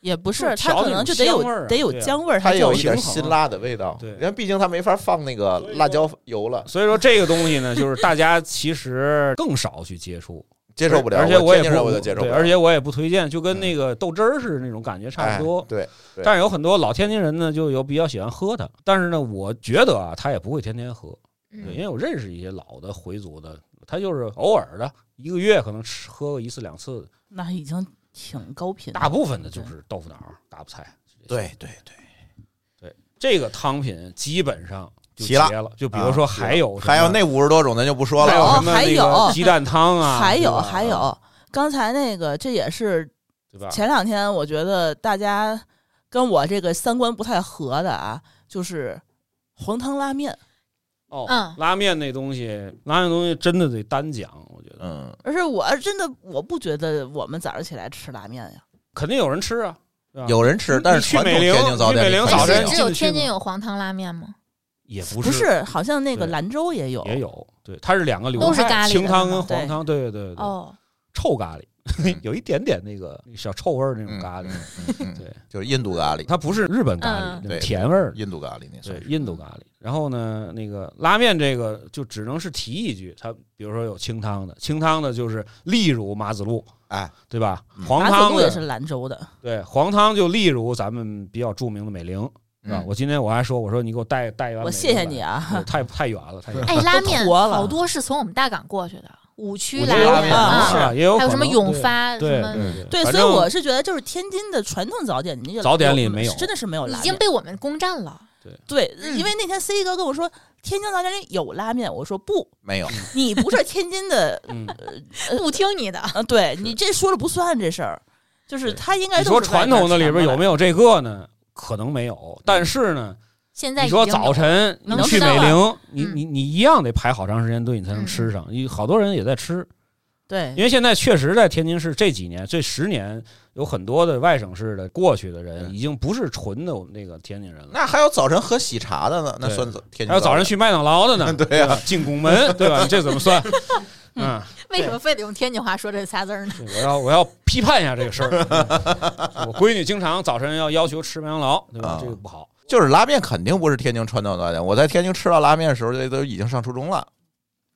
E: 也不，
C: 就是是
E: 它
C: 调
E: 可
C: 那
E: 能
C: 种
E: 就得有
C: 香味儿啊
E: 得有
C: 对啊
E: 姜味儿，
B: 它
E: 才
B: 有
E: 叫
B: 一点
C: 平衡
B: 辛辣的味道。
C: 对
B: 因为毕竟它没法放那个辣椒油了，
C: 所以说这个东西呢，就是大家其实更少去接触，
B: 接受不了。
C: 而且
B: 我
C: 也
B: 天津人
C: 不，
B: 我就接受不
C: 对，
B: 了。
C: 而且我也不推荐，就
B: 嗯
C: 跟那个豆汁儿是那种感觉差不
B: 哎
C: 多。
B: 对，对
C: 但是有很多老天津人呢，就有比较喜欢喝它。但是呢，我觉得啊，他也不会天天喝，对，因
D: 嗯，
C: 为我认识一些老的回族的，他就是偶尔的，一个月可能吃喝个一次两次，
B: 嗯
E: 那已经挺高频了。
C: 大部分的就是豆腐脑儿、大白菜。
B: 对对对，
C: 这个汤品基本上就
B: 齐
C: 结
B: 了啊
C: 了，就比如说还有什么
B: 还有那五十多种咱就不说
C: 还有
B: 了。啊
C: 什么那个
E: 哦还有
C: 鸡蛋汤啊，
E: 还有
B: 嗯
C: 对吧
E: 还有，刚才那个这也是
C: 对吧？
E: 前两天我觉得大家跟我这个三观不太合的啊，就是黄汤拉面，
C: 哦，
D: 嗯
C: 拉面那东西，拉面东西真的得单讲，我觉得
B: 嗯，
E: 而是我真的我不觉得我们早上起来吃拉面呀，
C: 肯定有人吃啊。对吧
B: 有人吃，
C: 你
B: 但
C: 你
B: 是
C: 去
B: 传统
C: 美
B: 天
C: 玲
B: 津早
C: 去
B: 点
C: 美玲
B: 很
C: 早
B: 少
C: 晨
D: 哎，
B: 见
D: 是
C: 进
D: 只有
C: 去
D: 天津
C: 吗
D: 有黄汤拉面吗？
C: 也不
E: 不是，好像那个兰州也有，
C: 也有，对，它是两个流
D: 都是
C: 派，
D: 咖喱的
C: 清汤跟
E: 嘛对
C: 黄汤，对对对对，
D: 哦，
C: 臭咖喱
B: 嗯，
C: 有一点点那个小臭味儿那种
B: 嗯
C: 咖喱，
B: 嗯嗯嗯
C: 对，
B: 就是印度咖喱，
C: 它不是日本咖喱
D: 嗯，
C: 那
B: 对
C: 种甜味儿的，
B: 印度咖喱那算
C: 对
B: 是，
C: 印度咖喱。然后呢，那个拉面这个就只能是提一句，它比如说有清汤的，清汤的就是例如马子路，
B: 哎，
C: 对吧
B: 嗯？
C: 黄
E: 马祖
C: 汤
E: 路也是
C: 的
E: 兰州的，
C: 对黄汤就例如咱们比较著名的美玲，是
B: 嗯？
C: 吧啊我今天我还说，我说你给我带带一碗，
E: 我谢谢你，啊。
C: 对太太远了，太远了。
D: 哎，拉面
E: 活了
D: 好多是从我们大港过去的，五区
C: 五
D: 拉
C: 区拉面
E: 啊
D: 啊，
C: 是也有
D: 还有什
C: 可
D: 么
C: 能
D: 永
C: 对
D: 发什
C: 对
D: 么。
C: 对
E: 对，
C: 反
E: 所以
C: 正
E: 我是觉得，就是天津的传统早点，你那个
C: 早点里没有
E: 真的是没有拉
D: 已
E: 面，
D: 经被我们攻占了，
E: 对，
D: 嗯
E: 因为那天 C 哥跟我说天津早点里有拉面，我说不，
B: 没有，
E: 你不是天津的，
C: 嗯，
D: 不听你的。
E: 呃，对你这说了不算这事儿，就是
C: 对
E: 他应该
C: 你
E: 都
C: 说
E: 是外
C: 传
E: 面
C: 统的里边有
E: 传过来
C: 没有这个呢？可能没有，但是呢，
D: 现在
C: 你
D: 已经
C: 说
D: 有
C: 早晨你
D: 能
C: 去
D: 吃到
C: 美
D: 了
C: 玲，你
D: 嗯
C: 你你一样得排好长时间队，你才能吃上。你好多人也在吃，因
E: 对，
C: 为现在确实在天津市这几年这十年，有很多的外省市的过去的人，
B: 对
C: 已经不是纯的我们那个天津人了。
B: 那还有早晨喝喜茶的呢，那
C: 对
B: 算早天津。
C: 还有早上去麦当劳的呢，
B: 对呀啊
C: 吧进拱门，对吧？你这怎么 算？嗯，
D: 为什么非得用天津话说这仨字儿呢？
C: 对我要我要批判一下这个事儿。嗯我闺女经常早晨要要求吃麦当劳，对吧
B: 啊？
C: 这个不好。
B: 就是拉面肯定不是天津传统早点。我在天津吃到拉面的时候，这都已经上初中了。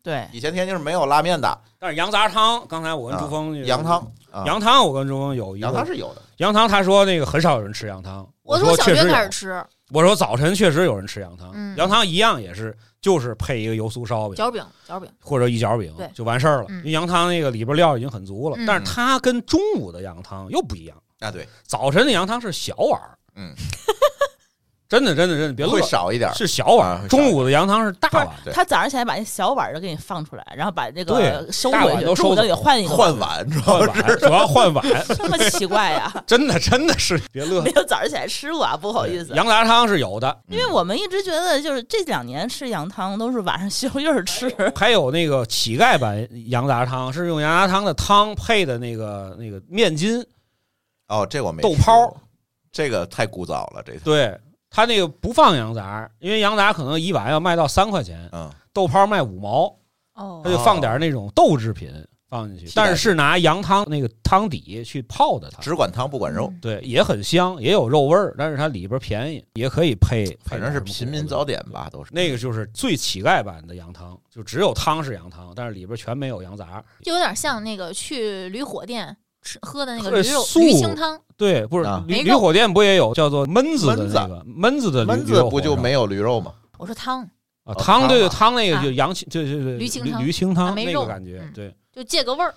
E: 对，
B: 以前天津是没有拉面的，
C: 但是羊杂汤，刚才我跟朱峰就是
B: 羊汤，啊
C: 哎羊汤我跟朱峰有一个
B: 羊汤是有的。
C: 羊汤，他说那个很少有人吃羊汤。
D: 我
C: 说
D: 从小
C: 确实
D: 学开
C: 有
D: 始，吃
C: 我说早晨确实有人吃羊汤，
D: 嗯
C: 羊汤一样也是就是配一个油酥烧饼
D: 饺饼，饺饼
C: 或者一角饼
D: 对
C: 就完事儿了。
D: 嗯
C: 因为羊汤那个里边料已经很足了，
D: 嗯
C: 但是它跟中午的羊汤又不一样。
B: 啊，对，
C: 早晨的羊汤是小碗儿，
B: 嗯，
C: 真的真的真的别乐
B: 会，少一点儿。
C: 是小碗
B: 啊
C: 儿。
B: 会少
C: 中午的羊汤是大碗儿，
B: 对
E: 他早上起来把那小碗儿就给你放出来，然后把这个
C: 对
E: 收
C: 大
E: 回
C: 碗
E: 去，
C: 都
E: 中午
C: 收
E: 再给换一个，
B: 换碗主
C: 换
B: 要是
C: 碗主要换碗，
E: 这么奇怪呀？
C: 真的真的是 别乐
E: 没。有早上起来吃过啊，不好意思。
C: 羊杂汤是有的，
E: 因为我们一直觉得，就是这两年吃羊汤都是晚上宵夜儿吃，
C: 还有那个乞丐版羊杂汤，是用羊杂汤的汤配的那个那个面筋，
B: 哦，这我没
C: 豆
B: 吃
C: 泡
B: 过，这个太古早了，这个
C: 对，他那个不放羊杂，因为羊杂可能一碗要卖到三块钱，
B: 嗯，
C: 豆泡卖五毛，
D: 哦
C: 他，就放点那种豆制品放进去，
B: 替代
C: 但是是拿羊汤那个汤底去泡的它。
B: 只管汤不管肉，
D: 嗯
C: 对，也很香，也有肉味儿，但是它里边便宜，也可以配。
B: 反正是平民
C: 早。
B: 早点吧，都是
C: 那个就是最乞丐版的羊汤，就只有汤是羊汤，但是里边全没有羊杂。
D: 就有点像那个去驴火店吃喝的那
C: 喝
D: 个
C: 的
D: 驴肉
C: 素
D: 驴清汤，
C: 对，不是
B: 啊
C: 驴
D: 没
C: 驴
D: 肉
C: 火店不也有叫做焖子的那个焖子的驴
B: 焖
C: 驴
B: 子
C: 肉
B: 不
C: 火
B: 就
C: 烧
B: 没有驴肉吗？
D: 我说汤
C: 啊
B: 哦
C: 汤？
B: 汤
C: 对对，
B: 啊
C: 汤那个
D: 啊
C: 就羊清，对对对，
D: 驴清汤
C: 驴清
D: 啊
C: 汤
D: 没
C: 那个
D: 肉
C: 感觉
D: 嗯，
C: 对，
D: 就借个味儿，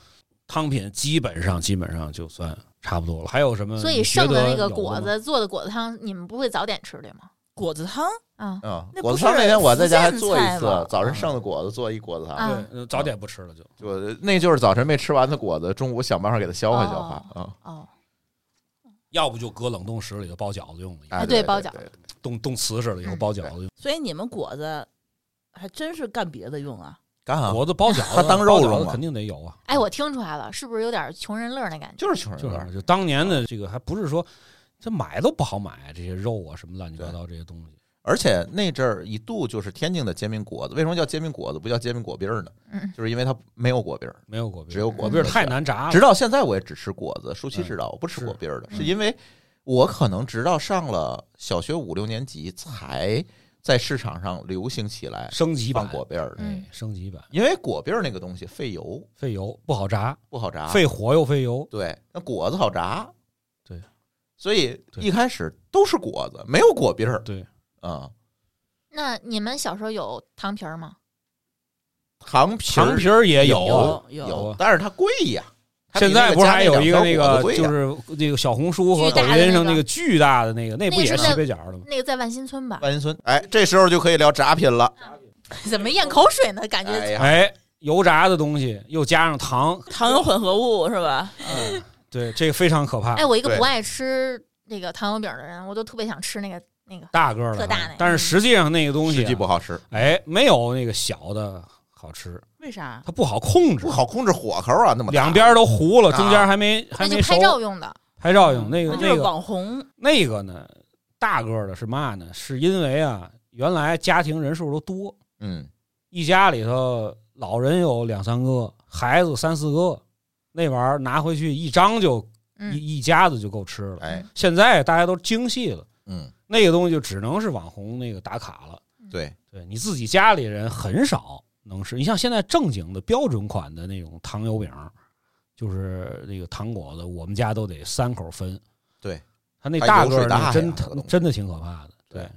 C: 汤品基本上基本上就算差不多了。还有什么？
D: 所以
C: 嗯你觉
D: 剩的
C: 得
D: 那个
C: 有
D: 果
C: 吗，
D: 子做的果子汤，你们不会早点吃对吗？
E: 果子汤
C: 哦
D: 啊，
B: 嗯，
E: 那
B: 果
E: 不
B: 子汤
E: 是
B: 那天我在家还
E: 福建
B: 做一
E: 菜
B: 次
E: 吗，
C: 嗯
B: 早晨剩的果子做一果子
D: 啊
B: 汤，
C: 对，呃早点不吃了就。
B: 就那就是早晨没吃完的果子，中午想办法给它消化消化啊。
D: 哦，
C: 要不就搁冷冻室里头包饺子用的，
B: 哎
D: 啊
B: 对
D: 对包饺
B: 对对
C: 冻冻瓷实了以后
D: 嗯
C: 包饺子用。
E: 所以你们果子还真是干别的用啊？
B: 干啊，
C: 果子包饺子，
B: 它当肉
C: 包饺
B: 用
C: 子
B: 吗
C: 肯定得有啊。
D: 哎，我听出来了，是不是有点穷人乐那感觉？
B: 就是穷人
C: 就
B: 乐
C: 是就当年的这个还不是说这买都不好买，这些肉啊什么乱七八糟这些东西，
B: 而且那阵儿一度就是天津的煎饼果子，为什么叫煎饼果子不叫煎饼果饼儿呢？
D: 嗯，
B: 就是因为它没有果饼儿，
C: 没有果篦儿，
B: 只有果
C: 果篦儿
B: 饼
C: 嗯太难炸
B: 直
C: 了。
B: 到现在我也只吃果子，舒淇知道我不吃
C: 啊嗯是
B: 果篦儿的，
D: 嗯
B: 是因为我可能直到上了小学五六年级才在市场上流行起来
C: 升级
B: 放
C: 版，
B: 果篦儿的，
C: 哎，升级版
B: 因为果篦儿那个东西费油
C: 费油不好炸，
B: 不好炸，
C: 费火又费油，
B: 对，那果子好炸，
C: 对，
B: 所以
C: 对
B: 一开始都是果子，没有果篦儿，
C: 对，
B: 啊，
D: 那你们小时候有糖皮儿吗？
B: 糖皮
C: 糖
B: 儿
C: 皮儿也
B: 有
E: 有
C: 有啊
B: 但是它贵呀。它比
C: 现
B: 那个
C: 在不是
B: 家
C: 还
B: 那
C: 有
B: 两
C: 一个
B: 条果子
C: 那个
B: 贵呀
C: 就是
B: 啊
C: 那个小红书和
D: 巨
C: 抖
D: 大的
C: 音上
D: 那个
C: 个巨大的那个，那
D: 那
C: 不也
D: 是
C: 西
D: 在
C: 北角的吗？
D: 那个在万新村吧？
B: 万银村，哎，这时候就可以聊炸品了。
D: 怎么咽口水呢？感觉
B: 哎呀，
C: 哎，油炸的东西又加上糖，
E: 糖油混合物是吧？
C: 对，这个非常可怕。
D: 哎，我一个
B: 对
D: 不爱吃那个糖油饼的人，我都特别想吃那个那个。
C: 大个儿的
D: 特
C: 啊，
D: 大嗯那个
C: 但是实际上那个东西
B: 实
C: 啊
B: 际不好吃，
C: 哎，没有那个小的好吃，
E: 为啥？
C: 它不好控制
B: 不，好控制火候啊，那么大
C: 两边都糊了，
B: 啊
C: 中间还没还
D: 那就
C: 没熟
D: 拍。照用的，
C: 拍照用那个
E: 嗯那就
C: 那
E: 是
C: 个
E: 网红
C: 那个呢，大个儿的是嘛呢？是因为啊，原来家庭人数都多，
B: 嗯，
C: 一家里头老人有两三个，孩子三四个，那玩意儿拿回去一张就
D: 嗯，
C: 一一家子就够吃了。
B: 哎，
C: 现在大家都精细了，
B: 嗯，
C: 那个东西就只能是网红那个打卡了。
B: 对，
C: 对你自己家里人很少能吃。你像现在正经的标准款的那种糖油饼儿，就是那个糖果子，我们家都得三口分。
B: 对，
C: 他那
B: 它
C: 大
B: 油
C: 个
B: 水
C: 儿那
B: 大
C: 真
B: 呀那个东西
C: 真的挺可怕的。对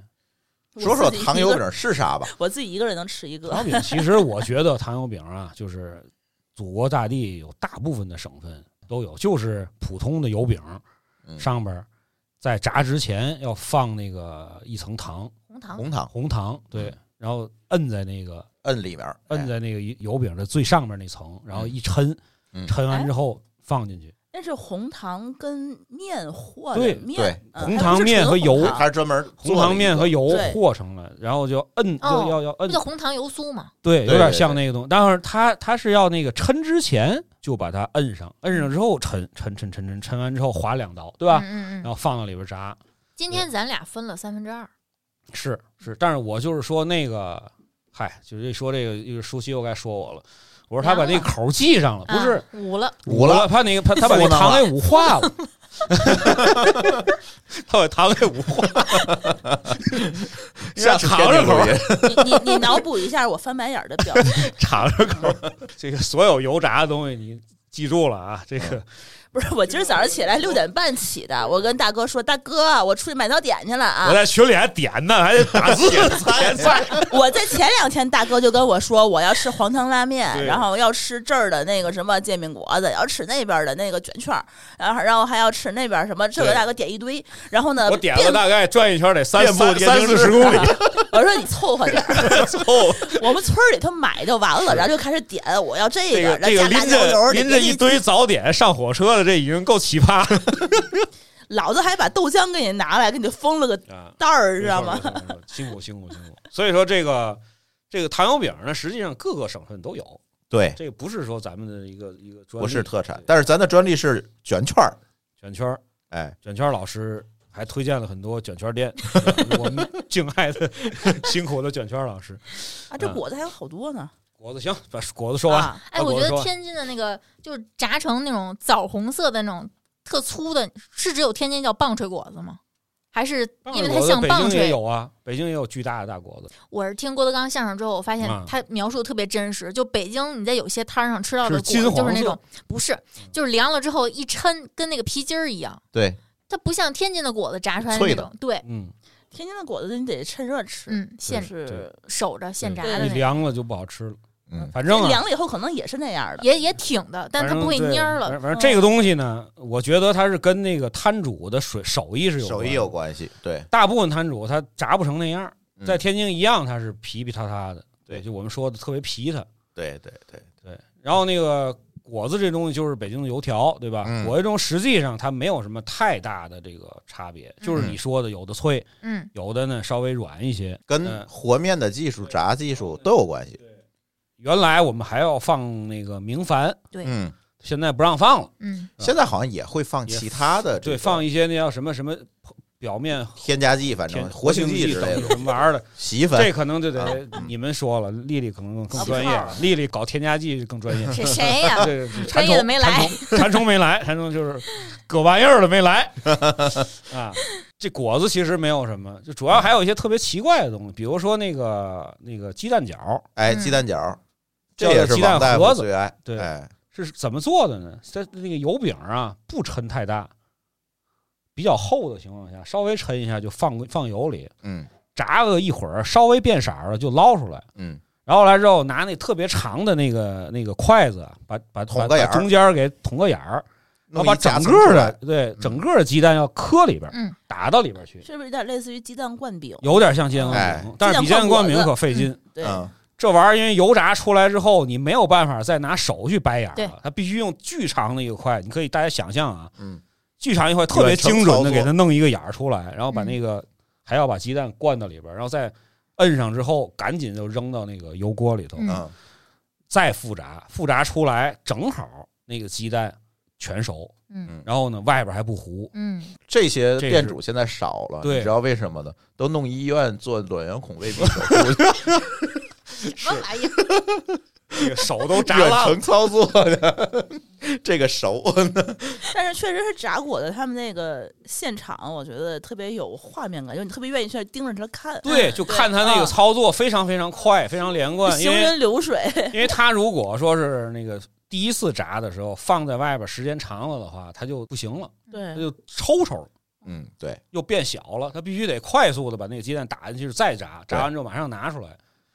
B: 对，说说糖油，
E: 我自己一个
B: 饼是啥吧？
E: 我自己一个人能吃一个。
C: 糖油饼其实我觉得糖油饼啊，就是祖国大地有大部分的省份都有，就是普通的油饼儿
B: 嗯
C: 上边儿在炸之前要放那个一层糖，
D: 红糖，
B: 红糖
C: 红糖，对
B: 嗯，
C: 然后摁在那个
B: 摁里面儿，
C: 摁
B: 哎
C: 在那个油饼的最上面那层，然后一抻，
B: 嗯
C: 抻完之后放进去。
E: 那是红糖跟面和
C: 对
E: 的面，嗯
C: 红糖面和油
E: 还
B: 还
E: 不
B: 是
E: 是纯
B: 专门
C: 哎红糖面和油
E: 对
C: 和成了，然后就摁，就
D: 哦
C: 要要
D: 不
C: 摁
D: 就，红糖油酥吗？
C: 对，有
B: 对
C: 点
B: 对
C: 像那个东西。但是它它是要那个抻之前就把它摁上，摁上之后抻抻抻抻抻，抻完之后划两刀，对吧？
D: 嗯嗯
C: 然
D: 嗯。
C: 后放到里边炸。
D: 今天咱俩分了三分之二，
C: 是是，但是我就是说那个，嗨，就是一说这个，就是舒淇又该说我了。我说他把那
D: 凉了
C: 口儿系上了，不
D: 啊
C: 是
D: 五了，
B: 捂
C: 了，
B: 了，
C: 他那个他他把
B: 敷
C: 那
B: 弄
C: 糖
B: 了
C: 给捂化了， 他把糖给捂化了， 像尝着口 儿，
E: 你你你脑补一下我翻白眼儿的表情，
C: 尝着口儿。这个所有油炸的东西，你记住了啊，这个
E: 不是我今儿早上起来六点半起的，我跟大哥说，大哥，啊我出去买早点去了
C: 我
E: 啊。
C: 在群里还点呢，还得打字点菜。
E: 我在前两天大哥就跟我说，我要吃黄汤拉面
C: 对，
E: 然后要吃这儿的那个什么煎饼果子，要吃那边的那个卷圈儿，然后然后还要吃那边什么这个
C: 对
E: 大哥点一堆，然后呢，
C: 我点了
E: 遍
C: 大概转一圈得 三
B: 遍布
C: 三
B: 天
C: 三
B: 津
C: 四
B: 市
C: 十公里，
E: 我说你凑合点儿，
C: 后
E: 我们村儿里头买就完了，然后就开始点，我要这
C: 这个
E: 然后
C: 这
E: 加
C: 个
E: 辣
C: 拎
E: 椒油
C: 着
E: 儿，
C: 拎着
E: 这个
C: 一堆早点上火车的，这已经够奇葩 了
E: 老子还把豆浆给你拿来，给你封了个
C: 啊。
E: 袋儿，
C: 没
E: 知道
C: 错
E: 吗？？
C: 没错没错辛苦辛苦辛苦。所以说这个这个糖油饼呢，实际上各个省份都有，
B: 对，
C: 这个不是说咱们的一个一个专利
B: 不是特产
C: 对，
B: 但是咱的专利是卷圈儿，
C: 卷圈儿
B: 哎，
C: 卷圈儿老师还推荐了很多卷圈店， 我们敬爱的辛苦的卷圈老师。
E: 啊，这
C: 嗯
E: 果子还有好多呢。
C: 果子行，把果子说完。
E: 啊
D: 哎，
C: 啊
D: 我
C: 果
D: 觉
C: 子
D: 得
C: 说
D: 天津的那个就是炸成那种枣红色的那种特粗的，是只有天津叫棒槌果子吗？还是因为它
C: 棒槌果
D: 像
C: 子
D: 棒
C: 北京也
D: 槌？
C: 有啊，北京也有巨大的大果子，
D: 我是听郭德纲相声之后，我发现
C: 啊
D: 他描述特别真实。就北京你在有些摊儿上吃到的
C: 是
D: 果
C: 金
D: 子，就
C: 黄
D: 是那
C: 色嗯
D: 种不是，就是凉了之后一抻，跟那个皮筋儿一样。
B: 对，
D: 它不像天津的果子炸出来
B: 脆
D: 那
B: 的
D: 种，对，
C: 嗯，
E: 天津的果子你得趁热吃，
D: 嗯，
E: 就
D: 现
E: 是
D: 守着现炸
E: 对
D: 的
C: 你
D: 那种，
C: 凉了就不好吃了。
B: 嗯，
C: 反正啊，
E: 凉了以后可能也是那样的。
D: 也也挺的，但它不会
C: 反正对
D: 蔫儿
C: 反正
D: 了。嗯
C: 反正这个东西呢，我觉得它是跟那个摊主的水手艺是有
B: 手艺
C: 关
B: 有
C: 的。嗯
B: 关系，对，
C: 大部分摊主他炸不成那样，
B: 嗯
C: 在天津一样，它是皮皮塌塌的。
B: 对
C: 就我们说的特别皮它。
B: 对对对，
C: 对，然后那个果子这东西就是北京的油条，对吧？
B: 嗯
C: 果子中实际上它没有什么太大的这个差别，就是你说的有的脆，
D: 嗯，
C: 有的呢稍微软一些。
B: 跟
C: 嗯
B: 和面的技术、炸技术都有关系，
C: 原来我们还要放那个明矾，
D: 对
B: 嗯，
C: 现在不让放了，
D: 嗯，
B: 现在好像也会放
C: 也
B: 其他的这
C: 对，
B: 个
C: 放一些那叫什么什么表面
B: 添加剂，反
C: 添
B: 正活性
C: 剂
B: 剂之类
C: 等于
B: 的，
C: 什么玩意 儿的，
B: 洗衣粉
C: 这可能就得
B: 嗯
C: 你们说了，丽丽可能更
E: 啊
C: 专
E: 不知道
C: 业，丽丽搞添加剂更专业。
D: 谁谁 呀？
C: 对，对
D: 专业的没来，
C: 馋虫馋虫没来，馋虫就是搁玩意儿的没来啊。这果子其实没有什么，就主要还有一些特别奇怪的东西，比如说那个那个鸡蛋饺
B: 哎，
D: 嗯
B: 鸡蛋饺，
C: 叫
B: 这也是
C: 鸡
B: 王
C: 蛋
B: 大
C: 盒
B: 夫
C: 子
B: 最爱，
C: 对
B: 哎，
C: 是怎么做的呢？它那个油饼啊，不抻太大，比较厚的情况下，稍微抻一下就放放油里
B: 嗯
C: 炸个一会儿，稍微变色儿了就捞出来。
B: 嗯，
C: 然后来之后，拿那特别长的那个那个筷子，啊把把
B: 捅
C: 把
B: 个眼
C: 把
B: 儿
C: 中间儿给捅个眼儿，
B: 弄
C: 然后把
B: 一夹
C: 整
B: 层出
C: 个
B: 来嗯
C: 的对整个的鸡蛋要磕里边儿，
D: 嗯
C: 打到里边儿去，
E: 是不是有点类似于鸡蛋灌饼？
C: 有点像煎鹅
B: 哎
C: 饼，但是比煎鹅灌饼可费劲。
E: 对，
B: 嗯，
C: 这玩意儿因为油炸出来之后，你没有办法再拿手去掰眼儿
D: 对
C: 了，它必须用巨长的一个筷。你可以大家想象啊，
B: 嗯，
C: 巨长一块特别精
B: 远程操
C: 准
B: 作
C: 的给它弄一个眼儿出来，然后把
D: 嗯
C: 那个还要把鸡蛋灌到里边儿，然后再摁上之后，赶紧就扔到那个油锅里头，
D: 嗯
B: 嗯，
C: 再复炸，复炸出来正好那个鸡蛋全熟，
D: 嗯
C: 然后呢外边还不糊，
D: 嗯，
B: 这些
C: 这
B: 店
C: 是
B: 主现在少了，
C: 对
B: 你知道为什么呢？都弄医院做卵圆孔未闭手 术，
D: 什么玩意儿？
C: 这个手都炸
B: 远
C: 烂了。
B: 程操作的， 这个熟，
E: 但是确实是炸果子，他们那个现场我觉得特别有画面感，就你特别愿意去盯着它看，
C: 对，就看他那个
E: 嗯
C: 操作非常非常快，非常连贯，因
E: 行
C: 为
E: 云流 水。
C: 因为他如果说是那个第一次炸的时候放在外边时间长了的话，它就不行了，它
E: 对，
C: 就抽抽
B: 嗯，对，
C: 又变小了，它必须得快速的把那个鸡蛋打进去再炸，
B: 对
C: 炸完之后马上拿出来。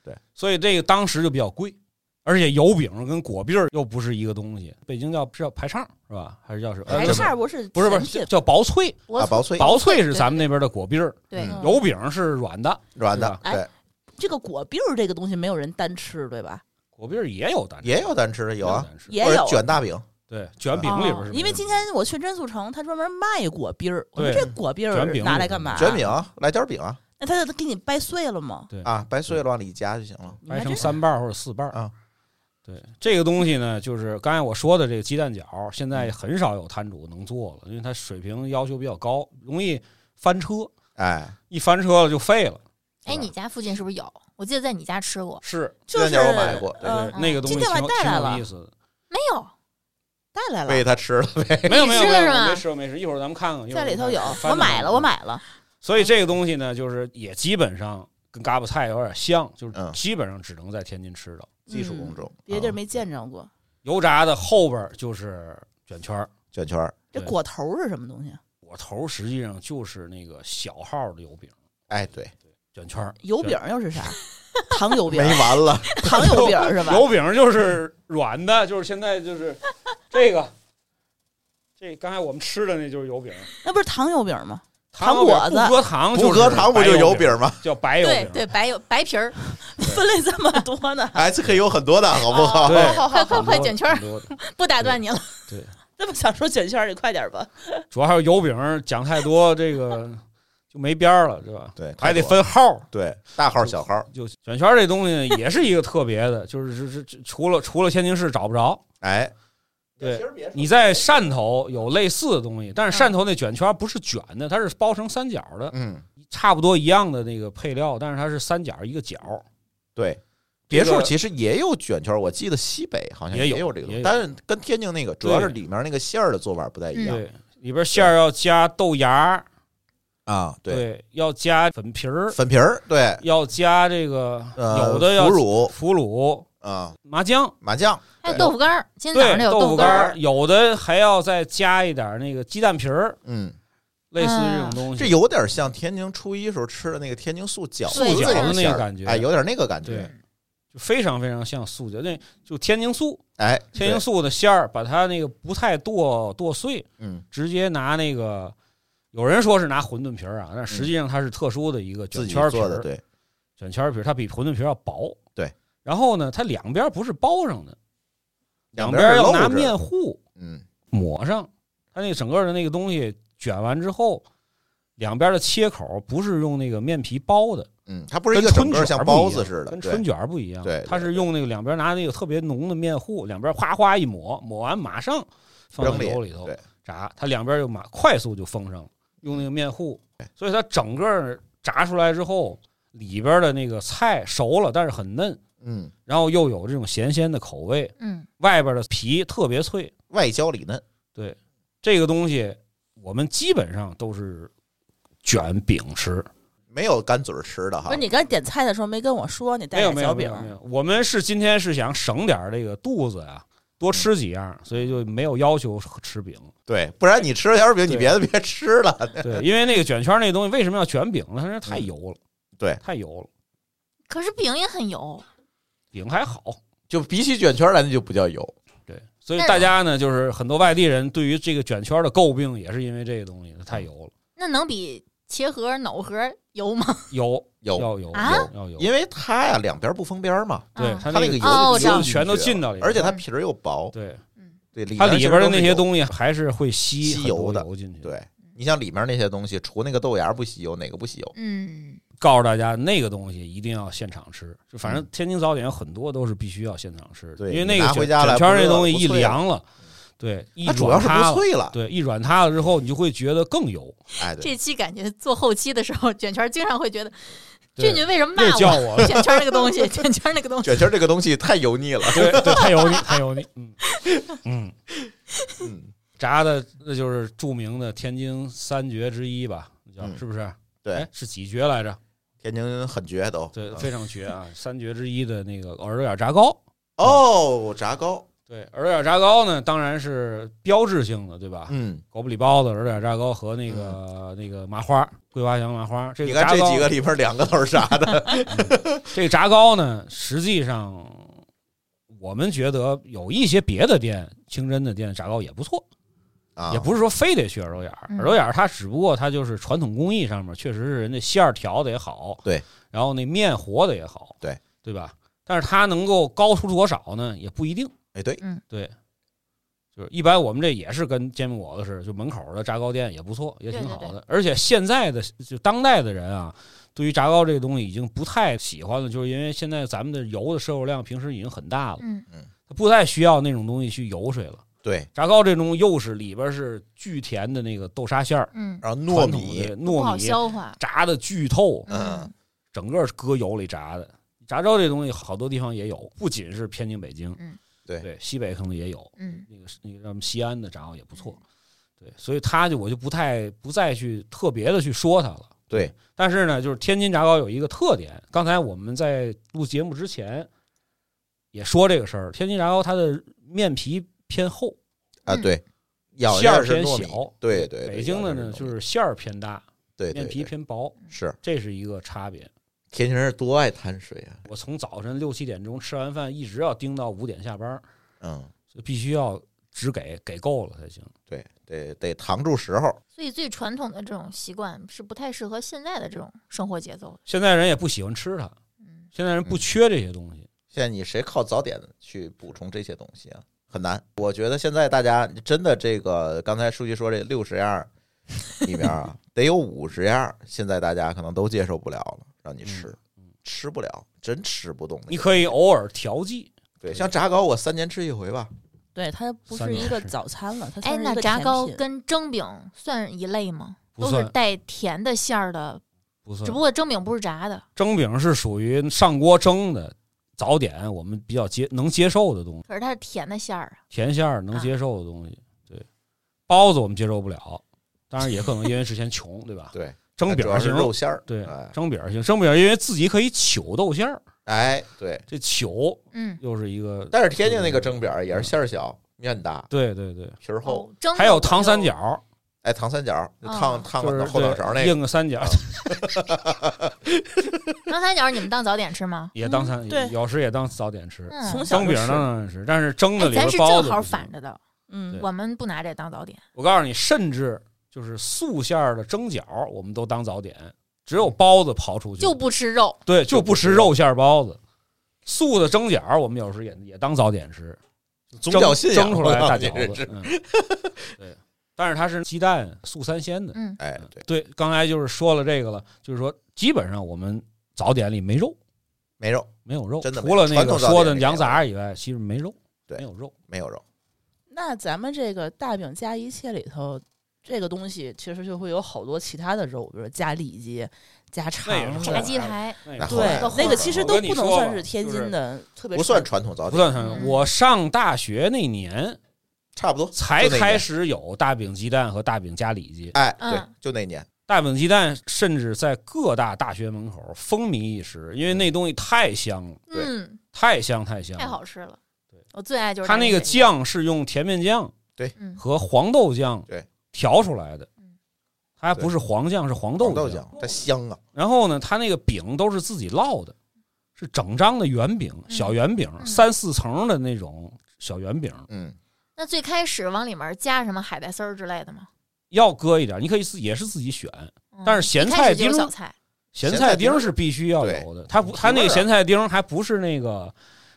B: 对，
C: 所以这个当时就比较贵，而且油饼跟果篦儿又不是一个东西，北京叫是叫排叉是吧？还是叫什么？
E: 白
C: 呃
E: 事儿不是
C: 不是不
E: 甜
C: 是
E: 品
C: 叫薄脆，
B: 啊，薄脆
C: 薄脆是咱们那边的果篦儿，
D: 对
B: 嗯
C: 油饼是软的，
B: 软
C: 是
B: 的
C: 吧，
B: 对
E: 哎，这个果篦儿这个东西没有人单吃，对吧？
C: 果篦儿也有的，
B: 也有单吃的，有啊，
C: 单吃
E: 也
B: 或者
E: 有
B: 卷大饼，
C: 对卷饼里边
E: 哦
C: 是没有的，
E: 因为今天我去真素城，他专门卖果篦儿。我说
C: 对
E: 这果篦
C: 卷饼
E: 儿拿来干嘛？
B: 卷饼啊，来点饼啊，
E: 那他就给你掰碎了吗？
B: 啊，掰碎了往里夹就行了，
E: 你
C: 掰
E: 还
C: 成
E: 真
C: 三瓣儿或者四瓣儿
B: 啊。
C: 对这个东西呢，就是刚才我说的这个鸡蛋饺，现
B: 嗯
C: 在很少有摊主能做了，因为它水平要求比较高，容易翻车，
B: 哎，
C: 一翻车了就废了。
D: 哎，你家附近是不是有？我记得在你家吃过，
C: 是
E: 就是
B: 这家我买过对
E: 嗯
C: 对那个东西
E: 今天
C: 挺
E: 我还
C: 有
E: 带来
C: 挺有
E: 了
C: 意思
D: 没有？
E: 带来
B: 喂
E: 了，
B: 他吃了呗，
C: 的。没有没有
D: 吃
C: 没
D: 了
C: 有，
D: 是吧
C: 我没吃我没吃，一会儿咱们看看。一会儿
E: 在里头有嗯
C: 咱们，看
E: 我买了，我。
C: 翻着
E: 买了。
C: 所以这个东西呢，就是也基本上跟嘎巴菜有点像，就是
B: 嗯
C: 基本上只能在天津吃到。
B: 技术工种，
E: 别的
C: 哦
E: 地儿
B: 啊
E: 没见着过。
C: 油炸的后边儿就是卷圈儿，
B: 卷圈儿，
E: 这
C: 对
E: 果头儿是什么东西？啊
C: 果头儿实际上就是那个小号的油饼
B: 哎，对，
C: 卷圈儿。
E: 油饼 又是啥？糖油饼
B: 没，完了，
E: 糖油饼是吧？
C: 油饼就是软的，就是现在就是这 个，这刚才我们吃的那就是油饼，
E: 那不是糖油饼吗？
C: 糖
E: 糖果子
C: 不搁糖，
B: 不搁糖不就
C: 油
B: 有饼，吗？
C: 叫白油
D: 对
C: 饼。
D: 对，白有白皮儿，
E: 分类这么多呢
B: ？SKU 很多的好不好？
C: 啊对
E: 好
D: 快
E: 好
D: 快
E: 好，
D: 快卷圈儿，
C: 很多的
D: 不打断你了。
E: 那么想说卷圈儿，你快点儿吧。
C: 主要还有油饼，讲太多这个就没边儿了，是吧？
B: 对，
C: 还得
B: 太多了，
C: 分号。
B: 对，大号小号，
C: 就卷圈这东西也是一个特别的，就是是是除了除了天津市找不着，
B: 哎，
C: 对
B: 其实别说
C: 你在汕头有类似的东西，但是汕头那卷圈不是卷的，它是包成三角的，
B: 嗯，
C: 差不多一样的那个配料，但是它是三角一个角。
B: 对。别
C: 这
B: 墅
C: 个
B: 其实也有卷圈，我记得西北好像
C: 也有
B: 有这个东
C: 也
B: 西，
C: 有
B: 但是跟天津那个主要是里面那个馅儿的做法不太一样。
C: 嗯对，里边馅儿要加豆芽，
B: 啊，
C: 对，，要加粉皮儿，
B: 粉皮儿，对，
C: 要加这个、
B: 呃
C: 有的
B: 腐
C: 要
B: 乳
C: 腐乳、
B: 啊，
C: 麻浆，
B: 麻酱，
D: 还有
B: 对
D: 豆腐干儿，今
C: 对
D: 天早上，有
C: 豆
D: 腐
C: 干
D: 儿，
C: 儿，有的还要再加一点那个鸡蛋皮儿，
B: 嗯，
C: 类似于这种东西。
B: 这有点像天津初一时候吃的那个天津素饺子，
C: 素
D: 对
C: 饺子那
D: 自
B: 馅
C: 个
B: 儿
C: 感觉，
B: 哎，有点那个感
C: 对
B: 觉，，
C: 就非常非常像素饺，那就天津素，
B: 哎，
C: 天
B: 对，
C: 津素的馅儿，把它那个不太剁剁碎，
B: 嗯，
C: 直接拿那个，有人说是拿馄饨皮儿啊，但实际上它是特殊的一个
B: 嗯自
C: 卷
B: 己
C: 圈儿皮
B: 做的，
C: 儿，
B: 对，
C: 卷圈儿皮儿它比馄饨皮儿要薄，
B: 对。
C: 然后呢，它两边不是包上的，两
B: 边儿
C: 要
B: 露
C: 拿
B: 着，
C: 面糊
B: 嗯，
C: 抹上，它那整个的那个东西卷完之后，两边的切口不是用那个面皮包的，
B: 嗯，它不是一
C: 跟
B: 个整
C: 春
B: 个
C: 卷
B: 像
C: 儿不
B: 包
C: 一
B: 子
C: 样
B: 似的，
C: 跟
B: 对
C: 春，卷儿不一样，
B: 对对
C: 它是用那个两边拿那个特别浓的面糊，两边哗哗一抹，抹完马上放
B: 扔
C: 到油里头
B: 对，
C: 炸，它两边就马快速就封上了，用那个面糊，所以它整个炸出来之后，里边的那个菜熟了，但是很嫩，
B: 嗯，
C: 然后又有这种咸鲜的口味，
D: 嗯，
C: 外边的皮特别脆，
B: 外焦里嫩，
C: 对，这个东西我们基本上都是卷饼吃，
B: 没有干嘴儿吃的
E: 不
B: 哈
E: 是，你刚才点菜的时候没跟我说你带
C: 没有
E: 点
C: 没
E: 小
C: 有没
E: 饼
C: 有，没有，我们是今天是想省点儿这个肚子呀、多吃几样，
E: 嗯
C: 所以就没有要求吃 饼。
B: 对，不然你吃了小饼，你
C: 对
B: 别的别吃了，
C: 对，因为那个卷圈那东西为什么要卷饼呢？它是太油
E: 嗯
C: 了，
B: 对，
C: 太油了。
D: 可是饼也很油，
C: 饼还好，
B: 就比起卷圈儿来，那就不叫油，
C: 对，所以
D: 那
C: 大家呢，就是很多外地人对于这个卷圈的诟病，也是因为这个东西它太油了，
D: 那能比茄盒儿、脑盒儿油吗？
C: 油
B: 有，
C: 要油
D: 啊
C: 要油，
B: 因为它呀两边不封边儿嘛，
C: 对
D: 啊
C: 它
B: 它那
C: 那
B: 个
C: 个
B: 油
D: 哦我
B: 就
D: 知道
B: 流进
C: 全都
B: 去了
C: 进到里
B: 而且它
D: 嗯
B: 皮儿又薄，
C: 对
D: 嗯，
B: 对，里
C: 它
B: 面
C: 里
B: 其
C: 边
B: 实
C: 的
B: 都
C: 那
B: 是
C: 些
B: 油
C: 东西还是会吸
B: 吸
C: 很多
B: 油的
C: 油进去。
B: 对你像里面那些东西，除那个豆芽儿不吸油，哪个不吸油？
D: 嗯，
C: 告诉大家，那个东西一定要现场吃。就反正天津早点有很多都是必须要现场吃的，
B: 嗯对
C: 因为
B: 你
C: 那个
B: 拿
C: 卷
B: 回家来
C: 卷圈
B: 不
C: 那
B: 热
C: 东西
B: 不
C: 一
B: 脆了
C: 凉了，对，一
B: 它主要
C: 软
B: 是
C: 塌
B: 不
C: 了，
B: 脆了，
C: 对，一软塌了之后，你就会觉得更油。
B: 哎，对，
D: 这期感觉做后期的时候，卷圈儿经常会觉得
C: 对
D: 俊俊为什么骂
C: 越叫
D: 我？
C: 我，
D: 卷圈儿那个东西，卷圈儿那个东西，
B: 卷圈儿这个东西太油腻了，
C: 对对，太油腻，太油 腻。嗯嗯，
B: 嗯，
C: 炸的那就是著名的天津三绝之一吧，那叫
B: 嗯
C: 是不是？
B: 对
C: 哎，，是几绝来着？
B: 天津很绝都，
C: 对，
B: 嗯
C: 非常绝啊！三绝之一的那个耳朵眼炸糕，
B: 哦，炸糕，
C: 对，耳朵眼炸糕呢，当然是标志性的，对吧？
B: 嗯，
C: 狗不理包子、耳朵眼炸糕和那个、那个麻花、桂花香麻花。这
B: 你
C: 个
B: 看
C: 炸
B: 这
C: 糕，
B: 几个里面两个都是炸的，
C: 这个炸糕呢，实际上我们觉得有一些别的店，清真的店炸糕也不错，
B: 啊，
C: 也不是说非得去耳朵眼儿。
D: 嗯
C: 耳朵眼儿它只不过它就是传统工艺上面，确实是人家馅儿调的也好，
B: 对，
C: 然后那面和的也好，
B: 对，
C: 对吧？但是它能够高出多少呢？也不一定。
B: 哎，对，
C: 对，就是一般我们这也是跟煎饼果子似的，就门口的炸糕店也不错，也挺好的。
D: 对
C: 而且现在的就当代的人啊，对于炸糕这个东西已经不太喜欢了，就是因为现在咱们的油的摄入量平时已经很大了，
D: 嗯，
C: 不太需要那种东西去油水了。
B: 对，
C: 炸糕这种又是里边是巨甜的那个豆沙馅儿，
D: 嗯，
B: 然后糯
C: 传统
B: 米，
C: 的
D: 不
C: 糯
D: 好
C: 米
D: 消化，
C: 炸的巨透，
B: 嗯，
C: 整个是搁油里炸的。炸糕这东西好多地方也有，不仅是天津、北京，
D: 嗯
B: 对
C: 对，西北可能也有，
D: 嗯，
C: 那个是那个咱们西安的炸糕也不
B: 嗯
C: 错，对，所以他就我就不太不再去特别的去说它了。
B: 对，
C: 但是呢，就是天津炸糕有一个特点，刚才我们在录节目之前也说这个事儿，天津炸糕它的面皮偏厚，
B: 啊，
D: 嗯
B: 对，咬
C: 馅
B: 下
C: 儿
B: 是
C: 偏
B: 糯米
C: 小，，
B: 对对，对
C: 北京的
B: 咬
C: 呢
B: 下
C: 就是
B: 糯米
C: 是馅儿偏大，
B: 对对
C: 面皮
B: 对
C: 偏薄，
B: 是
C: 这是一个差别。
B: 天津人多爱贪水啊，
C: 我从早晨六七点钟吃完饭，一直要盯到五点下班儿，
B: 嗯，
C: 所以必须要只给给够了才行。
B: 对，得得扛住时候，
D: 所以最传统的这种习惯是不太适合现在的这种生活节奏的，
C: 现在人也不喜欢吃它，
D: 嗯，
C: 现在人不缺这些东西。
B: 现在你谁靠早点去补充这些东西啊？很难。我觉得现在大家真的这个，刚才书记说这六十样儿里面 啊，得有五十样儿，现在大家可能都接受不了了，让你吃，
C: 嗯
B: 吃不了，真吃不动那个。
C: 你可以偶尔调剂，
B: 对，像炸糕，我三年吃一回吧，
E: 对，它不
C: 三
E: 是一
C: 种
E: 个
C: 是
E: 早餐了，它算
D: 哎，
E: 是一
D: 那
E: 个
D: 炸
E: 甜
D: 糕
E: 品
D: 跟蒸饼算一类吗？
C: 不
D: 都是
C: 算
D: 带甜的馅儿的，
C: 不
D: 只
C: 算
D: 不。过蒸饼不是炸的。
C: 蒸饼是属于上锅蒸的早点，我们比较接能接受的东西，
D: 可是它是甜的馅儿啊，
C: 甜馅儿能
D: 啊
C: 接受的东西。对，包子我们接受不了，当然也可能因为之前穷，对吧？
B: 对，
C: 啊蒸饼
B: 主
C: 儿
B: 要是
C: 行，
B: 肉馅儿，
C: 对
B: 哎，
C: 蒸饼儿行，蒸饼儿因为自己可以糗豆馅儿，
B: 哎，对。
C: 这糗
D: 嗯，
C: 又是一个，
B: 但是天津那个蒸饼儿也是馅儿小，面大，
C: 对对对，
B: 皮儿厚，
D: 哦，蒸的
C: 还有
D: 我
C: 糖三
D: 就
C: 角儿，
B: 哎，糖三角儿，烫烫
C: 就是
B: 个后脑勺
C: 对
B: 那个，
C: 印个三角儿
B: 啊
D: 糖三角你们当早点 吃吗？
C: 也当三，
E: 嗯对
C: 有时也当早点吃。
D: 嗯，
E: 从小
C: 蒸
E: 就
C: 饼儿
E: 吃
C: 当然是，但是蒸的
D: 哎，
C: 里边
D: 咱是
C: 包
D: 正
C: 子
D: 好
C: 不行
D: 反着的，
E: 嗯
C: 对，
D: 我们不拿这当早点。
C: 我告诉你，甚至就是素馅儿的蒸饺，我们都当早点，只有包子刨出去，
D: 就不吃肉，
C: 对，就不吃肉馅儿包子。素的蒸饺，我们有时也也当早点吃，
B: 宗
C: 蒸
B: 教信仰
C: 蒸出来
B: 我告
C: 大
B: 诉你
C: 饺
B: 这
C: 子。嗯、对，但是它是鸡蛋素三鲜的。
D: 嗯，
B: 哎，对，
C: 对，刚才就是说了这个了，就是说基本上我们早点里没肉，
B: 没肉，
C: 没有肉，
B: 真的没有
C: 除了那
B: 传
C: 个
B: 统早
C: 说
B: 点
C: 的
B: 里没
C: 羊
B: 有
C: 杂以外，其实没肉，
B: 对
C: 没有肉。
B: 没有肉，
E: 那咱们这个大饼加一切里头，这个东西其实就会有好多其他的肉，比如加里脊、加
C: 那也
E: 肠
C: 是
E: 子
D: 炸鸡排，
C: 那
B: 然后
E: 对
B: 来
D: 了，
E: 那个其实
C: 我
E: 都
C: 跟你
E: 不能
C: 说
E: 算
C: 吧
E: 是天
C: 就是
E: 津的，特别
B: 不算
E: 传
B: 传统早
C: 不
B: 点，
C: 算传统。
D: 嗯
C: 我上大学那年
B: 差不多
C: 才
B: 就那
C: 开
B: 年
C: 始有大饼鸡蛋和大饼加里脊，
B: 哎，
D: 嗯
B: 对，就那年，
C: 大饼鸡蛋甚至在各大大学门口风靡一时，因为那东西太香了，
B: 对
D: 嗯，
C: 太香太香了。
D: 太好吃了
C: 对。
D: 我最爱就是
C: 它那个
D: 炸鸡腿，
C: 酱是用甜面酱
D: 嗯，
C: 和黄豆酱
B: 对
C: 调出来的
D: 嗯，
C: 它还不是黄酱，是黄豆
B: 黄豆酱它香啊，
C: 然后呢，它那个饼都是自己烙的，是整张的圆饼，小圆饼，
D: 嗯
C: 三四层的那种小圆饼，
B: 嗯，
D: 那最开始往里面加什么海带丝儿之类的吗？
C: 要搁一点，你可以自也是自己选，
D: 嗯
C: 但是咸
D: 一开
C: 菜
D: 始就
C: 丁
D: 是小菜，
C: 咸
B: 咸菜
C: 菜
B: 丁
C: 丁是必须要有的。它不，它那个咸菜丁还不是那个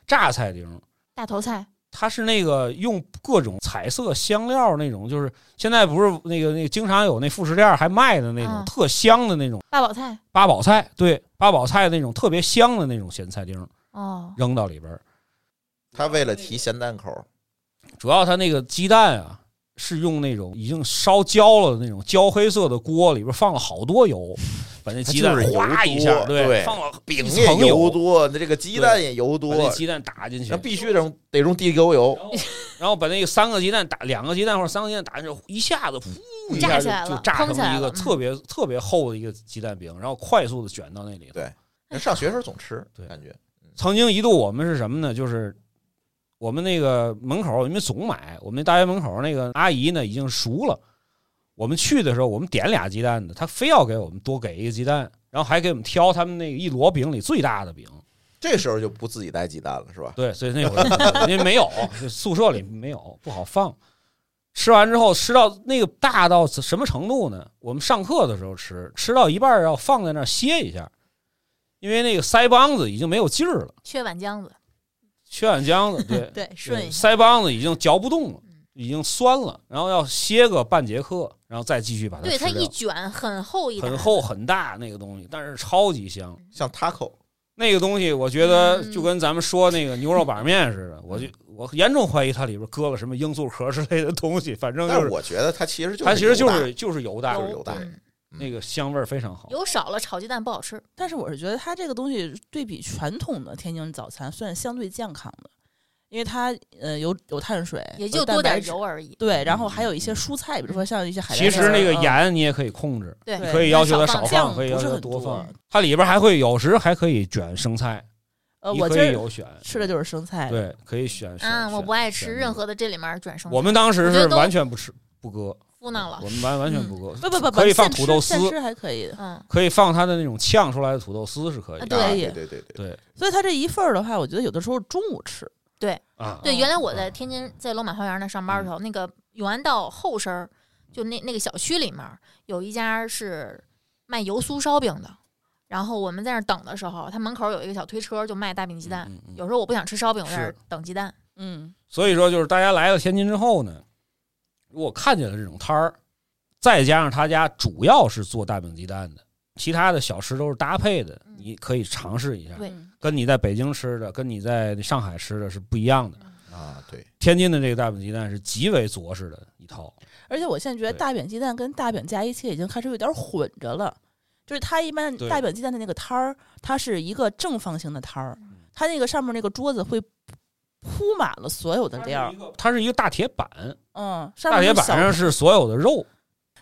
C: 榨菜丁，
D: 大头菜，
C: 它是那个用各种彩色香料那种，就是现在不是那个那个经常有那副食店还卖的那种
D: 嗯
C: 特香的那种
D: 八宝菜，
C: 八宝菜，对，八宝菜那种特别香的那种咸菜丁
D: 哦，
C: 扔到里边儿。
B: 它为了提咸淡口儿，
C: 哦主要它那个鸡蛋啊，是用那种已经烧焦了的那种焦黑色的锅，里边放了好多油，把那鸡蛋
B: 它就是油
C: 哗一下，
B: 多对
C: 放了
B: 饼
C: 一
B: 也
C: 层
B: 油，多，那这个鸡蛋也油
C: 把
B: 多，
C: 那鸡蛋打进去
B: 那，必须得用得用地沟油，
C: 然后把那个三个鸡蛋打两个鸡蛋或者三个鸡蛋打进去，一下子噗一下
D: 嗯炸
C: 就
D: 起来了
C: 就炸
D: 蓬起
C: 成
D: 来
C: 一个
D: 了嗯
C: 特别特别厚的一个鸡蛋饼，然后快速的卷到那里。
B: 对上学时候总吃，
C: 对
B: 感觉
C: 曾经一度我们是什么呢？就是我们那个门口，因为总买，我们大学门口那个阿姨呢已经熟了。我们去的时候，我们点俩鸡蛋的，她非要给我们多给一个鸡蛋，然后还给我们挑他们那个一摞饼里最大的饼。
B: 这时候就不自己带鸡蛋了，是吧？
C: 对，所以那会儿因为没有就宿舍里没有，不好放。吃完之后，吃到那个大到什么程度呢？我们上课的时候吃，吃到一半儿要放在那儿歇一下，因为那个腮帮子已经没有劲儿了。
D: 缺碗浆子，
C: 缺氧浆子，对
E: 对顺一下
C: 腮帮子已经嚼不动了
D: 嗯，
C: 已经酸了，然后要歇个半节课，然后再继续把它
D: 对，
C: 吃
D: 它
C: 掉。
D: 一卷很厚一，
C: 很，厚很大那个东西，但是超级香。
B: 像 taco，
C: 那个东西我觉得
D: 嗯
C: 就跟咱们说那个牛肉板面似的，
E: 嗯
C: 我就我严重怀疑它里边搁了什么罂粟壳之类的东西，反正
B: 但
C: 就是是
B: 我觉得它其实就是
C: 它其实就
B: 油
C: 是就是油大
B: 大，，就是
D: 油
B: 油大，
D: 嗯
C: 那个香味儿非常好。
D: 油少了炒鸡蛋不好吃，
E: 但是我是觉得它这个东西对比传统的天津早餐算相对健康的，因为它呃有有碳水，
C: 哎
D: 也
C: 呃
E: 有
D: 就
E: 蛋
D: 多
E: 白
D: 点
E: 质
D: 油。而已。
E: 对，然后还有一些蔬菜，比如说像一些海
C: 嗯
E: 带
C: 其
E: 丝
C: 实
E: 儿。
C: 那个
E: 嗯
C: 盐你也可以控制，
D: 对，
E: 对
C: 可以要求它
D: 少
C: 少
D: 放
E: 酱
C: 放，可以要
E: 不是
C: 求它
E: 很
C: 多
E: 多
C: 放。它里边还会有时还可以卷生菜，
E: 呃，
C: 你
E: 我今
C: 可以
E: 儿
C: 有选。
E: 吃的就是生菜，嗯
C: 对，可以选。选
D: 啊，我
C: 选
D: 不爱
C: 选
D: 吃
C: 那
D: 任
C: 个
D: 何的这里面转生菜，
C: 我们当时
D: 我觉
C: 是
D: 得都
C: 完全不吃不搁，
D: 敷弄了，
C: 我们完完全不搁，
E: 不不不不，
C: 可以放
E: 现
C: 土
E: 吃
C: 豆
E: 现
C: 丝
E: 吃还可以的。
D: 嗯，
C: 可以放它的那种呛出来的土豆丝是可以
D: 啊
C: 的。
B: 啊
E: 对
B: 对对对对，
C: 对
E: 所以它这一份儿的话，我觉得有的时候中午吃，
C: 啊，嗯
D: 对，
E: 嗯
D: 原来我在天津在罗马花园那上班的时候，那个永安道后身儿，就那那个小区里面儿有一家是卖油酥烧饼的。然后我们在那儿等的时候，他门口有一个小推车，就卖大饼鸡蛋。
C: 嗯嗯嗯
D: 有时候我不想吃烧饼，我在那儿
C: 是
D: 等鸡蛋。
E: 嗯，
C: 所以说就是大家来了天津之后呢，如果看见了这种摊儿，再加上他家主要是做大饼鸡蛋的，其他的小吃都是搭配的，
D: 嗯
C: 你可以尝试一下，
D: 对
E: 嗯
C: 跟你在北京吃的，跟你在上海吃的是不一样的。
D: 嗯
C: 啊，
B: 啊，对，
C: 天津的这个大饼鸡蛋是极为着实的一套，
E: 而且我现在觉得
C: 对
E: 大饼鸡蛋跟大饼加一切已经开始有点混着了，就是它一般
C: 对
E: 大饼鸡蛋的那个摊儿，它是一个正方形的摊儿，
C: 嗯
E: 它那个上面那个桌子会铺满了所有的料儿，
C: 它是一个大铁板，
E: 嗯，上
C: 大
E: 面
C: 铁
E: 有
C: 板
E: 小
C: 上是所有的肉，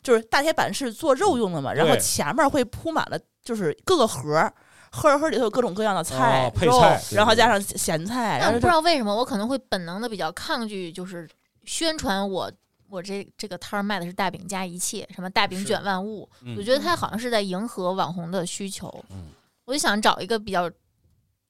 E: 就是大铁板是做肉用的嘛，然后
C: 对
E: 前面会铺满了就是各个盒儿，盒儿盒儿里头有各种各样的菜、
C: 哦配
E: 肉
C: 菜对
E: 然后
C: 对
E: 加上咸菜，
D: 但我
E: 然后
D: 不知
E: 就
D: 道为什么，我可能会本能的比较抗拒，就是宣传我我这这个摊儿卖的是大饼加一切，什么大饼
C: 是
D: 卷万物，
C: 嗯
D: 我觉得它好像是在迎合网红的需求。
C: 嗯
D: 我就想找一个比较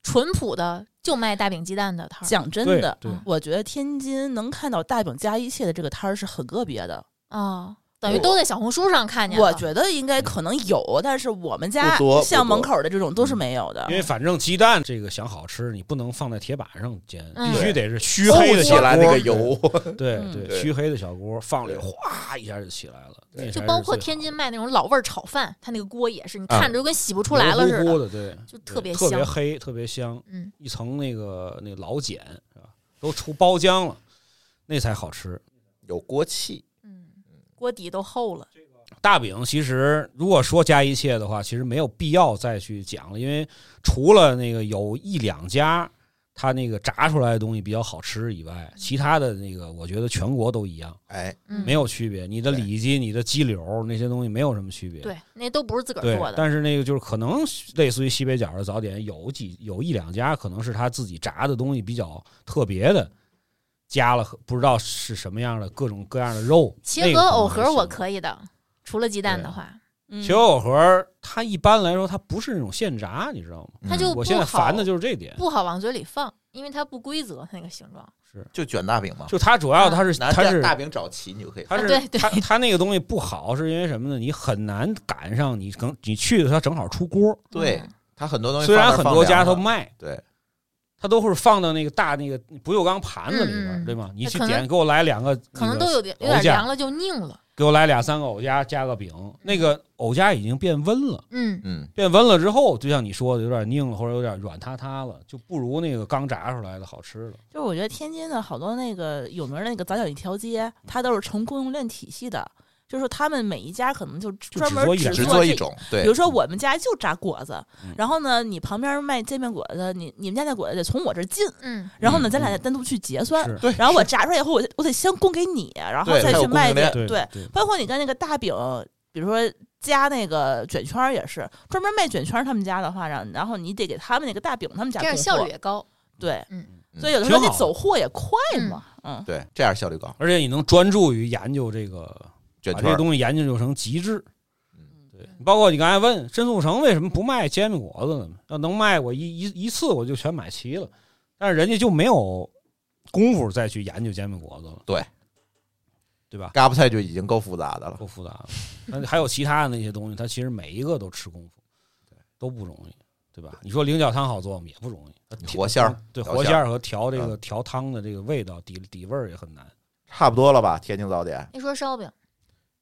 D: 淳朴的，就卖大饼鸡蛋的摊儿
E: 讲真
C: 对
E: 的，嗯
C: 对
E: 我觉得天津能看到大饼加一切的这个摊儿是很个别的，
D: 啊、等于都在小红书上看见了。
E: 我觉得应该可能有，但是我们
B: 不
E: 家
B: 多不
E: 像
B: 多
E: 门口的这种都是没有的
C: 因。为反正鸡蛋这个想好吃，你不能放在铁板上煎，
D: 嗯
C: 必须得是虚黑的
B: 起
C: 小
B: 来那
C: 锅
B: 个油，
C: 对
E: 嗯
C: 对，
B: 对
C: 虚黑的小锅放里，
B: 对
C: 哗一下就起来了。那才
D: 就是包括
C: 最好
D: 天津
C: 的
D: 卖那种老味儿炒饭，它那个锅也是，你
B: 啊
D: 看着就跟洗不出来了似
C: 油乎
D: 的。
C: 乎的，对，
D: 就特别
C: 对特别
D: 香
C: 黑，特别香，
D: 嗯，
C: 一层那个那老茧是吧，都出包浆了，那才好吃。
B: 有锅气，
D: 嗯，锅底都厚了。
C: 大饼其实如果说加一切的话，其实没有必要再去讲了，因为除了那个有一两家它那个炸出来的东西比较好吃以外，其他的那个我觉得全国都一样，
B: 哎，
D: 嗯，
C: 没有区别。你的
B: 对
C: 里脊、你的鸡柳那些东西没有什么区别。
D: 对，那都不是自个儿
C: 对
D: 做，的。
C: 但是那个就是可能类似于西北角的早点，有几有一两家可能是他自己炸的东西比较特别的，加了不知道是什么样的各种各样的肉。
D: 茄盒、藕盒我
C: 以。
D: 可以的，除了鸡蛋的
C: 对
D: 话，
E: 嗯
C: 茄藕盒儿它一般来说它不是那种现炸，你知道吗？
D: 它
B: 嗯
D: 就
C: 我
D: 不
C: 现在
D: 好
C: 烦的就是这点，
D: 不好往嘴里放，因为它不规则，它那个形状。
B: 就卷大饼嘛，
C: 就它主要它是
B: 拿
C: 它
B: 这
C: 是
B: 大饼找齐，你就可以
C: 它
D: 啊对
C: 是
D: 对
C: 它它那个东西不好，是因为什么呢？你很难赶上你正你去的它正好出锅，
B: 对
D: 嗯
B: 它很多东西
C: 虽然
B: 放那儿
C: 很
B: 放
C: 多家
B: 凉了
C: 都卖，
B: 对，
C: 它都是放到那个大那个不锈钢盘子里边
D: 嗯嗯
C: 儿，
D: 嗯
C: 对吗？你
D: 它
C: 去
D: 可能
C: 点给我来两个，
D: 可能
C: 那个
D: 都有点有
C: 藕
D: 点
C: 夹
D: 凉了就硬了。
C: 给我来俩三个藕夹加个饼，那个藕夹已经变温了。
D: 嗯，
B: 嗯，
C: 变温了之后，就像你说的，有点拧了或者有点软塌塌了，就不如那个刚炸出来的好吃了。
E: 就是我觉得天津的好多那个有名儿的那个早点一条街，它都是成供应链体系的，就是说他们每一家可能就专门
C: 做一两
B: 只
C: 只
B: 做
E: 这
B: 一。种，对
E: 比如，说我们家就炸果子
C: 嗯，
E: 然后呢，你旁边卖煎饼果子，你你们家那果子得从我这儿进，
D: 嗯，
E: 然后呢，
C: 嗯
E: 咱俩再单独去结算，
C: 是，
B: 对，
E: 然后我炸出来以后，我得我得先供给你，然后
B: 对
E: 再
B: 它有
E: 去
B: 供
E: 卖
B: 应
E: 给
B: 链
C: 对
E: 对，包括你跟那个大饼，比如说加那个卷圈儿也是，专门卖卷圈儿他们家的话，然然后你得给他们那个大饼他们家
D: 这样
E: 供
D: 效
E: 货
D: 率也高。
E: 对，
D: 嗯
B: 嗯
E: 所以有的时候
C: 挺
E: 你
C: 好
E: 走货也快嘛，嗯，
B: 对，这样效率高，
C: 而且你能专注于研究这个，
B: 卷
C: 把
B: 圈
C: 这
B: 儿
C: 东西研究成极致。
B: 嗯
C: 对，包括你刚才问申诉城为什么不卖煎饼果子呢？要能卖，我一一一次我就全买齐了。但是人家就没有功夫再去研究煎饼果子了。
B: 对，
C: 对吧？
B: 嘎巴菜就已经够复杂的了，
C: 够复杂了。但还有其他的那些东西，它其实每一个都吃功夫，都不容易，对吧？你说菱角汤好做吗？也不容易，它
B: 你活馅儿嗯
C: 对
B: 调
C: 活
B: 馅
C: 馅儿和调这个调汤的这个味道底底味儿也很难。
B: 差不多了吧？天津早点
D: 一说烧饼，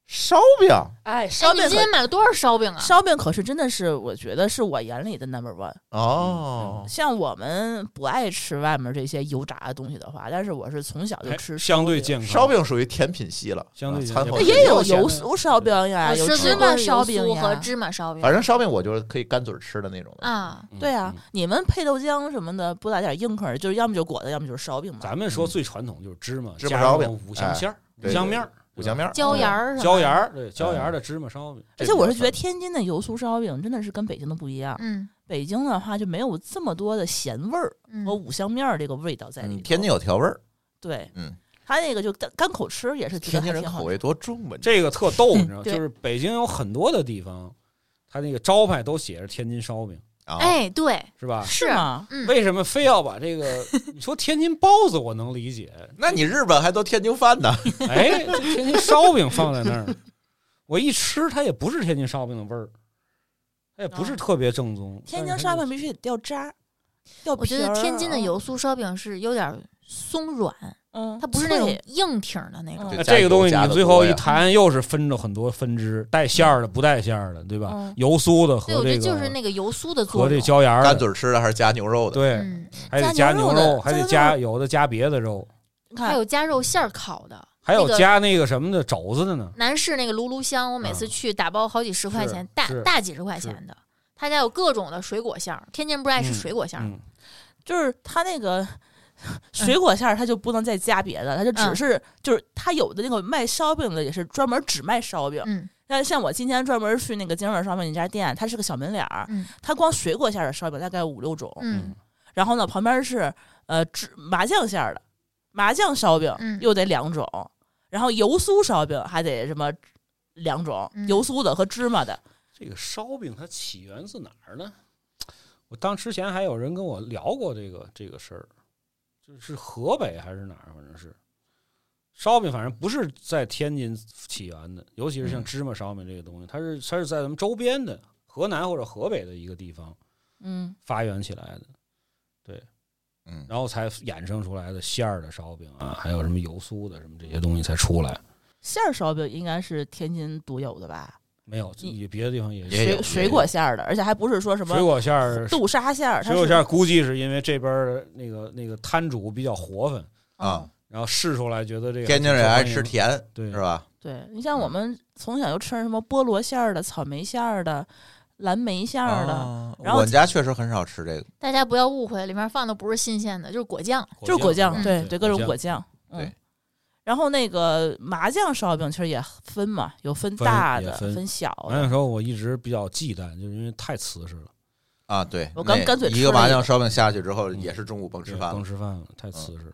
B: 烧饼，
E: 哎，
D: 哎，
E: 烧
D: 你
E: 饼
D: 们今天
E: 可
D: 买了多少烧饼啊？
E: 烧饼可是真的是我觉得是我眼里的 number one。
C: 嗯
B: 哦，
E: 像我们不爱吃外面这些油炸的东西的话，但是我是从小就
C: 还
E: 吃
C: 相对
E: 烧饼
C: 健康，
B: 烧饼属于甜品系了，
C: 嗯相对
B: 啊
C: 简
B: 餐
C: 单
B: 后
C: 那
E: 也有
C: 哦咸的
E: 油酥烧饼呀，
D: 我
E: 啊有
D: 吃
E: 芝
D: 过
E: 麻
D: 油
E: 烧饼
D: 酥
E: 呀
D: 哦和芝麻烧饼，
B: 反正烧饼我就是可以干嘴儿吃的那种的，
D: 啊，
C: 嗯
E: 对啊
C: 嗯，
E: 你们配豆浆什么的，不来点硬壳，就是要么就是果子，要么就是烧饼嘛。
C: 咱们说最传统就是芝麻，
B: 芝麻
C: 加
B: 烧
C: 上
B: 饼哎
C: 五香馅儿、
B: 对
C: 五香面儿、
B: 五香面儿，嗯
D: 椒盐儿，
C: 椒盐，儿，对椒盐儿的芝麻烧饼。
E: 而且我是觉得天津的油酥烧饼真的是跟北京的不一样，
D: 嗯
E: 北京的话就没有这么多的咸味儿
D: 嗯
E: 和，五香面儿这个味道在里
B: 嗯，
E: 头。
B: 天津有调味儿，
E: 对，
B: 嗯，
E: 它那个就干干口吃也是觉得
B: 天津
E: 还
B: 人
E: 挺好
B: 口
E: 吃。
B: 味多重啊吧？你
C: 这个特逗，你知道，
E: 嗯对
C: 就是北京有很多的地方，它那个招牌都写着天津烧饼，
B: 啊，
D: 哎，对，
C: 是吧？
E: 是吗？
D: 嗯，
C: 为什么非要把这 个？你说天津包子我能理解，
B: 那你日本还都天津 饭呢？
C: 哎，这天津烧饼放在那儿，我一吃它也不是天津烧饼的味儿，它也不是特别正宗。
E: 哦天津
C: 但是
E: 烧
C: 它就
E: 饼必须得掉渣儿，掉
D: 我觉
E: 皮
D: 得
E: 儿
D: 天津的
E: 啊，
D: 油酥烧饼是有点松软，
E: 嗯，
D: 它不是那种
E: 脆
D: 硬挺儿的那种。
E: 嗯
B: 对
C: 那
B: 加
C: 这个
B: 油
C: 东西
B: 加
C: 你
B: 得
C: 最
B: 多
C: 后
B: 呀
C: 一谈，又是分着很多分支，带馅儿的、不带馅儿的，对吧
E: 嗯？
C: 油酥的
D: 对，
C: 和
D: 我
C: 这
D: 觉得
C: 个
D: 就是那个油酥的作
C: 和这
D: 用。
C: 椒盐儿
B: 干
C: 的，
B: 嘴儿吃的还是加牛肉的？
C: 对，
D: 嗯，
C: 还得
E: 加
C: 加
E: 牛
C: 牛
E: 肉的
C: 还得
E: 加
C: 加有的加别的肉，
E: 你
D: 还
E: 看，
D: 有加肉馅儿烤的，
C: 还有
D: 那个
C: 加那个什么的肘子的呢，
D: 南市那个炉炉香，我每次
C: 嗯
D: 去打包好几十块
C: 是
D: 钱，大
C: 是
D: 大几十块钱的。他家有各种的水果馅儿，天津不是爱吃
C: 嗯
D: 水果馅儿吗，
C: 嗯，
E: 就是它 那个水果馅儿，它就不能再加别的，它就只
D: 嗯
E: 是就是它有的那个卖烧饼的也是专门只卖烧饼。
D: 嗯
E: 但是像我今天专门去那个京味烧饼那家店，它是个小门脸儿，
D: 嗯
E: 它光水果馅儿的烧饼大概有五六
C: 哦
E: 种，
D: 嗯
E: 然后呢旁边是呃芝麻酱馅儿的麻酱烧饼
D: 嗯
E: 又得两种，然后油酥烧饼还得什么两种，
D: 嗯
E: 油酥的和芝麻的。
C: 这个烧饼它起源自哪儿呢？我当之前还有人跟我聊过这个这个事儿，就是河北还是哪儿，反正是烧饼，反正不是在天津起源的，尤其是像芝麻烧饼这个东西，它是它是在咱们周边的河南或者河北的一个地方
E: 嗯，
C: 发源起来的，
B: 嗯，
C: 然后才衍生出来的馅儿的烧饼啊，还有什么油酥的什么这些东西才出来。
E: 馅儿烧饼应该是天津独有的吧？
C: 没有，
E: 你
C: 也别的地方也
B: 也有
E: 水水果馅儿的，而且还不是说什么
C: 水果馅儿
E: 豆沙馅儿，它
C: 水果
E: 是
C: 馅儿估计是因为这边儿的那个那个摊主比较活泛，
B: 啊，
C: 然后试出来觉得这个嗯
B: 天津人爱吃
C: 挺
B: 甜，
C: 对
B: 是吧？
E: 对你像我们从小就吃什么菠萝馅儿的、草莓馅儿的、蓝莓馅儿
C: 哦
E: 的，
B: 啊
E: 然后
B: 我们家确实很少吃这个，
D: 大家不要误会，里面放的不是新鲜的，就是果酱。
E: 就是果酱，
C: 嗯
E: 对
C: 对
E: 各种
C: 果
E: 果酱，嗯
B: 对。
E: 然后那个麻酱烧饼其实也分嘛，有分
C: 分
E: 大
C: 也
E: 的、
C: 分嗯
E: 分小
C: 完了
E: 的。
C: 时候我一直比较忌惮，就是因为太瓷实了，
B: 啊，对，
E: 我刚
B: 那
E: 干脆吃
B: 一个
E: 了
B: 麻
E: 一
B: 酱
E: 个
B: 烧饼下去之后，
C: 嗯
B: 也是中午甭吃
C: 对
B: 饭
C: 甭
B: 了。
C: 吃饭了，太瓷实了。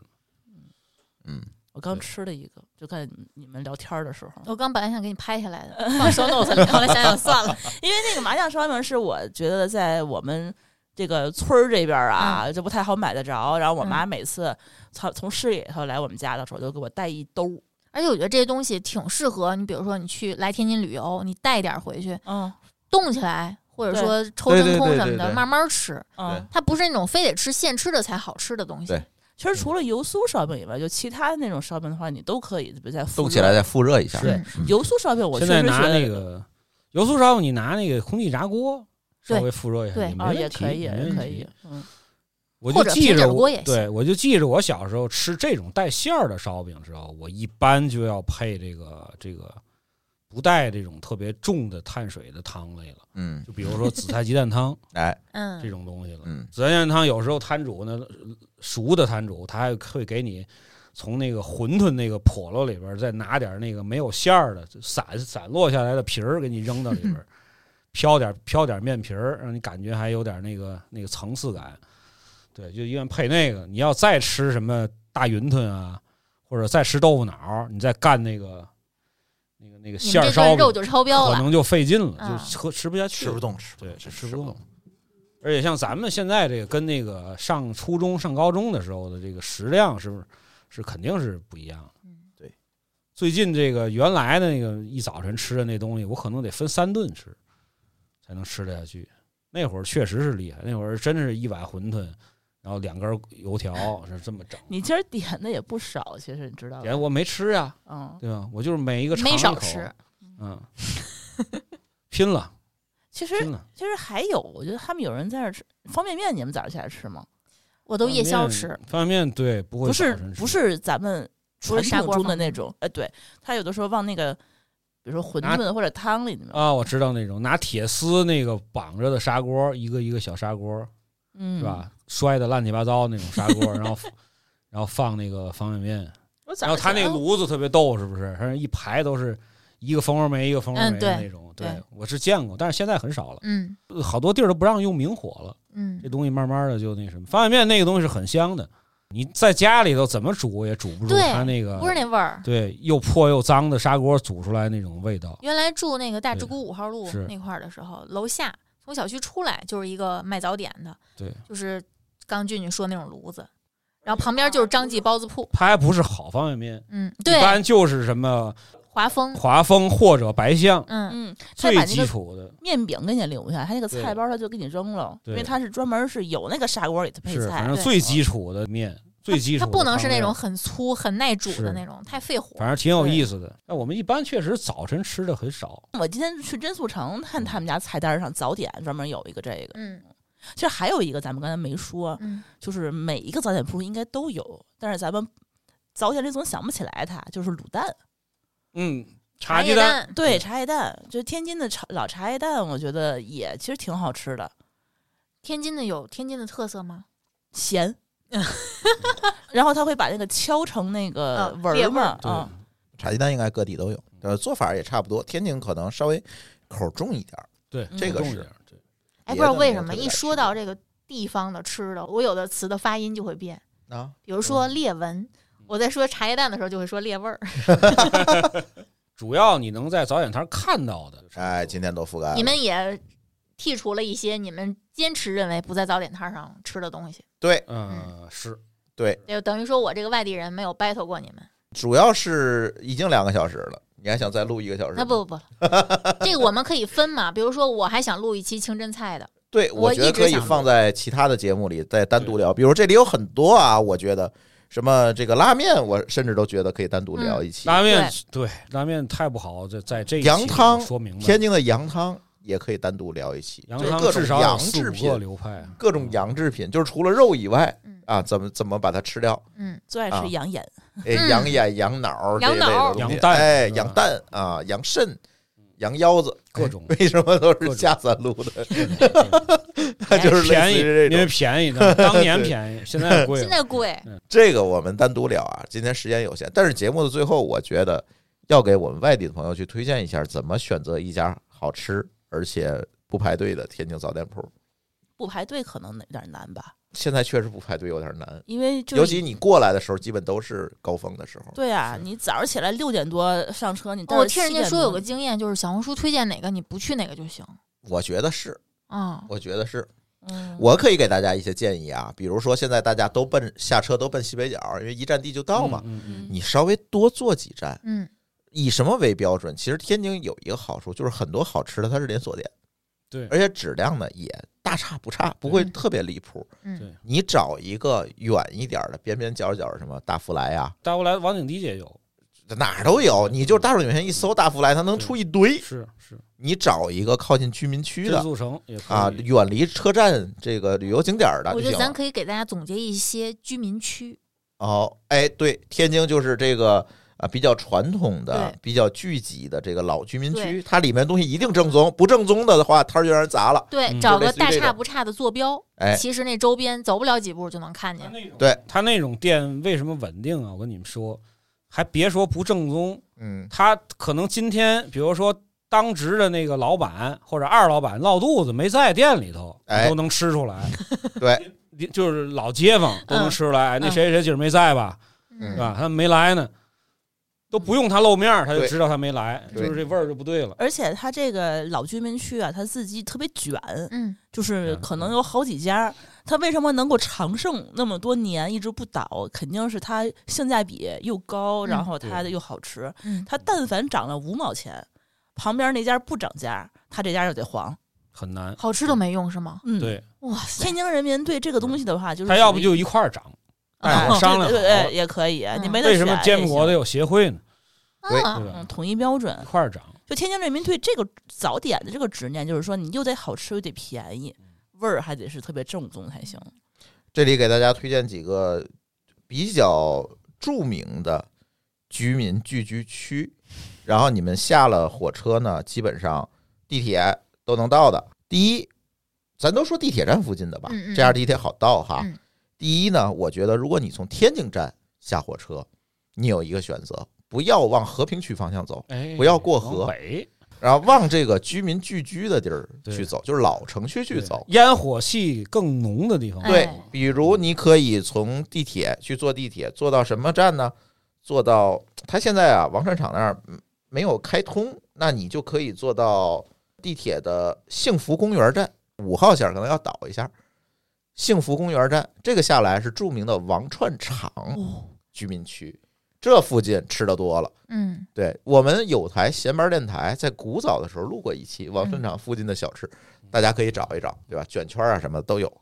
B: 嗯，
E: 我刚
C: 对
E: 吃了一个，就看你们聊天儿的时 候，
D: 我刚本来想给你拍下来的，
C: 嗯
D: 放 show notes 里，后来想想算了。
E: 因为那个麻酱烧饼是我觉得在我们这个村儿这边儿啊，就不太好买得着。然后我妈每次从从市里头来我们家的时候，就给我带一兜。
D: 而且我觉得这些东西挺适合你，比如说你去来天津旅游，你带点儿回去
E: 嗯
D: 冻起来，或者
E: 对
D: 说抽
B: 对
D: 真
B: 对
D: 空
B: 对
D: 什
B: 对
D: 么的，
B: 对
D: 慢慢吃。
E: 嗯
B: 对，
D: 它不是那种非得吃现吃的才好吃的东西
B: 对。
E: 其实除了油酥烧饼以外，就其他的那种烧饼的话，你都可以，比如在复
B: 冻起来。再复热一下。
E: 对
D: 嗯，
E: 油酥烧饼我确
C: 现
E: 实
C: 在
E: 觉
C: 拿
E: 得
C: 那个油酥烧饼，你拿那个空气炸锅稍
D: 对
C: 微复热一下，
D: 对
C: 也没
E: 啊，
C: 问
E: 也
C: 题
E: 可以，
C: 没
E: 也
C: 问
E: 可
C: 题
E: 以。嗯，
C: 我
D: 或
C: 就
D: 者
C: 记
D: 平
C: 着
D: 底锅
C: 我
D: 也行
C: 对我就记着我小时候吃这种带馅儿的烧饼时候，我一般就要配这个这个不带这种特别重的碳水的汤类了，
B: 嗯，
C: 就比如说紫菜鸡蛋汤
B: 哎，
D: 嗯，
C: 这种东西了。
B: 嗯，
C: 紫菜鸡蛋汤有时候摊主呢，熟的摊主他还会给你从那个馄饨那个笸箩里边再拿点那个没有馅儿的散散落下来的皮儿给你扔到里 边，飘点飘点面皮儿，让你感觉还有点那个那个层次感。对，就一般配那个。你要再吃什么大云吞啊，或者再吃豆腐脑儿，你再干那个那个那个
D: 你
C: 馅
D: 们
C: 儿
D: 这
C: 烧
D: 顿
C: 饼
D: 肉，就超标
C: 可
D: 了。
C: 能就费劲了，
D: 嗯
C: 就喝吃不下去
B: 吃
C: 了，
B: 不动吃，
C: 对，
B: 这
C: 吃
B: 不
C: 不
B: 动
C: 动。。而且像咱们现在这个跟那个上初中、上高中的时候的这个食量是不是是肯定是不一样的。
D: 嗯
B: 对，
C: 最近这个原来的那个一早晨吃的那东西，我可能得分三顿吃才能吃得下去。那会儿确实是厉害，那会儿真是一碗馄饨，然后两根油条是这么整。
E: 你今儿点的也不少，其实你知道吧？
C: 点我没吃呀、
E: 嗯，
C: 对吧？我就是每一个尝
D: 没
C: 一
D: 少
C: 口
D: 吃，
C: 嗯， 拼 了，
E: 其实
C: 拼了。
E: 其实还有，我觉得他们有人在那儿吃方便面，你们早上起来吃吗？
D: 我都夜宵吃。
C: 方便面，对，不会
E: 不是
C: 早晨吃
E: 不是咱们
D: 不是
E: 传
D: 砂
E: 统
D: 锅
E: 中的
D: 方
E: 那种，哎，对，他有的时候往那个，比如说馄
C: 拿
E: 饨或者汤里面，
C: 啊，我知道那种拿铁丝那个绑着的砂锅，一个一个小砂锅
E: 嗯，
C: 是？吧？摔的乱七八糟那种砂锅，然后然后放那个方便面，
E: 我早
C: 然后他
E: 上起
C: 那
E: 来
C: 个炉子特别逗，是不是？反正一排都是一个蜂窝煤一个蜂窝
D: 嗯
C: 煤的
D: 对
C: 那种，
D: 对
C: 我是见过，但是现在很少了，
D: 嗯
C: 呃好多地儿都不让用明火了，
D: 嗯
C: 这，东西慢慢的就那什么。方便面那个东西是很香的，你在家里头怎么煮也煮不住
D: 对
C: 它那个，
D: 不是那味儿。
C: 呃对又破又脏的砂锅煮出来那种味道。
D: 原来住那个大直沽五号路
C: 是
D: 那块儿的时候，楼下从小区出来就是一个卖早点的，
C: 对，哎
D: 就是刚俊俊说那种炉子，然后旁边就是张记包子铺，
C: 它还不是好方便面，
D: 嗯，
C: 一
D: 对，
C: 般就是什么
D: 华丰，
C: 华丰或者白象
D: 嗯，
E: 嗯，他把
C: 最
E: 那
C: 基
E: 个
C: 础的，
E: 面饼给你留下，他那个菜
C: 对
E: 包他就给你扔了，因为
C: 对
E: 他是专门是有那个砂锅里头配
C: 是反
E: 菜
C: 正，
D: 对
C: 最基础的面，最基础
D: 它
C: 的
D: 不能是
C: 汤
D: 那
C: 料
D: 种，很粗很耐煮
C: 是
D: 的那种，太费火
C: 反。正挺有意思的。那我们一般确实早晨吃的很少，
E: 我今天去真素城看他们家菜单上早点专门有一个这个，
D: 嗯
E: 其实还有一个咱们刚才没说，
D: 嗯
E: 就是每一个早点铺应该都有，但是咱们早点里总想不起来它，就是卤蛋，
C: 嗯，
D: 茶
C: 茶
D: 叶
C: 鸡蛋，
D: 蛋，
E: 对，茶叶蛋，就是天津的茶老茶叶蛋，我觉得也其实挺好吃的，
D: 天津的有天津的特色吗？
E: 咸。然后他会把那个敲成那个
D: 嗯
E: 纹
D: 裂
E: 儿
D: 味
E: 嘛
D: 儿，
E: 嗯，
B: 茶鸡蛋应该各地都有，
C: 嗯
B: 呃，做法也差不多。天津可能稍微口重一点儿，
C: 对，
E: 嗯
B: 这个
C: 重一
B: 是
C: 点儿，对
B: 别
D: 哎，不知道
B: 的
D: 为
B: 没有
D: 什么
B: 特别
D: 一
B: 大
D: 说
B: 区
D: 到这个地方的吃的，我有的词的发音就会变，
B: 啊。
D: 比如
C: 嗯
D: 说裂纹。我在说茶叶蛋的时候，就会说裂味儿。
C: 主要你能在早点摊看到的，
B: 哎，今天都覆盖了。
D: 你们也剔除了一些你们坚持认为不在早点摊上吃的东西，
B: 对
C: 嗯是
B: 对，
D: 就等于说我这个外地人没有 battle 过你们。
B: 主要是已经两个小时了，你还想再录一个小时吗？
D: 那 不不不，这个我们可以分嘛。比如说，我还想录一期清真菜的，
B: 对，
D: 我
B: 我觉得
D: 一直
B: 可以
D: 想
B: 放
D: 录
B: 在其他的节目里再单独聊。比如这里有很多啊，我觉得什么这个拉面，我甚至都觉得可以单独聊一期。
C: 嗯拉面，对拉面太不好，在在这一期
B: 羊汤
C: 说明白，
B: 天津的羊汤也可以单独聊一期，
C: 羊
B: 就是
C: 汤
B: 各
C: 至
B: 种
C: 少有
B: 羊
C: 四
B: 制
C: 五个
B: 品，
C: 流派啊，
B: 各种羊制品，就是除了肉以外
D: 嗯
B: 啊，怎么怎么把它吃 掉？
D: 嗯，
E: 最爱
B: 啊
E: 吃羊眼，
B: 哎，
D: 嗯
B: 羊眼、羊脑儿这一
D: 羊
B: 类的
D: 脑儿
B: 东西
C: 羊蛋
B: 哎，
C: 是吧嗯
B: 羊蛋啊，羊肾、羊腰子，
C: 各种
B: 为什么都
C: 各
B: 是
C: 种哎
B: 下三路的？
D: 便 宜
B: 就是类
C: 便
B: 似
C: 宜，
B: 于这
C: 因为
B: 种。
C: 便宜的，当年便宜，现在贵
D: 现
C: 了。
D: 在贵，
B: 这个我们单独聊啊，今天时间有限，但是节目的最后，我觉得要给我们外地的朋友去推荐一下，怎么选择一家好吃而且不排队的天津早点铺。
E: 不排队可能有点难吧，
B: 现在确实不排队有点难，
E: 因为就
B: 尤
E: 是
B: 其你过来的时候，基本都是高峰的时候。
E: 对啊，
C: 是
E: 你早上起来六点多上车，你到
D: 我
E: 了
D: 哦听人
E: 7
D: 家
E: 点
D: 说有
E: 多
D: 个经验，就是小红书推荐哪个你不去哪个就行。
B: 我觉得是，
D: 啊、
B: 我觉得是，
E: 嗯
B: 我可以给大家一些建议啊，比如说现在大家都奔下车都奔西北角，因为一站地就到嘛，
C: 嗯嗯
E: 嗯
B: 你稍微多坐几站。
D: 嗯，
B: 以什么为标准？其实天津有一个好处，就是很多好吃的它是连锁店，
C: 对
B: 而且质量呢也大差不差，不会
D: 嗯
B: 特别离谱。
D: 嗯
C: 对
B: 你找一个远一点的，边边角角什么大福来啊，
C: 大乌来王景迪也有，
B: 哪儿都有，你就是大众点评一搜大福来，它能出一堆。
C: 是是，
B: 你找一个靠近居民区
C: 真
B: 的
C: 速城也可
B: 啊，
C: 以
B: 远离车站这个旅游景点儿的
D: 我
B: 就
D: 觉得
B: 行啊
D: 咱
B: 了。
D: 可以给大家总结一些居民区，
B: 哦，哎，对，天津就是这个。啊，比较传统的
D: 对、
B: 比较聚集的这个老居民区
D: 对，
B: 它里面东西一定正宗，不正宗的的话，摊儿就让人砸了。
D: 对，
C: 嗯
D: 找
B: 就类
D: 个
B: 似于
D: 大
B: 这
D: 差
B: 种
D: 不差的坐标，
B: 哎，
D: 其实那周边走不了几步就能看
C: 他
D: 见。
C: 那种
B: 对，
C: 他那种店为什么稳定啊？我跟你们说，还别说不正宗，
B: 嗯，
C: 他可能今天比如说当值的那个老板或者二老板闹肚子没在店里头，
B: 哎
C: 你都能吃出来。
B: 对，
C: 你 就是老街坊都能吃出来，哎那
D: 嗯
C: 谁谁今儿没在吧？
B: 嗯
C: 是吧？他没来呢，都不用他露面儿，他就
B: 对
C: 知道他没来，
B: 对
C: 就是这味儿就不对了。
E: 而且它这个老居民区啊，它自己特别卷，
D: 嗯，
E: 就是
C: 嗯
E: 可能有好几家，它为什么能够长盛那么多年一直不倒？肯定是它性价比又高，
D: 嗯
E: 然后它
C: 对
E: 又好吃。
D: 嗯
E: 它但凡涨了五毛钱，旁边那家不涨价，它这家就得黄。
C: 很难。
D: 好吃都没用是吗？
E: 嗯，。
C: 对
D: 哇塞，
E: 天津人民对这个东西的话，就是
C: 他要不就一块儿涨，哎
E: 啊
C: 商量
E: 对对
C: 好了
E: 对也可以，你没得
C: 为什么
E: 选
C: 煎
E: 也
C: 饼果子
E: 行
C: 有协会呢？
B: 对
D: 啊
C: 对
E: 嗯
C: 吧？
E: 统一标准
C: 一？块儿涨，
E: 就天津人民对这个早点的这个执念，就是说你又得好吃又得便宜，
C: 嗯
E: 味儿还得是特别正宗才行。
B: 这里给大家推荐几个比较著名的居民聚居区，然后你们下了火车呢，基本上地铁都能到的。第一，咱都说地铁站附近的吧，
D: 嗯嗯
B: 这样地铁好到哈。
D: 嗯
B: 第一呢，我觉得如果你从天津站下火车，你有一个选择，不要往和平区方向走，
C: 哎，
B: 不要过河
C: 往北
B: 然后往这个居民聚居的地儿
C: 对
B: 去走，就是老城区去
C: 对
B: 走。
C: 烟火气更浓的地方。
D: 哎
B: 对，比如你可以从地铁去坐地铁，坐到什么站呢？坐到它现在啊，王船厂那儿嗯没有开通，那你就可以坐到地铁的幸福公园站五号线，可能要倒一下。幸福公园站这个下来是著名的王串厂居民区，这附近吃的多了。
D: 嗯
B: 对我们有台闲班电台，在古早的时候
C: 嗯
B: 录过一期王顺厂附近的小吃，大家可以找一找，对吧？卷圈啊什么的都有。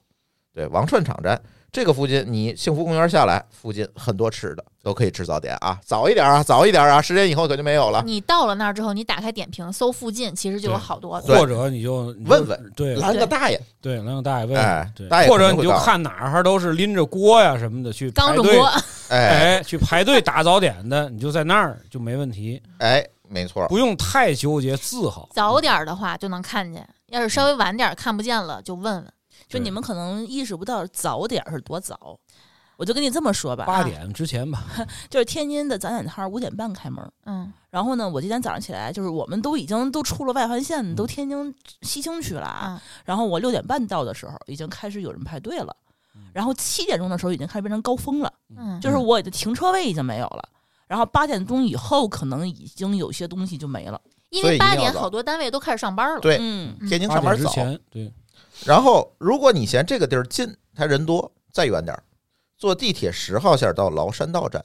B: 对，王串场站这个附近，你幸福公园下来，附近很多吃的都可以吃早点啊，早一点啊，早一点啊，十点以后可就没有了。
D: 你到了那儿之后，你打开点评搜附近，其实就有
C: 对
D: 好多。
C: 或者你就你就
B: 问问
C: 对
B: 拦个大爷，
C: 对，能让大爷问
B: 哎
C: 问，对
B: 大爷
C: 或
B: 肯
C: 者
B: 定
C: 你
B: 会
C: 就
B: 告诉
C: 看哪儿都是拎着锅呀什么的去
D: 刚
C: 排
D: 中
C: 队，
D: 国，
B: 哎
C: 哎，去排队打早点的，你就在那儿就没问题，
B: 哎，没错，
C: 不用太纠结自豪。
D: 早点儿的话就能看见，要是稍微晚点儿看不见了就问问。
E: 就
C: 对
E: 你们可能意识不到早点是多早。我就跟你这么说吧，啊
C: 八，点之前吧，
E: 就是天津的早点摊儿五点半开门，
D: 嗯，
E: 然后呢，我今天早上起来，就是我们都已经都出了外环线，
C: 嗯
E: 都天津西青区了啊。
D: 啊，
E: 然后我六点半到的时候，已经开始有人排队了。
C: 嗯
E: 然后七点钟的时候，已经开始变成高峰了，
D: 嗯，
E: 就是我的停车位已经没有了。然后八点钟以后，可能已经有些东西就没了。
D: 因
B: 所以一
D: 为
B: 定
D: 八
B: 要
D: 点
B: 早
D: 好多单位都开始上班了。
B: 对
E: 嗯，
D: 嗯
B: 天津
C: 八
B: 上
C: 点
B: 班
C: 之
B: 早。
C: 前，对，
B: 然后，如果你嫌这个地儿近，它人多，再远点儿，坐地铁十号线到崂山道站，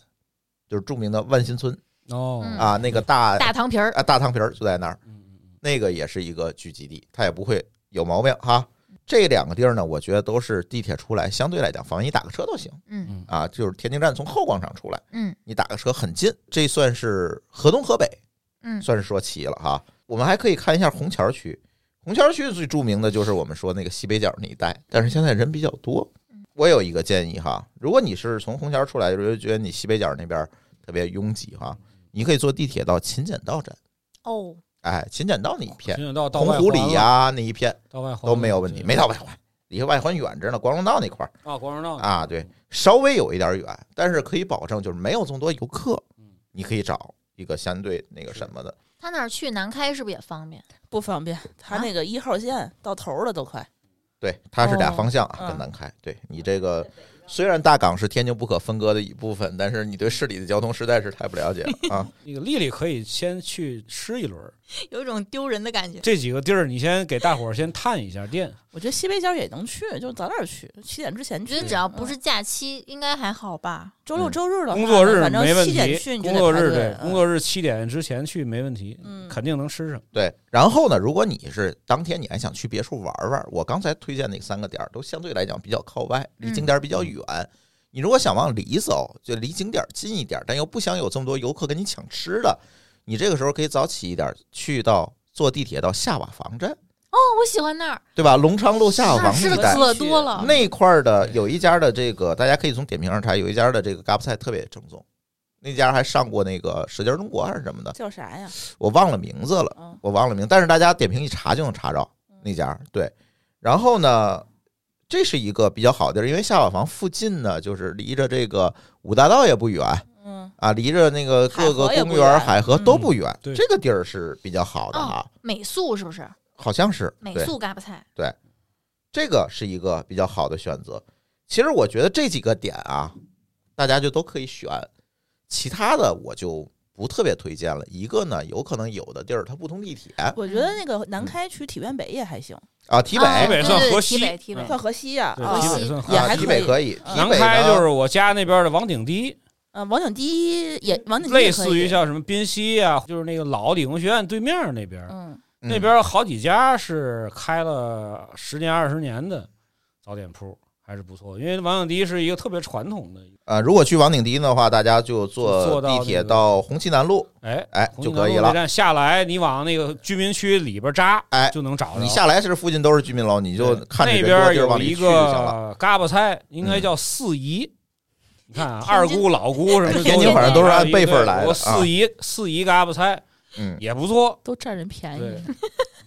B: 就是著名的万新村
C: 哦，
D: 嗯
B: 啊，那个大
D: 大糖皮儿，
B: 啊大汤皮儿就在那儿，
C: 嗯嗯嗯
B: 那个也是一个聚集地，它也不会有毛病哈。这两个地儿呢，我觉得都是地铁出来相对来讲，反正你打个车都行
D: 嗯
C: 嗯
B: 啊。就是天津站从后广场出来，
D: 嗯
B: 你打个车很近，这算是河东河北，
D: 嗯，
B: 算是说齐了哈。我们还可以看一下红桥区，红桥区最著名的就是我们说那个西北角那一带，但是现在人比较多
D: 嗯。
B: 我有一个建议哈，如果你是从红桥出来，就觉得你西北角那边特别拥挤哈，你可以坐地铁到秦简道站，
D: 哦，
B: 哎，秦简道那一片，
C: 秦远嗯道到
B: 红
C: 外
B: 湖
C: 环
B: 里
C: 了哦
B: 呀、那一片
C: 到外环
B: 都没有
C: 了
B: 问题，
C: 对
B: 没到外环，离外环远着呢，光荣道那块儿
C: 啊，光荣道
B: 啊，对，稍微有一点远，但是可以保证就是没有这么多游客
C: 嗯，
B: 你可以找一个相对那个什么的，
D: 他那儿去南开是不是也方便？
E: 不方便，
D: 啊
E: 它那个一号线到头了都快。
B: 对，它是俩
D: 哦
B: 方向啊
E: 嗯
B: 跟南开。对你这个，虽然大港是天津不可分割的一部分，但是你对市里的交通实在是太不了解了啊。
C: 那个丽丽可以先去吃一轮儿，
D: 有一种丢人的感觉。
C: 这几个地儿你先给大伙儿先探一下店，
E: 我觉得西北角也能去，就早点去，七点之前
D: 我
E: 去。
D: 觉
C: 嗯
D: 得只要不是假期，应该还好吧？
E: 周六周日的话
C: 工作日
E: 反正
C: 没问
E: 七点去
C: 题，
E: 你就
C: 工
E: 得
C: 作
E: 排
C: 日
E: 队
C: 对，
E: 嗯
C: 工作日七点之前去没问题，
E: 嗯
C: 肯定能吃上。
B: 对，然后呢，如果你是当天你还想去别处玩玩，我刚才推荐那三个点儿都相对来讲比较靠外，离景点儿比较远。你如果想往里走，就离景点儿近一点儿，但又不想有这么多游客跟你抢吃的，你这个时候可以早起一点儿，去到坐地铁到下瓦房站，
D: 哦，我喜欢那儿，
B: 对吧？隆昌路下瓦
D: 那儿
B: 房
D: 吃
B: 那
D: 的
B: 一带，
D: 可多了。
B: 那块儿的有一家的这个，大家可以从点评上查，有一家的这个嘎巴菜特别正宗，那家还上过那个《舌尖中国》还是什么的，
E: 叫啥呀？
B: 我忘了名字了，
E: 嗯，
B: 我忘了名，但是大家点评一查就能查着那家。对，然后呢，这是一个比较好的地儿，因为下瓦房附近呢，就是离着这个五大道也不远
E: 嗯，
B: 啊，离着那个各个
E: 海河也
B: 公
E: 不
B: 园、
E: 远
B: 海河都不远，
C: 对
B: 这个地儿是比较好的啊
D: 哦，，美素是不是？
B: 好像是
D: 美
B: 对
D: 素嘎巴菜，
B: 这个是一个比较好的选择。其实我觉得这几个点啊，大家就都可以选，其他的我就不特别推荐了。一个呢，有可能有的地儿它不通地铁
E: 我觉得那个南开区体院北也还行，嗯
B: 啊，体北
D: 啊
C: 北算
D: 对对
C: 河
D: 提北
C: 西
D: 提北
C: 嗯
E: 算河西呀，
C: 对
E: 啊
D: 西
C: 基本算
E: 也
B: 啊，
E: 还
B: 体
E: 可
B: 北
E: 以
B: 可以，
E: 嗯
B: 体
C: 南
B: 北
C: 开就
B: 呢
C: 是我家那边的王顶堤，
E: 呃，王景堤也王景堤也
C: 类
E: 可
C: 似于
E: 以
C: 像什么宾夕啊，就是那个老理工学院对面儿那边儿，
E: 嗯，
B: 嗯
C: 那边儿好几家是开了十年二十年的早点铺，还是不错。因为王顶堤是一个特别传统的，
B: 啊。如果去王顶堤的话，大家就
C: 就
B: 坐
C: 坐到
B: 地铁
C: 那个
B: 到红旗南路，
C: 哎。
B: 哎
C: 红
B: 就
C: 旗南
B: 可以
C: 路那
B: 了。
C: 站下来，你往那个居民区里边扎，
B: 哎
C: 就能找着。
B: 你下来是附近都是居民楼，你就
C: 对
B: 看着
C: 那
B: 人
C: 边
B: 多
C: 儿
B: 地儿
C: 有
B: 往里
C: 一
B: 去就行了。嗯
C: 个嘎巴菜，应该叫四姨。你看啊，二姑、老姑什么的，
B: 天津反正都是按辈分儿来的
C: 我
B: 啊
C: 四姨，四姨嘎巴菜
B: 嗯，
C: 也不错，
E: 都占人便
C: 对
E: 宜。，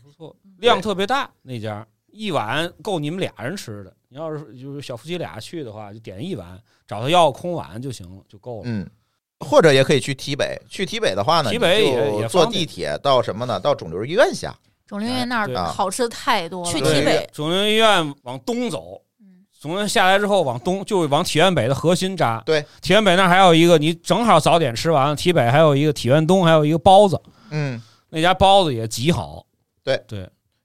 C: 不错，量特别大那家，一碗够你们俩人吃的。你要是就是小夫妻俩去的话，就点一碗，找他要空碗就行了，就够了。
B: 嗯，或者也可以去体北。去体北的话呢，
C: 体北
B: 你
C: 也
B: 就
C: 也
B: 坐
C: 方便
B: 地铁到什么呢？到肿瘤医院下。
D: 肿瘤医院那
C: 对
D: 儿好吃的太多了。
E: 去
B: 对
E: 体北，
C: 肿瘤医院往东走
D: 嗯。
C: 从那下来之后，往东就往体院北的核心扎。
B: 对，
C: 体院北那儿还有一个，你正好早点吃完了。体北还有一个体院东，还有一个包子，
B: 嗯，
C: 那家包子也极好。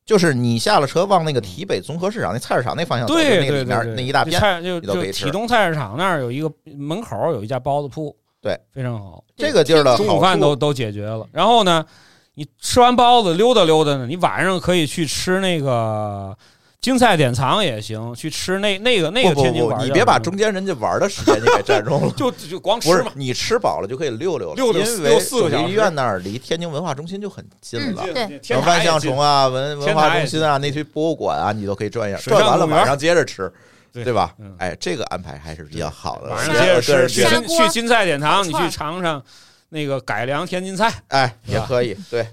B: 就是你下了车往那个体北综合市场那菜市场那方向走，
C: 对
B: 啊就那个
C: 对
B: 里
C: 对
B: 面
C: 对，
B: 那一大片。
C: 菜就
B: 你都可以
C: 就
B: 吃
C: 体东菜市场那儿有一个门口有一家包子铺，
B: 对，
C: 非常好。
B: 这个地儿的
C: 中午
B: 好
C: 饭
B: 处
C: 都都解决了。然后呢，你吃完包子溜达溜达呢，你晚上可以去吃那个京菜典藏也行，去吃那那个那个
B: 不
C: 天津
B: 不
C: 馆
B: 不，
C: 儿
B: 你
C: 叫
B: 别
C: 什
B: 把
C: 么。
B: 中间人家玩的时间你给占用了
C: 就就光
B: 不
C: 吃
B: 是
C: 嘛，
B: 你吃饱了就可以溜溜了，
C: 溜溜
B: 因
C: 溜
B: 为
C: 四个小时
B: 九黎医院那儿离天津文化中心就很近
D: 嗯
B: 了。
D: 对
C: 天
B: 能
C: 坛
B: 万
C: 也
B: 象
C: 近
B: 城啊、文文
C: 天
B: 化
C: 坛也
B: 中心啊、那些博物馆啊，你都可以转一下，
C: 水
B: 转
C: 上
B: 完了
C: 公园
B: 晚上接着吃，
C: 对
B: 对吧
C: 嗯？
B: 哎，这个安排还是比较好的。
C: 晚
B: 我
C: 上
B: 觉得我
C: 接着
B: 个人
C: 吃，
B: 觉
C: 去
D: 沙
B: 得，
C: 金
D: 锅
C: 去金菜典
D: 烤
C: 堂，你
D: 串
C: 去尝尝那个改良天津菜，
B: 哎，
C: 是
B: 也
C: 吧
B: 可以，对，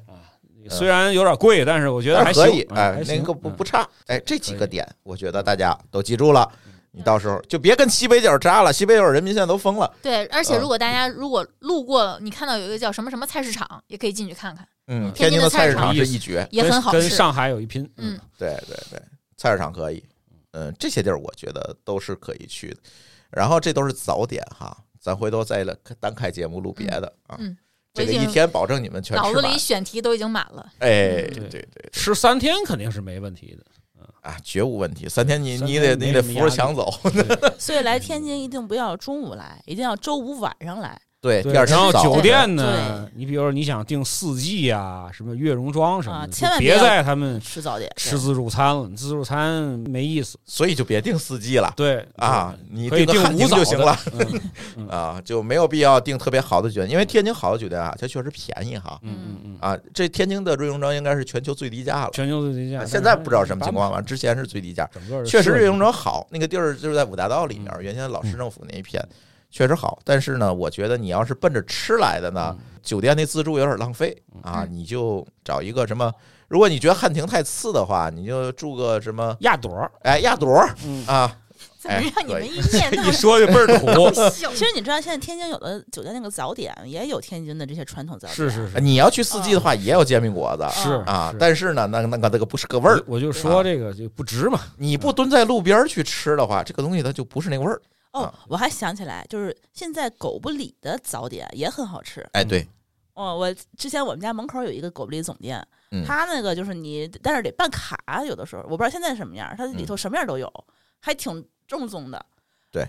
C: 虽然有点贵，但是我觉得
B: 嗯但
C: 还
B: 是
C: 行
B: 可以，，
C: 嗯
B: 哎
C: 还，
B: 那
C: 行
B: 个不
C: 嗯
B: 不差，哎，这几
C: 可
B: 个
C: 以
B: 点我觉得大家都记住了，你到时候就别跟西北角扎了，西北角人民现在都疯了，
D: 对，而且
B: 嗯
D: 如果大家如果路过，你看到有一个叫什么什么菜市场，也可以进去看看，
B: 嗯，天
D: 天津
B: 津
D: 的
B: 的
D: 菜
B: 菜
D: 市
B: 市
D: 场
B: 场是一绝，
D: 也
C: 跟
D: 很好
C: 跟
D: 吃。
C: 上海有一拼，
D: 嗯，
B: 对对对，菜市场可以，嗯，这些地儿我觉得都是可以去的。然后这都是早点哈，咱回头再来单开节目录别的啊。
D: 嗯我
B: 这个
D: 已
B: 一
D: 经
B: 天保证你们全
D: 脑
B: 吃
D: 子
B: 完
D: 里。选题都已经满 了，
B: 哎，
C: 嗯
B: 对
C: 对
B: 对对
C: 吃三天肯定是没问题的。
B: 啊，绝无问题。三天你
C: 三
B: 你
C: 天
B: 得
C: 没
B: 你得
C: 什么
B: 扶着
C: 压
B: 墙走，
E: 所以来天津一定不要中午来，一定要周五晚上来。
B: 对，
C: 对
B: 第二天
C: 然后
B: 早
C: 酒
B: 上
C: 店呢，你比如说你想订四季啊，什么悦榕庄什么
E: 啊
C: 的，
E: 千万
C: 就
E: 别
C: 别
E: 要
C: 在他们
E: 吃早点，
C: 吃自助餐了，自助餐没意思。
B: 所以就别定四季了
C: 对
B: 啊，，你
C: 可以
B: 个
C: 订
B: 汉
C: 五
B: 庭
C: 早
B: 就行了
C: 的。嗯嗯
B: 啊，就没有必要订特别好的酒店，因为天津好的酒店啊，它确实便宜哈
C: 嗯嗯 嗯，
B: 啊，这天津的瑞荣庄应该是全球最低价了。
C: 全球最低价
B: 啊，现在不知道什么情况，反正之前是最低价，
C: 整个
B: 确实
C: 是
B: 瑞荣庄好，那个地儿就是在五大道里面，
C: 嗯
B: 原先老市政府那一片。确实好，但是呢，我觉得你要是奔着吃来的呢，
C: 嗯
B: 酒店那自助有点浪费啊。
D: 嗯
B: 你就找一个什么，如果你觉得汉庭太次的话，你就住个什么，
C: 亚朵儿，
B: 哎，亚朵儿
C: 嗯，
B: 啊，
D: 怎么
B: 哎
D: 让你
B: 可
D: 们
B: 以
D: 一念到
C: 一说就倍儿 土。
D: 笑？
E: 其实你知道，现在天津有的酒店那个早点也有天津的这些传统早点，
C: 是是是
B: 你要去四季的话，也有煎饼果子
C: 啊是
B: 啊
C: 是，嗯
B: 但是呢，那那个那个不是个味儿，
C: 我就我就
B: 啊
C: 说这个就不值嘛。
B: 你不蹲在路边儿去吃的话，这个东西它就不是那个味儿。
C: 嗯
E: 哦
B: 啊，
E: 我还想起来，就是现在狗不理的早点也很好吃。
B: 哎，
C: 嗯
B: 对，
E: 哦，我之前我们家门口有一个狗不理总店
B: 嗯，
E: 它那个就是你，但是得办卡，有的时候我不知道现在什么样，它
C: 嗯
E: 里头什么样都有，还挺正宗的。
B: 对，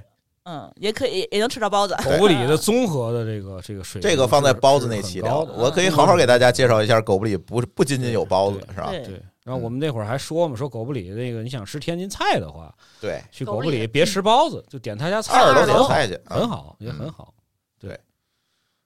E: 嗯，也可以也能吃到包子。
B: 对
C: 狗不理的综合的这个这个水平
B: 这
C: 是，
B: 个放在包子那
C: 是
B: 期
C: 很
B: 聊，
C: 高的啊嗯
B: 我可以好好给大家介绍一下狗不理，不不仅仅有包子
C: 对
B: 是吧？
E: 对
C: 啊对。然后
B: 嗯
C: 我们那会儿还说嘛，说狗不理那个你想吃天津菜的话，
B: 对，
C: 去
D: 狗
C: 狗
D: 不
C: 不
D: 理嗯
C: 理别吃包子，就点他家菜，
B: 二楼
D: 二
B: 点
D: 楼
B: 菜去啊
C: 很，好，也很好。
B: 对，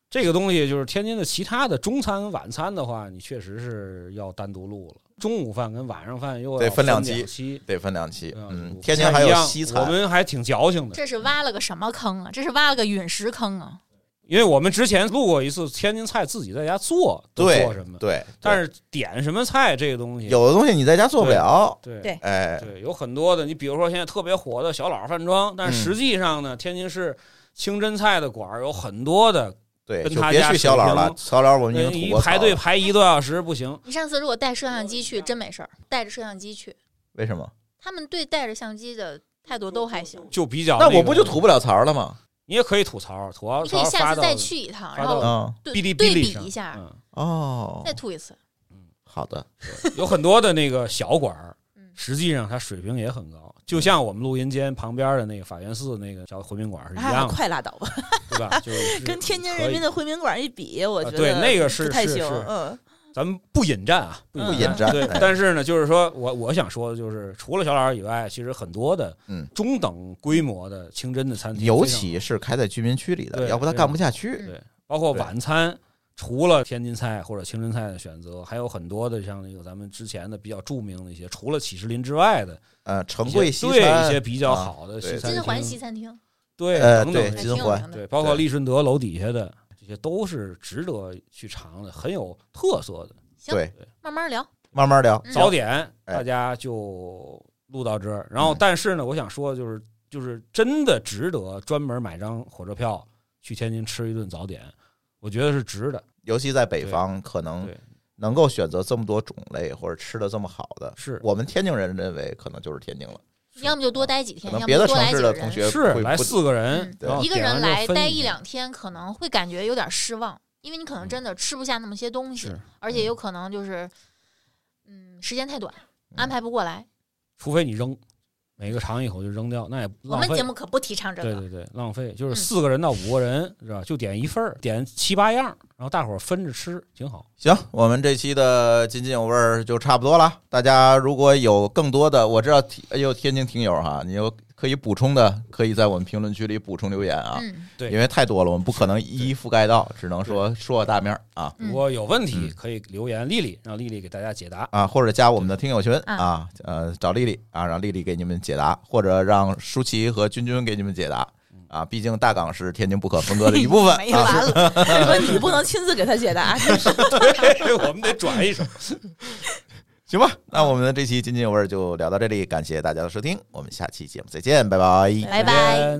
C: 这个东西就是天津的其他的中餐、晚餐的话，你确实是要单独录了。中午饭跟晚上饭又要
B: 对分
C: 分
B: 两
C: 期
B: 期，得分两期。
C: 啊
B: 嗯，
C: 不
B: 天津
C: 太
B: 还
C: 一
B: 有
C: 样
B: 西
C: 我
B: 餐，
C: 们还挺矫情的，
D: 这是挖了个什么坑啊？这是挖了个陨石坑啊！
C: 因为我们之前录过一次天津菜，自己在家做都
B: 对
C: 做什么，
B: 对，
C: 但
B: 是
C: 是点什么菜这个东西，
B: 有的东西你在家做不了，
C: 对
E: 对
B: 哎，
C: 对，有很多的。你比如说现在特别火的小老饭庄，但
B: 嗯
C: 实际上呢，天津市清真菜的馆儿有很多的，
B: 对，
C: 跟
B: 就
C: 他
B: 别
C: 家
B: 去
C: 水
B: 小老
C: 平
B: 了，小老我们已经吐
C: 一
B: 过
C: 排
B: 槽
C: 队
B: 了，
C: 排一个多小时不行。
D: 你上次如果带摄像机去，真没事儿；带着摄像机去，
B: 为什么？
D: 他们对带着相机的态度 都还行。
C: 就比较、
B: 那
C: 个
B: 我不就吐不了槽了吗？
C: 你也可以吐槽，吐槽
D: 你可以
C: 槽
D: 下
C: 发
D: 次
C: 到
D: 再去一趟，
C: 发
D: 然
C: 到
D: 后
B: 嗯，
D: 对
C: 哔哩
D: 对
C: 哔
D: 比
C: 哩上
D: 一下，
C: 嗯，
B: 哦
D: 再，吐一次。
B: 好的，
C: 有很多的那个小馆儿
D: 嗯，
C: 实际上它水平也很高，就像我们录音间旁边的那个法源寺那个小回民馆是一
E: 啊，
C: 样的，
E: 快拉倒吧！
C: 对 吧？就是
E: 跟天津人民
C: 可
E: 的回民馆一比，我
C: 啊
E: 觉得
C: 对那个是
E: 不太
C: 是
E: 行。
C: 是啊
E: 嗯，
C: 以咱们不引战啊，不
E: 嗯
B: 不引战，
C: 对
B: 哎，
C: 但是呢，就是说我我想说的就是，除了小老儿以外，其实很多的
B: 嗯
C: 中等规模的清真的餐厅，
B: 尤
C: 非常
B: 其是开在居民区里的，
C: 对
B: 要不他
C: 非
B: 干
C: 常
B: 不下去
D: 嗯。
C: 包括
B: 对
C: 晚餐，除了天津菜或者清真菜的选择，还有很多的像那个咱们之前的比较著名的一些，除了起士林之外的
D: 嗯
B: 呃，成
C: 一些
B: 贵西
C: 对
B: 餐
C: 一些比较好的西
B: 啊对
C: 餐
D: 金
C: 厅，
D: 环西餐厅
C: 对
B: 呃，
C: 等
B: 对，
C: 等
D: 还
B: 金
D: 挺有
B: 环
D: 名的
C: 对，包括
B: 对
C: 利顺德楼底下的这些都是值得去尝的，很有特色的
D: 行
B: 对
D: 慢慢聊。
B: 慢慢聊。
D: 嗯
C: 早点，
B: 哎
C: 大家就录到这儿。然后
B: 嗯，
C: 但是呢，我想说的就是，就是真的值得专门买张火车票去天津吃一顿早点，我觉得是值的。
B: 尤其在北方，可能
C: 对，
B: 能够选择这么多种类或者吃的这么好的，
C: 是
B: 我们天津人认为可能就是天津了，
D: 要么就多待几
B: 可
D: 天，
B: 能
D: 要么
B: 别的
D: 就多
B: 城
D: 来
B: 市
D: 几
B: 的
D: 个
B: 同
D: 人。
B: 学
C: 是
B: 会
C: 来
B: 不
C: 四个人
D: 嗯，
B: 对
C: 然后
D: 一个
C: 哦点完
D: 人
C: 之后
D: 来
C: 分
D: 待
C: 你
D: 一两天可能会感觉有点失望，因为你可能真的吃不下那么些东西
C: 是，
D: 而且有可能
C: 嗯
D: 嗯就是，嗯，时间太短，安排不过来。
C: 除非你扔，每个尝一口就扔掉，那也
D: 我
C: 浪
D: 们
C: 费
D: 节。目可不提倡这
C: 对
D: 个，
C: 对对，浪费就是
D: 嗯
C: 四个人到五个人是吧？就点一份儿，点七八样儿，然后大伙儿分着吃，挺好。
B: 行，我们这期的津津有味儿就差不多了。大家如果有更多的，我知道天哎呦天津听友哈，你有可以补充的，可以在我们评论区里补充留言啊，
D: 嗯，
C: 对
B: 因为太多了，我们不可能一一覆盖到，只能说说个大面儿啊
D: 嗯
C: 如果有问题
B: 嗯
C: 可以留言丽丽，让丽丽给大家解 答。
B: 啊，或者加我们的听友群
D: 啊
B: 啊，呃，找丽丽啊，让丽丽给你们解答，或者让舒淇和君君给你们解答啊，毕竟大港是天津不可分割的一部 分
D: 没
B: 啊。
D: 完了，
E: 这问题不能亲自给他解答，真是
C: 对，我们得转一手。
B: 行吧，那我们的这期津津有味儿就聊到这里，感谢大家的收听，我们下期节目再见，拜拜。
D: 拜拜。